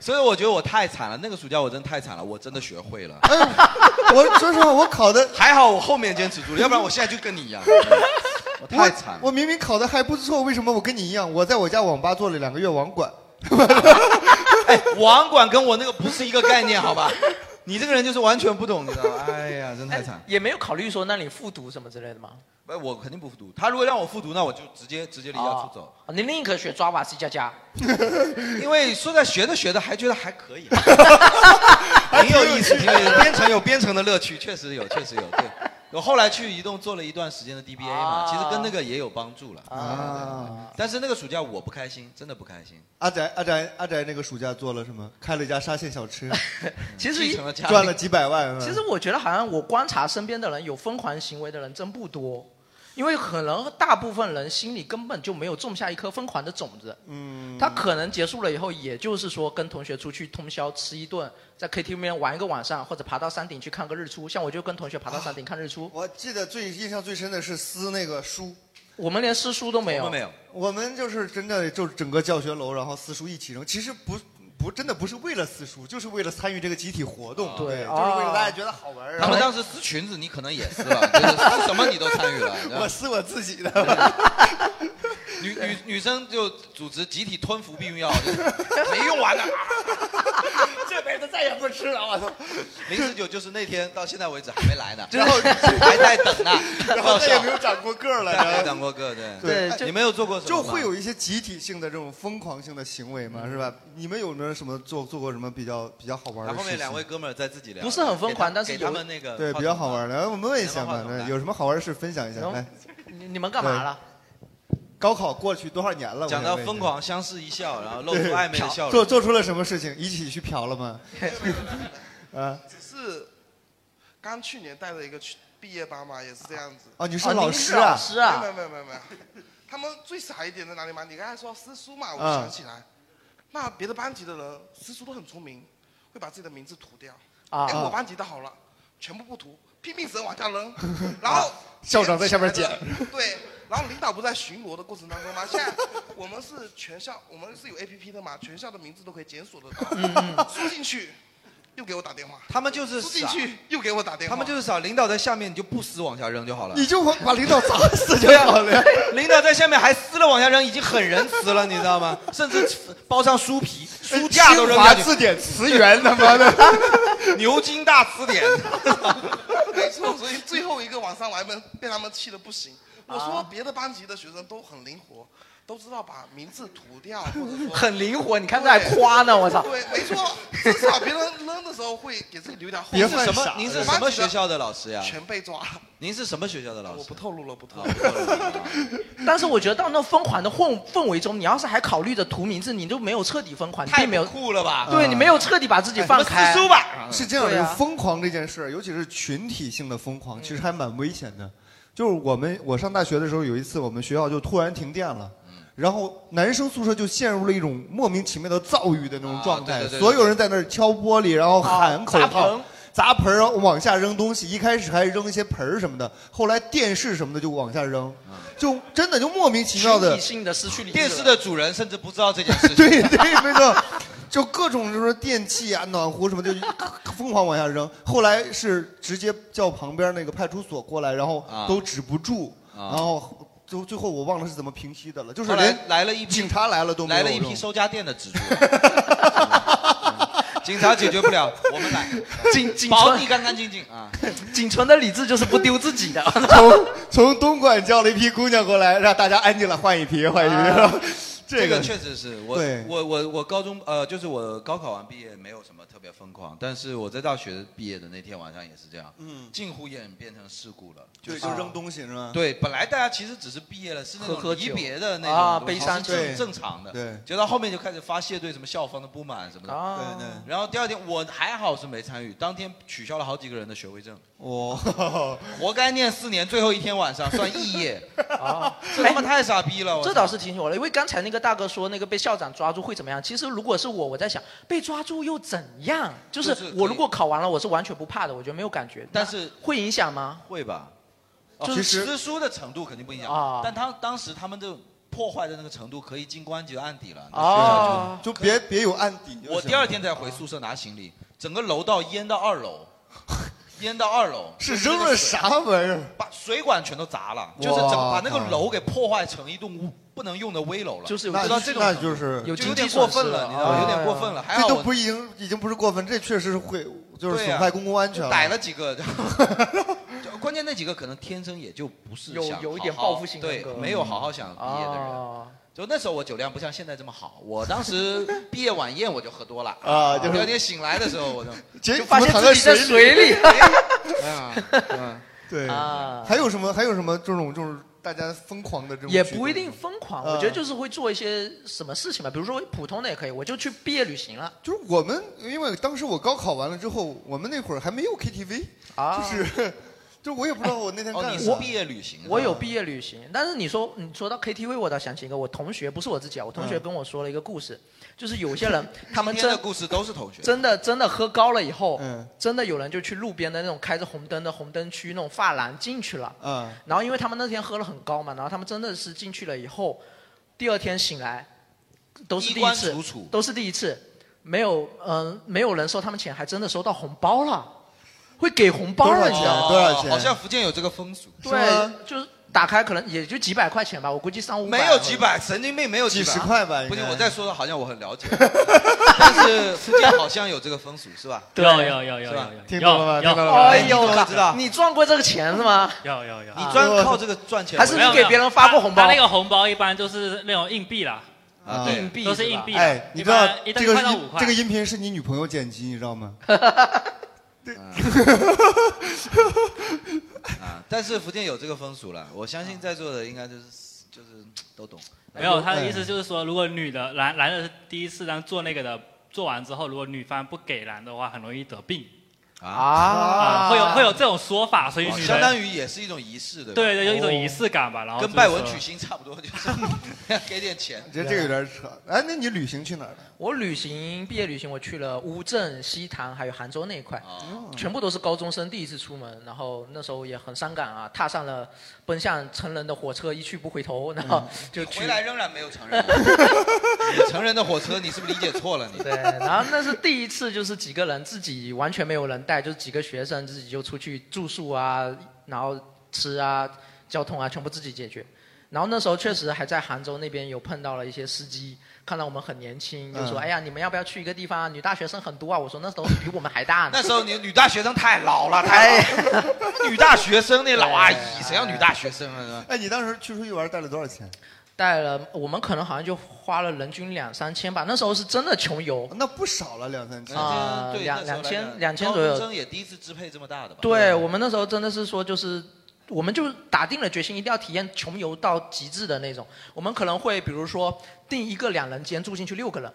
S2: 所以我觉得我太惨了，那个暑假我真太惨了，我真的学会了。
S1: 哎我说实话，我考的
S2: 还好，我后面坚持 *laughs* 住了，要不然我现在就跟你 *laughs* 一样，我太惨了。
S1: 我明明考的还不错，为什么我跟你一样？我在我家网吧做了两个月网管。
S2: 网管跟我那个不是一个概念，好吧？ *laughs* 你这个人就是完全不懂，你知道吗？哎呀，真太惨。
S4: 也没有考虑说那你复读什么之类的吗？
S2: 不，我肯定不复读。他如果让我复读，那我就直接直接离家出走。
S4: 啊你宁可学 Java C 加加，
S2: *laughs* 因为说在学着学着还觉得还可 *laughs* 以，挺有意思，挺有意思。编程有编程的乐趣，确实有，确实有。对，我后来去移动做了一段时间的 DBA 嘛，其实跟那个也有帮助了。
S1: 啊
S2: 对对对但是那个暑假我不开心，真的不开心。
S1: 阿宅阿宅阿宅那个暑假做了什么？开了一家沙县小
S2: *laughs*
S1: 吃，
S4: 其实一继承了家里
S1: 赚了几百
S2: 呃
S1: 万。嗯
S4: 其实我觉得好像我观察身边的人有疯狂行为的人真不多，因为可能大部分人心里根本就没有种下一颗疯狂的种子。
S1: 嗯，
S4: 他可能结束了以后，也就是说跟同学出去通宵吃一顿，在 KTV 里面玩一个晚上，或者爬到山顶去看个日出。像我就跟同学爬到山顶看日出，
S1: 啊我记得最印象最深的是撕那个书，
S4: 我们连撕书都没有。
S2: 有，
S1: 我们就是真的就是整个教学楼，然后撕书一起扔。其实不不真的不是为了撕书，就是为了参与这个集体活动，就是
S4: 对
S1: 为了大家觉得好玩儿。
S2: 啊他
S1: 然后
S2: 们当时撕裙子，你可能也撕了， *laughs* 就是撕什么你都
S1: *laughs*
S2: 参与了。对吧
S1: 我撕我自己的。
S2: 女女女生就组织集体吞服避孕药，就是没
S1: *laughs*
S2: 用完的，
S4: 这辈子再也不吃了，我操！
S2: 零四九就是那天到现在为止还没来呢，
S1: 然后
S2: 还在等呢，
S1: *laughs* 然后再也
S2: 爆笑
S1: 没有长过个儿了。
S2: 再也
S1: 然
S2: 没
S1: 后
S2: 长过个，对
S1: 对，
S2: 你们有做过什么
S1: 就
S2: 吗？嗯
S1: 会有一些集体性的这种疯狂性的行为嘛，是吧？你们有没有什么做做过什么比较比较好玩的
S2: 然
S1: 事
S2: 后
S1: 情？
S2: 后面两位哥们儿在自己聊，
S4: 不是很疯狂
S2: 给他
S4: 但是
S2: 给他
S4: 有
S2: 们那个
S1: 对
S2: 话
S1: 比较
S2: 筒
S1: 好玩的，我们问一下嘛，对有什么好玩的事分享一下？
S4: 能
S1: 来，
S4: 你你们干嘛了？
S1: 哎高考过去多少年了？我想
S2: 讲到
S1: 问一下
S2: 疯狂相视一笑，然后露出
S1: 对
S2: 暧昧的
S1: 嫖
S2: 笑容，
S1: 做做出了什么事情？一起去嫖了
S2: *laughs*
S1: 吗？ *laughs* 啊
S17: 只是刚去年带了一个去毕业班嘛，也是这样子。
S1: 哦你是哦老您是师啊老师啊
S17: 没有没有没有没有，他们最傻一点在哪里嘛？你刚才说撕书嘛，我就
S1: 嗯
S17: 想起来，那别的班级的人撕书都很聪明，会把自己的名字涂掉。
S1: 啊
S17: 哎
S1: 啊
S17: 我班级的好了，全部不涂，拼命死往下
S1: *laughs*
S17: 扔，然后
S1: 校长在下面捡。
S17: 对，然后领导不在巡逻的过程当中吗？ *laughs* 现在我们是全校，我们是有 A P P 的嘛，全校的名字都可以检索得
S1: 嗯
S17: 到，输进去又给我打电话，
S2: 他们就是
S17: 输进
S2: 傻 *laughs*
S17: 去又给我打电话，
S2: 他们就是少领导在下面，你就不撕往下扔就好了。啊
S1: 你就把领导砸死就好了。
S2: *laughs* 领导在下面还撕了往下扔，已经很仁慈了，你知道吗？甚至包上书皮、书架都扔
S1: 哎清华
S2: 下去。
S1: 字典词源他妈的
S2: *laughs* 牛津大
S1: *laughs*
S2: 词典。
S17: 没错，所以最后一个晚上我还被被他们气的不行。我说别的班级的学生都很灵活，都知道把名字涂掉，或者说
S4: 很灵活，你看这还夸呢，我操！
S17: 对，没错，至少别人扔的时候会给自己留点后路。
S2: 您是什么？您是什么学校的老师呀？
S17: 全被抓了。
S2: 您是什么学校的老师？我不
S17: 透露了，不透
S2: 露。
S4: 但是我觉得到那疯狂的混氛围中，你要是还考虑着涂名字，你就没有彻底疯狂，你并没有
S2: 酷了吧哎
S4: 对你没有彻底哎把自己放开。
S1: 是这样
S4: 对
S1: 的，
S4: 啊
S1: 疯狂这件事儿，尤其是群体性的疯狂，其实还蛮危险的。就是我们我上大学的时候，有一次我们学校就突然停电了。然后男生宿舍就陷入了一种莫名其妙的躁郁的那种状态，
S2: 对对对对
S1: 所有人在那儿敲玻璃，然后喊口
S2: 砸
S1: 号
S2: 盆、
S1: 砸盆儿，然后往下扔东西。一开始还扔一些盆儿什么的，后来电视什么的就往下扔，就真的就莫名其妙的
S4: 群体性的失去理智了
S2: 电视的主人甚至不知道这件事情。
S1: 对对，没错，就各种就是说电器啊、暖壶什么，就疯狂往下扔。后来是直接叫旁边那个派出所过来，然后
S2: 啊
S1: 都止不住，然
S2: 啊
S1: 后就最后我忘了是怎么平息的了，就是
S2: 后来
S1: 连
S2: 来了一批
S1: 警察来了都没 *laughs*
S2: 来
S1: 有
S2: 了一
S1: 用
S2: 批收家电的蜘蛛，嗯警察解决不了，我
S1: *laughs*
S2: 们来，
S4: 仅仅
S2: 保
S4: 存
S2: 你干干净净啊！
S4: 仅存的理智就是不丢自己的。
S1: 从从东莞叫了一批姑娘过来，让大家安静了，换一批，换一批。
S4: 啊
S2: 这
S1: 个
S2: 个确实是我
S1: 对，
S2: 我我我高中呃，就是我高考完毕业没有什么特别疯狂，但是我在大学毕业的那天晚上也是这样，嗯，近乎演变成事故了，
S1: 对，
S2: 是啊
S1: 就扔东西是吗？
S2: 对，本来大家其实只是毕业了，是
S1: 嗯
S2: 那
S1: 喝喝
S2: 种
S1: 酒
S2: 离别的那种
S1: 啊
S2: 东西
S1: 悲伤
S2: 是正
S1: 对
S2: 正常的。
S1: 对
S2: 就到后面就开始发泄对什么校方的不满什么的。
S1: 啊对对。
S2: 然后第二天我还好是没参与，当天取消了好几个人的学位证，
S1: 我
S2: *laughs* 活该念四年，最后一天晚上算肄
S1: *laughs*
S2: 业。啊，这他妈太傻逼了！我
S4: 这倒是提醒我了，因为刚才那个大哥说那个被校长抓住会怎么样？其实如果是我，我在想被抓住又怎样？就是
S2: 就是
S4: 我如果考完了，我是完全不怕的，我觉得没有感觉。但是会影响吗？
S2: 会吧。
S4: 就
S2: 哦其
S4: 是
S2: 实撕书的程度肯定不一样，
S4: 啊
S2: 但他当时他们的破坏的那个程度可以进公安局案底了。
S4: 啊
S1: 哦
S2: 那
S1: 就别别有案底就行
S2: 我第二天才回宿舍拿行李，整个楼道淹到二楼， *laughs* 淹到二楼。
S1: *laughs* 是扔了
S4: 啊
S1: 啥玩意儿？
S2: 把水管全都砸了，
S1: 哇
S2: 就是整把那个楼给破坏成一栋不能用的危楼了。
S1: 就是有
S2: 知道这种
S1: 那
S2: 程度
S1: 就是啊
S2: 就有点过分了，你知啊道吗？有点过分了，还好
S1: 这
S2: 我
S1: 都不已经已经不是过分，这确实是会就是
S2: 对呀啊
S1: 损害公共安全啊了。
S2: 逮了几个，就关键那几个可能天生也就不是
S4: 有
S2: 想
S4: 有一点
S2: 好好
S4: 报复性人
S2: 对
S4: 格，
S2: 没有好好想毕
S4: 嗯
S2: 业的人。
S4: 哦
S2: 就那时候我酒量不像现在这么好，我当时毕业晚宴我就喝多了
S1: 啊就是
S2: 第二天醒来的时候我就
S1: *laughs* 结
S2: 就
S1: 果躺在水里 *laughs*
S2: 哎呀，嗯
S1: 对
S4: 啊，
S1: 还有什么还有什么这种这种大家疯狂的这种
S4: 也
S1: 举动
S4: 不一定疯狂，
S1: 嗯
S4: 我觉得就是会做一些什么事情吧，比如说普通的也可以，我就去毕业旅行了。
S1: 就是我们，因为当时我高考完了之后，我们那会儿还没有 KTV，、
S4: 啊
S1: 就是， *laughs* 就我也不知道我
S2: 哦
S1: 那天干了啥。
S4: 我
S2: 旅行
S4: 我有毕业旅行，但是你说你说到 KTV，我倒想起一个，我同学不是我自己啊，我同学
S2: 嗯
S4: 跟我说了一个故事，就是有
S2: *laughs*
S4: 些人他们
S2: 今天
S4: 真
S2: 的故事都嗯是同学，
S4: 真的真的喝高了以后，真的有人就去路边的那种开着红灯的红灯区那种发廊进去了，
S1: 嗯，
S4: 然后因为他们那天喝了很高嘛，然后他们真的是进去了以后，第二天醒来都是第
S2: 衣
S4: 一
S2: 冠
S4: 次
S2: 楚楚，
S4: 都是第一次，没有嗯、没有人收他们钱，还真的收到红包了，会给红包了，你知道吗？
S2: 哦好像福建有这个风俗，
S4: 对，就是打开可能也就几百块钱吧，我估计三五百
S2: 没有几百，神经病没有
S4: 几
S2: 百，
S4: 十块吧应
S2: 不
S4: 该
S2: 行，我再说的好像我很了解， *laughs* 但是福建好像有这个风俗是吧？
S4: 对有有
S11: 有有
S2: 是吧
S11: 有有
S1: 听懂了吗
S2: 有
S1: 听懂了
S2: 有
S1: 吗
S4: 哎呦
S2: 你怎么
S4: 我
S2: 知道
S4: 靠！你赚过这个钱是吗？
S11: 有有有，
S2: 你专靠这个赚钱，
S4: 还是你给别人发过红包
S11: 他那个红包一般都是那种硬币啦，
S1: 啊
S11: 硬币都是硬币啦，
S1: 哎，你
S11: 一
S1: 知道
S11: 般一
S1: 这个
S11: 单块到
S1: 音
S11: 五块，
S1: 这个音频是你女朋友剪辑，你知道吗？嗯
S2: 啊，但是福建有这个风俗了，我相信在座的应该就是就是都懂。
S11: 没有，他
S2: 哎
S11: 的意思就是说，如果女的男男的是第一次让做那个的，做完之后，如果女方不给男的话，很容易得病。
S4: 嗯
S2: 啊
S11: 会有会有这种说法，所以
S2: 哦
S11: 女的
S2: 相当于也是一种仪式，对吧？哦
S11: 对对，有
S4: 哦
S11: 一种仪式感吧。然后
S2: 跟
S11: 就是
S2: 拜文
S11: 说
S2: 娶亲差不多，就是 *laughs* 给点钱。
S1: 这这个有点扯。哎，那你旅行去哪儿了？
S4: 我旅行毕业旅行，我去了乌镇、西塘，还有杭州那一块，
S2: 哦
S4: 全部都是高中生第一次出门，然后那时候也很伤感啊，踏上了奔向成人的火车，一去不回头，然后就
S2: 嗯
S4: 去。
S2: 回来仍然没有
S4: *laughs*
S2: 成人，你成人的火车，你是不是理解错了你？
S4: 对，然后那是第一次，就是几个人自己完全没有人带，就是几个学生自己就出去住宿啊，然后吃啊、交通啊，全部自己解决。然后那时候确实还在杭州那边有碰到了一些司机，看到我们很年轻，就说：“
S2: 嗯
S4: 哎呀，你们要不要去一个地方啊？女大学生很多啊。”我说：“那时候比我们还大呢。”
S2: 那时候你女大学生太老了，太老了
S4: 哎
S2: *laughs* 女大学生那老阿姨，谁要女大学生啊？是吧
S1: 哎，你当时去出去玩带了多少钱？
S4: 带了，我们可能好像就花了人均两三千吧。那时候是真的穷游，
S1: 那不少了，两三千
S4: 啊、
S2: 对
S4: 两
S2: 那时候
S4: 两
S2: 来
S4: 千
S2: 讲
S4: 两千左右。
S2: 高中生也第一次支配这么大的吧？
S4: 对我们那时候真的是说，就是我们就打定了决心，一定要体验穷游到极致的那种。我们可能会比如说订一个两人间，住进去六个人。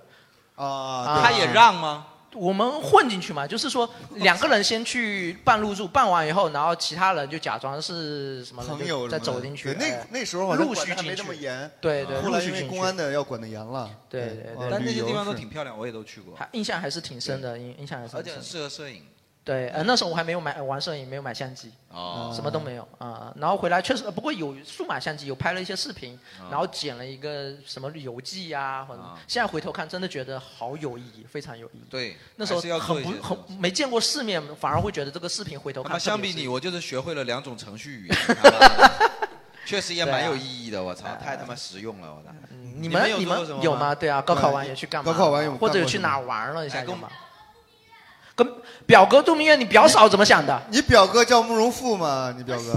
S1: 啊
S2: 他也让吗？
S4: 我们混进去嘛，就是说两个人先去办入住，办完以后，然后其他人就假装是什么人
S1: 朋友
S4: 就
S1: 什么的
S4: 再走进
S1: 对
S4: 去。
S1: 那
S4: 哎
S1: 那时候好像
S4: 陆
S1: 管
S4: 续
S1: 得还
S4: 进
S1: 没
S4: 去
S1: 那么严
S4: *laughs*
S1: 啊
S4: 对对，
S1: 后
S4: 陆
S1: 来
S4: 续
S1: 因为
S4: 进
S1: 公
S4: 去
S1: 安的要管得严了。
S4: 对对
S1: 哇
S4: 对
S2: 但那
S1: 旅
S2: 些
S1: 游
S2: 地方都
S1: 是
S2: 挺漂亮，我也都去过，
S4: 印象还是挺深的，印印象还是
S2: 而
S4: 挺
S2: 且
S4: 深
S2: 很
S4: 的。
S2: 适合摄影。
S4: 对，呃，那时候我还没有买玩摄影，没有买相机，
S2: 哦
S4: 什么都没有啊、然后回来确实，呃不过有数码相机，有拍了一些视频，
S2: 哦
S4: 然后剪了一个什么游记呀、或者、现在回头看，真的觉得好有意义，非常有意义。
S2: 啊对，
S4: 那时候
S2: 还是要做
S4: 很
S2: 一些
S4: 不很没见过世面，反而会觉得这个视频回头
S2: 他
S4: 看。
S2: 妈相比
S4: 特别
S2: 你，
S4: 有意义
S2: 我就是学会了两种程序
S4: *laughs*
S2: 语言，他妈的确实
S4: 啊
S2: 也蛮有意义的。我操，太他妈实用了，我操！
S4: 你们
S2: 有
S4: 哎嗯你
S2: 做过
S4: 们
S2: 什么
S4: 有吗？对啊，高考完也去干嘛？
S1: 高考完有
S4: 或者有去
S1: 干过什么
S2: 哎
S4: 哪儿玩了一下有吗？跟表哥度蜜月，你表嫂怎么想的？
S1: 你表哥叫慕容复吗？你表
S4: *laughs*
S1: 哥？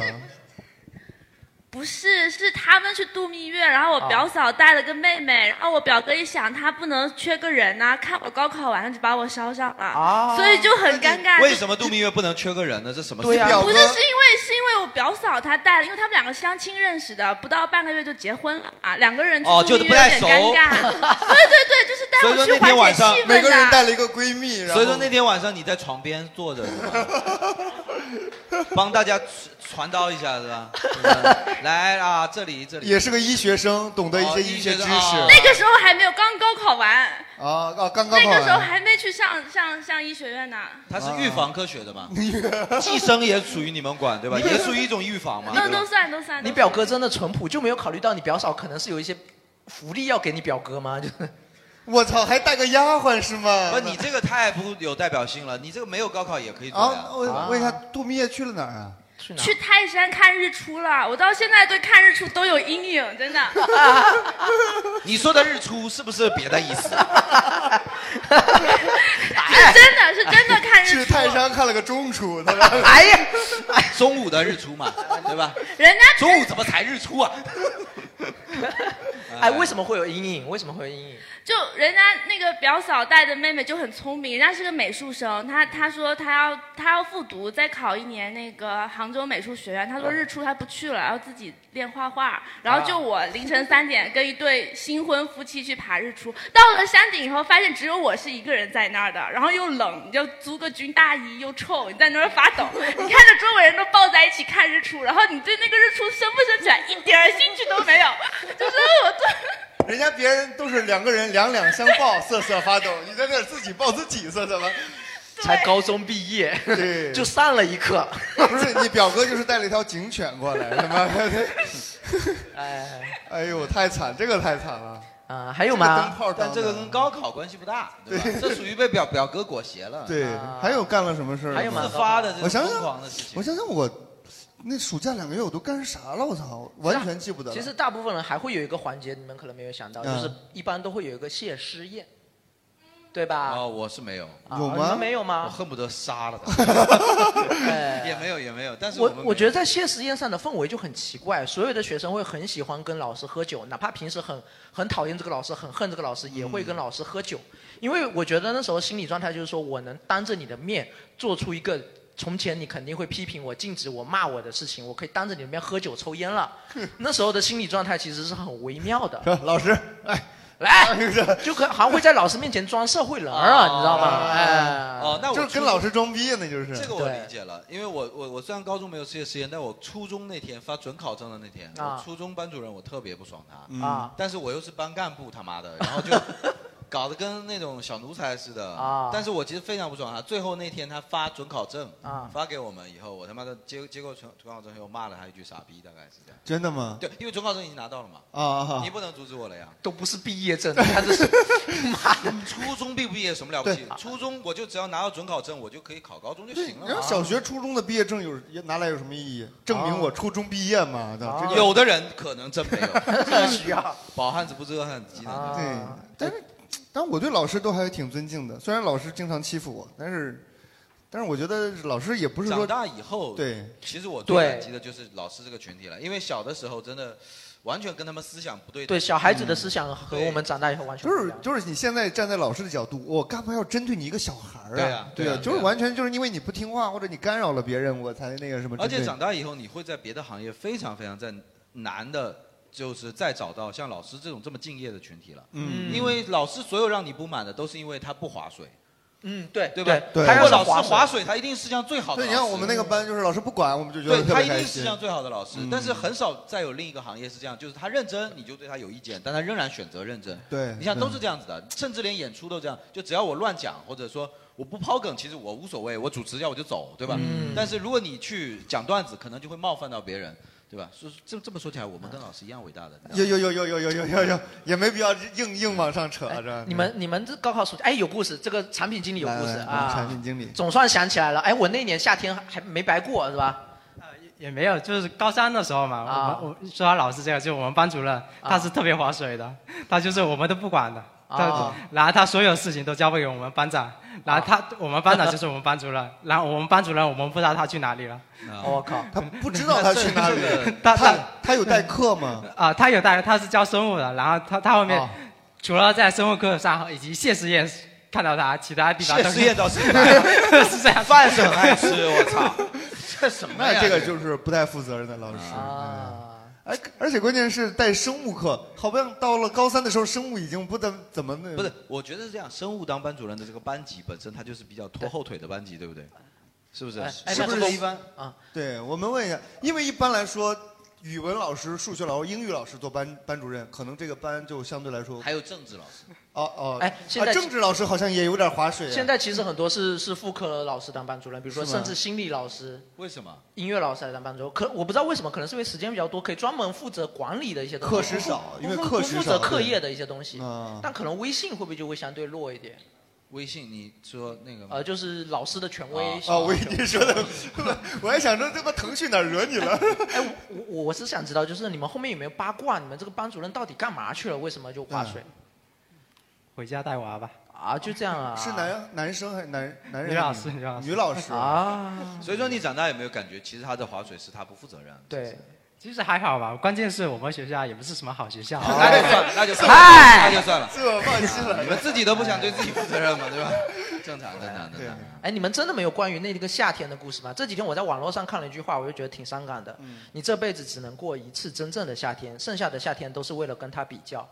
S12: 不是，是他们去度蜜月，然后我
S2: 啊
S12: 表嫂带了个妹妹，然后我表哥一想，他不能缺个人呐、看我高考完了就把我捎上了，
S2: 啊
S12: 所以就很尴尬。
S2: 为什么度蜜月不能缺个人呢？这什么事？
S4: 啊
S12: 不是，是因为是因为我表嫂她带了，因为他们两个相亲认识的，不到半个月就结婚了啊，两个人去
S2: 哦
S12: 度
S2: 就
S12: 蜜
S2: 不
S12: 月有
S2: 太
S12: 点
S2: 熟
S12: 尴尬。
S2: *laughs*
S12: 对对对，就是带
S2: 所以
S12: 我
S2: 说
S12: 去
S2: 那天晚
S12: 缓解
S2: 上
S12: 气氛的。
S1: 每个人带了一个闺蜜，然后
S2: 所以说那天晚上你在床边坐着是吗，帮大家传导一下是吧？ *laughs* 来啊，这里这里
S1: 也是个医学生，懂得一些医学知识。
S12: 那个时候还没有刚高考完，
S1: 啊啊，刚刚
S12: 那
S1: 跑
S12: 个时候
S1: 完。
S12: 还没去上上上医学院呢。
S2: 它是预防科学的嘛？ *laughs* 寄生也属于你们管对吧？也属于一种预防嘛？
S12: 都
S2: 对吧
S12: 都算都算。
S4: 你表哥真的淳朴，就没有考虑到你表嫂可能是有一些福利要给你表哥吗？ *laughs* 就是
S1: 我操，还带个丫鬟是
S2: *laughs*
S1: 吗？
S2: 不，哦你这个太不有代表性了，你这个没有高考也可以做呀
S1: 啊，。我问一下，度蜜月去了哪儿啊？
S2: 去
S12: 去泰山看日出了，我到现在对看日出都有阴影，
S1: *laughs*
S12: 真的。
S2: *laughs* 你说的日出是不是别的意
S4: *laughs*
S2: 思？
S12: 是真的是真的看日
S1: 哎去
S12: 出。
S1: 泰山看了个中出，
S4: 哎呀，
S2: 中午的日出
S4: *laughs*
S2: 嘛，对吧？
S12: 人家
S2: 中午怎么才日出啊？
S4: 哎，为什么会有阴影？为什么会有阴影？
S12: 就人家那个表嫂带的妹妹就很聪明，人家是个美术生，她她说她要她要复读，再考一年那个杭州美术学院。她说日出她不去了，然后自己练画画。然后就我凌晨三点跟一对新婚夫妻去爬日出，到了山顶以后发现只有我是一个人在那儿的，然后又冷，你就租个军大衣又臭，你在那儿发抖，你看着周围人都抱在一起看日出，然后你对那个日出升不升起来一点儿兴趣都没有，就是我对。
S1: 人家别人都是两个人两两相抱，瑟瑟发抖，你在那儿自己抱自己瑟瑟发。
S4: 才高中毕业，
S1: 对，
S4: 就上了一课。
S1: 不是 *laughs* 你表哥就是带了一条警犬过来，是吗？
S4: *laughs* 哎，
S1: 哎呦，太惨，这个太惨了。
S4: 啊
S1: 还有吗这个灯泡装的
S2: 但这个跟高考关系不大，对吧
S1: 对？
S2: 这属于被表表哥裹挟了。
S1: 对，
S4: 啊
S1: 还有干了什么事儿？
S2: 还有吗自发的这种
S1: 我想想
S2: 疯狂的事，
S1: 我想想我那暑假两个月我都干啥了？我操，完全记不得了。
S4: 其实大部分人还会有一个环节，你们可能没有想到，
S1: 嗯
S4: 就是一般都会有一个谢师宴，对吧？
S2: 哦，我是没有，
S4: 啊有吗你们没有吗哎
S2: 我恨不得杀了
S4: *laughs*
S2: 他。 *laughs* 也没有，也没有，但是
S4: 我
S2: 们
S4: 我觉得在谢师宴上的氛围就很奇怪，所有的学生会很喜欢跟老师
S2: *laughs*
S4: 喝酒，哪怕平时很很讨厌这个老师，很恨这个老师，也会跟老师喝酒，
S2: 嗯
S4: 因为我觉得那时候心理状态就是说我能当着你的面做出一个。从前你肯定会批评我、禁止我、骂我的事情，我可以当着你的面喝酒抽
S2: *laughs*
S4: 烟了。那时候的心理状态其实是很微妙的。
S1: 老师，
S2: 哎
S4: *laughs*
S2: *laughs*
S4: 来，就可好像会在老师面前装社会人儿啊，你知道吗？哎，
S2: 哦，那我
S1: 就是跟
S2: 初
S1: 老师装逼，啊那就是
S2: 这个我理解了，因为我我我虽然高中没有毕业实验，但我初中那天发准考证的那天，
S4: 啊
S2: 我初中班主任我特别不爽
S4: 嗯
S2: 他，
S4: 啊
S2: 但是我又是班干部他妈的，然后
S4: *laughs*
S2: 就搞得跟那种小奴才似的，
S4: 啊
S2: 但是我其实非常不爽他。最后那天他发准考证
S4: 啊
S2: 发给我们以后，我他妈的接接过准准考证以后骂了他一句傻逼，大概是这样。
S1: 真的吗？
S2: 对，因为准考证已经拿到了嘛，
S1: 啊
S2: 你不能阻止我了
S4: *laughs*
S2: 呀。
S4: 都不是毕业
S1: *laughs*
S4: 证，他这是妈的
S2: 初中毕不毕业有什么了不起？初中我就只要拿到准考证，我就可以考高中就行了嘛。
S1: 然后小学、初中的毕业证有也拿来有什么意义？证
S4: 啊
S1: 明我初中毕业嘛？对吧这个
S2: 啊有的人可能真
S1: *laughs*
S2: 没有，
S1: 必须啊！
S2: *laughs* 饱汉子不知饿汉子饥
S4: 啊
S2: 呢。
S1: 对，但是但我对老师都还挺尊敬的，虽然老师经常欺负我，但是但是我觉得老师也不是说
S2: 长大以后，
S1: 对，
S2: 其实我最
S1: 对
S2: 感激的就是老师这个群体了，因为小的时候真的完全跟他们思想不对嗯等。
S4: 对小孩子的思想和我们长大以后完全
S1: 就
S4: 不一
S1: 是
S4: 样。
S1: 就是你现在站在老师的角度，我干嘛要针对你一个小孩儿
S2: 对
S1: 啊
S2: 啊？
S1: 对
S2: 对啊
S1: 就是
S2: 对啊
S1: 完全就是因为你不听话或者你干扰了别人，我才那个
S4: 嗯
S1: 什么针
S2: 而
S1: 对你。
S2: 且长大以后，你会在别的行业非常非常在难的，就是再找到像老师这种这么敬业的群体了。
S1: 嗯
S2: 因为老师所有让你不满的，都是因为他不划水。
S4: 嗯，对
S2: 对吧
S1: 对？对
S2: 如果老
S1: 他要
S2: 师
S1: 是
S2: 划
S1: 划
S2: 水，他一定是像最好的
S1: 对，
S2: 老
S1: 你
S2: 师。
S1: 看我们那个班，就是老师不管，我们就觉得
S2: 对
S1: 特
S2: 他
S1: 别
S2: 一
S1: 开
S2: 定是
S1: 心嗯
S2: 世。上最好的老师，但是很少再有另一个行业是这样，就是他认真，你就对他有意见，但他仍然选择认真。
S1: 对
S2: 你想
S1: 对
S2: 都是这样子的，甚至连演出都这样，就只要我乱讲，或者说我不抛梗，其实我无所谓，我主持一下我就走，对吧？
S1: 嗯
S2: 但是如果你去讲段子，可能就会冒犯到别人，对吧？说这这么说起来，我们跟老师一样伟大的。你知道
S1: 有
S2: 吗
S1: 有有有有有有有有，也没必要硬硬往上扯着。
S4: 哎你们你们这高考暑假，哎，有故事，这个产品经理有
S1: 来
S4: 故事
S1: 来来
S4: 啊，
S1: 哎产品经理
S4: 总算想起来了，哎，我那年夏天还还没白过是吧？
S9: 也没有，就是高三的时候嘛，
S4: 啊
S9: 我们我说到老师这个，就我们班主任，他是特别划水的，他就是我们都不管的。他
S4: 哦
S9: 然后他所有事情都交付给我们班长，然后他我们班长 *laughs* 就是我们班主任，然后我们班主任我们不知道他去哪里了。
S4: 我靠，
S1: 他不知道他去哪里
S9: 他
S1: 他他有代课吗？
S9: 啊，他有带，他是教生物的，然后他他后面除了在生物课上以及谢师宴看到他，其他地方都
S18: 谢师宴倒是
S9: *laughs* 是这样，
S18: 饭是很
S9: *laughs*
S18: 爱吃，我操，
S1: 这
S18: 什么呀
S1: 那这个就是不太负责任的老师。啊，哎，而且关键是带生物课，好像到了高三的时候，生物已经不怎怎么那
S2: 不是，我觉得是这样，生物当班主任的这个班级本身，它就是比较拖后腿的班级，对不对？是不是？
S1: 是不是一般
S4: 啊？
S1: 对我们问一下，因为一般来说，语文老师、数学老师、英语老师做班班主任，可能这个班就相对来说
S2: 还有政治老师。
S1: 哦哦，
S4: 哎现在
S1: 啊、政治老师好像也有点划水、啊。
S4: 现在其实很多是是副科老师当班主任，比如说
S1: 是吗
S4: 甚至心理老师、
S2: 为什么？
S4: 音乐老师来当班主任。可我不知道为什么，可能是因为时间比较多，可以专门负责管理的一些东西。
S1: 课时少
S4: 不
S1: 因为
S4: 不
S1: 课时
S4: 不负
S1: 少
S4: 责课
S1: 对
S4: 业的一些东西。
S1: 嗯
S4: 但可能微信会不会就会相对弱一点？
S2: 微信，你说那个吗
S4: 呃，就是老师的权威。
S1: 啊，我以为你
S4: *laughs*
S1: 说的，我还想着这不腾讯哪儿惹你了？
S4: 哎我我我是想知道，就是你们后面有没有八卦？你们这个班主任到底干嘛去了？为什么就
S1: 嗯
S4: 划水？
S9: 回家带娃吧。
S4: 啊，就这样啊。
S1: 是男男生还是男男人？
S9: 女老师女老师
S1: 女老师
S4: 啊。
S2: 所以说你长大有没有感觉，其实他的划水是他不负责任？
S9: 对，其实还好吧，关键是我们学校也不是什么好学校。
S2: 那就算了， *laughs* 那就算了，那就算了，你们自己都不想对自己负责
S1: 啊
S2: 任嘛， *laughs* 对吧？正常，正常，正常。
S4: 哎，你们真的没有关于那个夏天的故事吗？这几天我在网络上看了一句话，我就觉得挺伤感的。
S1: 嗯
S4: 你这辈子只能过一次真正的夏天，剩下的夏天都是为了跟他比较。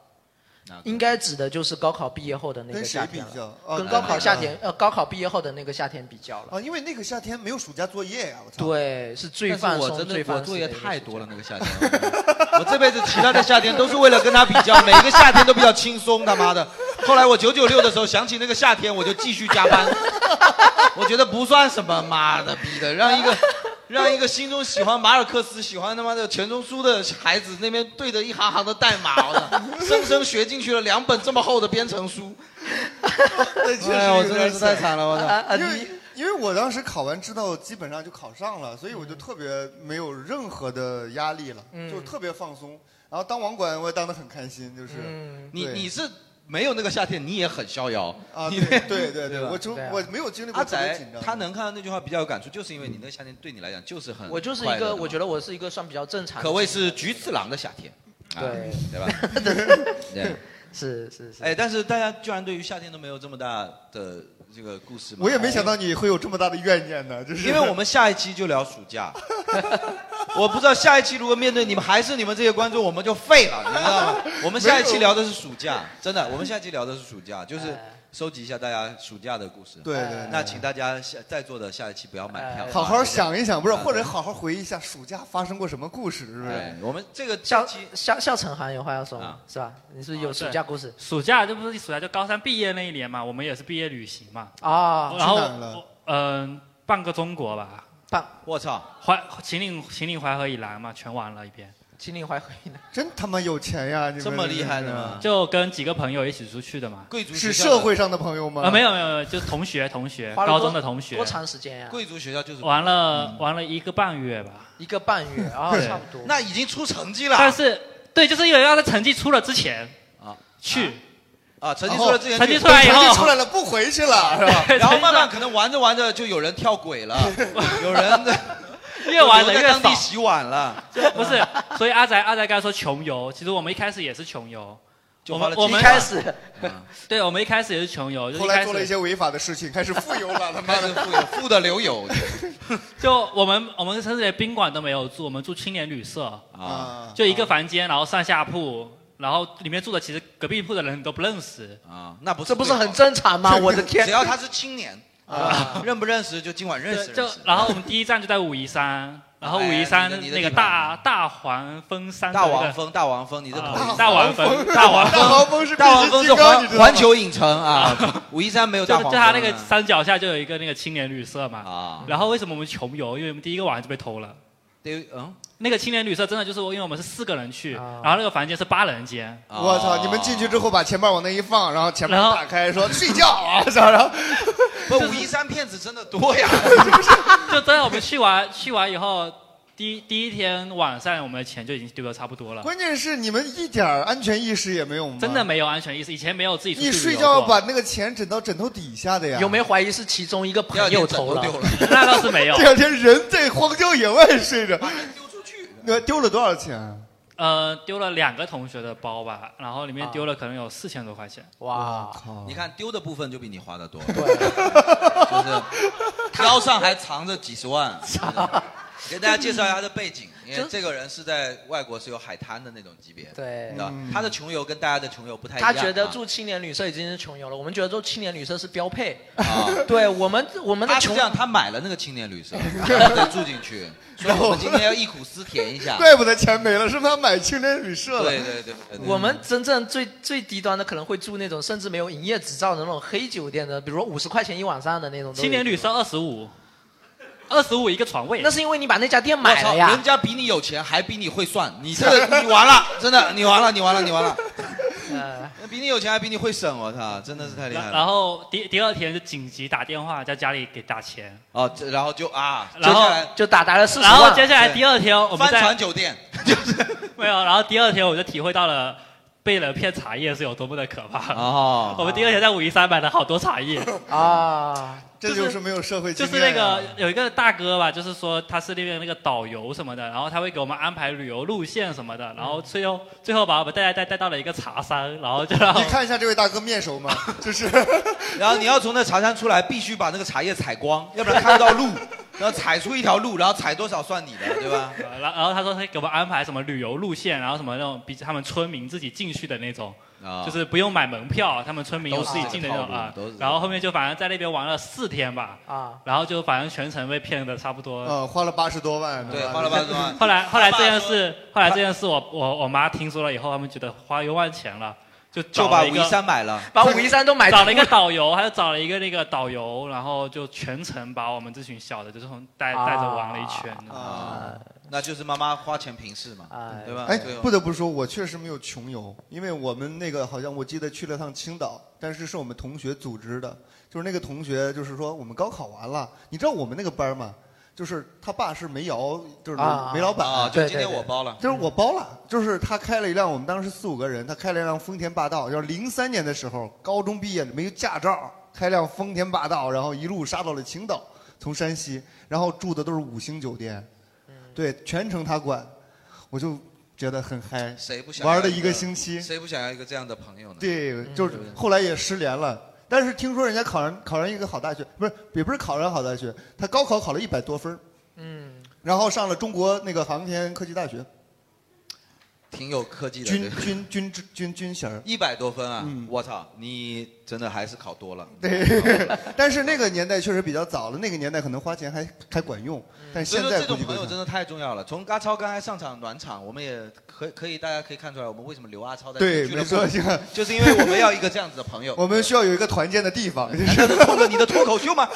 S4: 应该指的就是高考毕业后的那个
S1: 跟谁
S4: 夏天
S1: 比较
S4: 了
S1: 哦
S4: 跟高考夏天
S1: 那、
S4: 呃高考毕业后的那个夏天比较了。
S1: 啊，因为那个夏天没有暑假作业啊呀、我操。
S4: 对，是最
S2: 但是
S4: 放
S2: 我
S4: 松、
S2: 真的
S4: 最
S2: 我
S4: 放
S2: 作
S4: 松
S2: 业
S4: 的
S2: 太多了，那个夏天， *laughs* 我这辈子其他的夏天都是为了跟他比较，每个夏天都比较轻松，他妈的。后来我九九六的时候想起那个夏天，我就继续加班， *laughs* 我觉得不算什么，妈的逼的，让一 *laughs* 个让一个心中喜欢马尔克斯、喜欢他妈的钱钟书的孩子那边对着一行行的代码，我操，生生学进去了两本这么厚的编程书，哎呀，我真的是太惨了，我操！
S4: 啊
S1: 因为因为我当时考完之后，基本上就考上了，所以我就特别没有任何的压力了，
S2: 嗯
S1: 就特别放松。然后当网管我也当得很开心，就是、
S4: 嗯
S2: 你
S1: 对
S2: 你是没有那个夏天，你也很逍遥
S1: 啊
S2: 你
S1: 对对对对
S2: 吧
S1: 我就
S2: 对啊
S1: 我没有经历过
S2: 阿
S1: 特别
S2: 宅
S1: 紧张
S2: 他能看到那句话比较有感触，就是因为你那个夏天对你来讲就是很
S4: 我就是
S2: 快
S4: 一
S2: 乐的
S4: 个，
S2: 嘛
S4: 我觉得我是一个算比较正常的。
S2: 可谓是菊次郎的夏天，啊
S4: 对
S2: 对
S4: *laughs*
S2: 吧？对，
S4: 是是是。
S2: 哎，但是大家居然对于夏天都没有这么大的这个故事，哎
S1: 我也没想到。你会有这么大的怨念呢，就是
S2: *laughs* 因为我们下一期就聊暑
S11: *laughs*
S2: 假，我不知道下一期如果面对你们还是你们这些观众，我们就废了，你知道吗？我们下一期聊的是暑假，真
S11: 哎
S2: 的，我们下一期聊的是暑假，就是收集一下大家暑假的故事。哎
S1: 对对对
S2: 那请大家下在座的下一期不要买
S11: 哎
S2: 票，
S1: *laughs* 好好想一想，不是，
S2: 啊
S1: 或者好好回忆一下暑假发生过什么故事，是不
S2: 对
S1: 是？
S2: 我们这个啊
S4: 校校校城涵有话要说吗？是吧？啊你是不是有
S11: 哦对
S4: 暑假故事
S11: 暑假这不是暑假就高三毕业那一年嘛，我们也是毕业旅行嘛。
S4: 啊
S11: 然后
S4: 去哪儿了
S11: 嗯、半个中国吧。
S4: 半，
S2: 我操，
S11: 淮秦岭秦岭淮河以南嘛，全玩了一遍。
S4: 秦岭淮河以南，
S1: 真他妈有钱呀！你们
S11: 这么厉害的吗
S1: 真是
S11: 就跟几个朋友一起出去的嘛。
S2: 贵族
S1: 是社会上的朋友吗？
S11: 啊、没有没有没有，就是同学同学，
S4: 花了多
S11: 高中的同学。
S4: 多长时间呀？
S2: 贵族学校就是
S11: 玩了、玩了一个半月吧。
S4: 一个半
S11: *laughs*
S4: 月啊，
S11: 对
S4: 差不多。
S2: 那已经出成绩了
S11: 但是对，就是因为他的成绩出了之前
S2: 啊
S11: 去
S2: 啊，成绩出来之前去，
S11: 成绩出来以后， *laughs*
S1: 不回去了
S11: 是吧
S2: 然后慢慢可能玩着玩着就有人跳
S11: *laughs*
S2: 轨了，有人的
S11: 越玩的
S2: 有人
S11: 越
S2: 在当地
S11: 少
S2: 洗碗了。
S11: 不是，所以阿宅阿宅刚才说穷游，其实我们一开始也是穷游，
S2: 就
S11: 我
S2: 花
S11: 们
S2: 了
S11: 我们
S2: 一开始，
S11: *laughs* 对，我们一开始也是穷游，就是
S1: 后
S11: 一
S1: 来
S11: 开
S1: 做了一
S11: 始
S1: 些违法的事情，开始富有了，他妈
S2: 开始
S1: 的
S2: 富有富的流 *laughs* 油。
S11: 就我们我们甚至连宾馆都没有住，我们住青年旅社
S2: 啊
S11: 就一个房间，然后上下铺，然后里面住的其实隔壁铺的人都不认识
S2: 啊，那不
S4: 这不是很正常吗？我
S11: *laughs*
S4: 的天！
S2: 只要他是青年啊，认不认识就今晚认识
S11: 就
S2: 认识
S11: 就。然后我们第一站就在武夷山，然后武夷山
S2: 哎你的你的
S11: 那个
S2: 地盘
S11: 大大黄蜂山的
S2: 大
S11: 那个
S2: 王峰，大王峰，你这
S11: 啊
S2: 土
S11: 大王峰
S2: 大王
S11: 大王峰是
S2: 大王峰是
S11: 必须金刚你
S2: 环
S11: 知道吗
S2: 环球影
S11: *laughs*
S2: 城啊，武夷山没有
S11: 就
S2: 大
S11: 就
S2: 黄
S11: 他那
S2: 蜂
S11: 个
S2: 啊
S11: 山脚下就有一个那个青年旅社嘛。
S2: 啊。
S11: 然后为什么我们穷游？因为我们第一个晚上就被偷了。
S2: 对，嗯。
S11: 那个青年旅社真的就是我因为我们是四个人去，
S2: 啊
S11: 然后那个房间是八人间。
S1: 我操！你们进去之后把钱包往那一放，然后钱
S11: 啊然
S1: 包
S11: 后
S1: 打开说睡觉啊，操！然后
S11: *laughs*
S2: 不，武夷山骗子真的多呀。
S11: 就真的我们去完去完以后，第一第一天晚上我们的钱就已经丢的差不多了，
S1: 关键是你们一点儿安全意识也没有吗？
S11: 真的没有安全意识，以前没有自己出去
S1: 你睡
S11: 旅游
S1: 觉
S11: 过
S1: 把那个钱枕到枕头底下的呀？
S4: 有没有怀疑是其中一个朋友投了？
S11: *laughs* 那倒是没有
S1: 第二天人在荒郊野外睡着，那丢了多少钱啊？
S11: 呃，丢了两个同学的包吧，然后里面丢了可能有四千多块钱。
S4: 哇！
S2: 你看丢的部分就比你花的多，就是腰上还藏着几十万。给大家介绍一下他的背景，因为这个人是在外国是有海滩的那种级别，
S4: 对
S2: 你知道
S4: 嗯
S2: 他的穷游跟大家的穷游不太一样
S4: 他
S2: 啊。
S4: 觉得住青年旅社已经是穷游了，我们觉得住青年旅社是标配。
S2: 啊，
S4: *laughs* 对我们我们的
S2: 他是
S4: 穷
S2: 这样，
S4: *laughs*
S2: 他买了那个青年旅社，然后再住进去，所以我们今天要忆苦思甜一
S1: *laughs*
S2: 下。
S1: 怪不得钱没了，是不是他买青年旅社了？
S2: 对对对对对
S4: 我们真正最最低端的可能会住那种甚至没有营业执照的那种黑酒店的，比如说五十块钱一晚上的那种。
S11: 青年旅社二十五，二十五一个床位。
S4: 那是因为你把那家店买了
S2: 我操
S4: 呀
S2: 人。家比你有钱，还比你会算，
S4: *laughs*
S2: 你这个你完了，真的，你完了，你完了，你完了。
S4: 呃
S2: 比你有钱还比你会省，我操，真的是太厉害
S4: 啊
S11: 然
S2: 了。
S11: 然后第第二天就紧急打电话叫家里给打钱，
S2: 哦，这然后就啊，
S11: 然后
S2: 接下来
S4: 就打达了40
S11: *laughs* 然后
S4: 万
S11: 接下来第二天我们
S2: 帆
S11: 在
S2: 船酒店，
S11: *laughs* 没有，然后第二天我就体会到了被人骗茶叶是有多么的可怕。
S2: 哦
S11: 我们第二天在武夷山买了好多茶
S2: *laughs*
S11: 叶。
S4: 啊，
S1: 这就是没有社会经
S11: 就
S1: 验、啊
S11: 是那个，有一个大哥吧，就是说他是那边那个导游什么的，然后他会给我们安排旅游路线什么的，然后最后最后把我们带带带到了一个茶山，然后就让
S1: 你看一下这位大哥面熟
S11: *laughs*
S1: 吗？就是，
S2: *laughs* 然后你要从那茶山出来，必须把那个茶叶采
S4: *laughs*
S2: 光，要不然看不到路，然后采出一条路，然后采多少算你的，对吧？ *laughs*
S11: 呃然后然后他说他给我们安排什么旅游路线，然后什么那种比他们村民自己进去的那种，
S2: 啊
S11: 就是不用买门票，他们村民有
S2: 都是
S11: 自己
S2: 这个
S11: 进的那
S2: 套
S11: 种
S2: 路
S11: 啊
S2: 都是这。个
S11: 然后后面就反正在那边玩了四天吧，
S4: 啊，
S11: 然后就反正全程被骗的差不多。
S4: 哦
S1: 呃，花了八十多万，
S2: 对
S1: 吧
S2: 花了80多万
S11: 后来后来这件事，后来这件事我我我妈听说了以后，他们觉得花冤枉钱了，就
S2: 就
S11: 找
S2: 把
S11: 了一个
S2: 武夷山买了
S4: 把武夷山都买
S11: 找了一个导游，还有找了一个那个导游，然后就全程把我们这群小的就是从带带着玩了一圈。嗯
S2: 啊，那就是妈妈花钱平事嘛，对吧？
S1: 哎
S2: 对吧，
S1: 不得不说，我确实没有穷游，因为我们那个好像我记得去了趟青岛，但是是我们同学组织的，就是那个同学就是说我们高考完了，你知道我们那个班吗？就是他爸是煤窑，就是
S2: 啊
S1: 煤老板
S2: 啊就对今天对对我包了
S1: 就是我包了，就是他开了一辆，我们当时四五个人，他开了一辆丰田霸道，就是零三年的时候，高中毕业没有驾照，开辆丰田霸道，然后一路杀到了青岛，从山西，然后住的都是五星酒店，对，全程他管，我就觉得很嗨，
S2: 谁不想要
S1: 玩了一个星期，
S2: 谁不想要一个这样的朋友呢？
S1: 对，就是
S2: 嗯不对
S1: 后来也失联了。但是听说人家考上考上一个好大学，不是也不是考上好大学，他高考考了一百多分儿
S4: 嗯，
S1: 然后上了中国那个航天科技大学，
S2: 挺有科技的，
S1: 军军军军军军衔儿嗯
S2: 一百多分啊！我操，你真的还是考多了。
S1: 对，
S2: 哦
S1: *laughs* 但是那个年代确实比较早了，那个年代可能花钱还还管用，但
S2: 嗯所
S1: 现
S2: 以说
S1: 在估
S2: 这种
S1: 计不
S2: 朋友
S1: 行
S2: 真的太重要了。从阿超刚才上场暖场，我们也可可以，大家可以看出来，我们为什么留阿超在
S1: 对
S2: 这个俱乐部
S1: 没错这个
S2: 就是因为我们要一个这样子的朋友。
S1: 我们需要有一个团建的地方，就
S2: 难
S1: 是
S2: 道冲着你的脱口
S1: *laughs*
S2: 秀吗？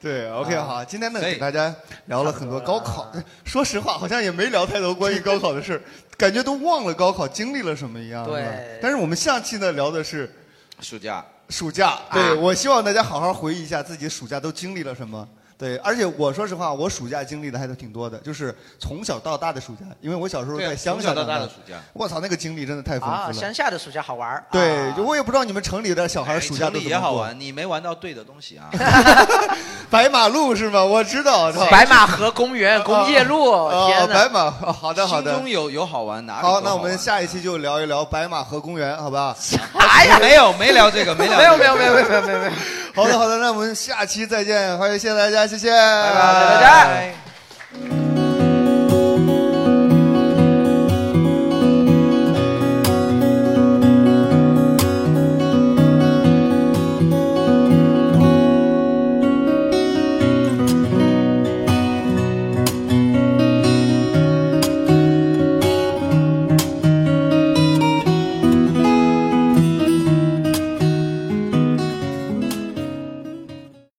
S1: 对，OK，
S2: 啊
S1: 好，今天呢
S2: 可以
S1: 给大家聊了很多高考，说实话好像也没聊太多关于高考的事儿，感觉都忘了高考经历了什么一样。
S2: 对
S1: 是吧但是我们下期呢聊的是
S2: 暑假，
S1: 暑假，对我希望大家好好回忆一下自己暑假都经历了什么。对，而且我说实话，我暑假经历的还都挺多的，就是从小到大的暑假，因为我小时候
S4: 对啊
S1: 在乡
S4: 从
S1: 下
S4: 小到
S1: 长
S4: 大
S1: 大
S4: 的暑假
S1: 我操，那个经历真的太丰富了。
S4: 啊，乡下的暑假好玩儿。
S1: 对，就我也不知道你们城里的小孩暑假
S2: 城
S1: 都
S4: 哎
S2: 里
S1: 怎
S2: 也
S1: 么
S2: 好
S1: 过。
S2: 玩，你没玩到对的东西啊。
S1: 白马路是吗？我知道，操
S4: 白马河公园、 *laughs* 工业路，
S1: 哦
S4: 天哪！
S1: 白马，哦好的好的。
S2: 心中有有好玩，哪里都
S1: 好，
S2: 玩
S1: 那我们下一期就聊一聊白马河公园，好吧？
S4: 啥哎呀
S2: 没有没聊这个没
S4: *laughs*
S2: 聊这个没有没有没有没
S4: 有没有没有。
S1: 好的好的，那我们下期再见，欢迎谢谢大家，谢谢，拜
S2: 拜拜拜拜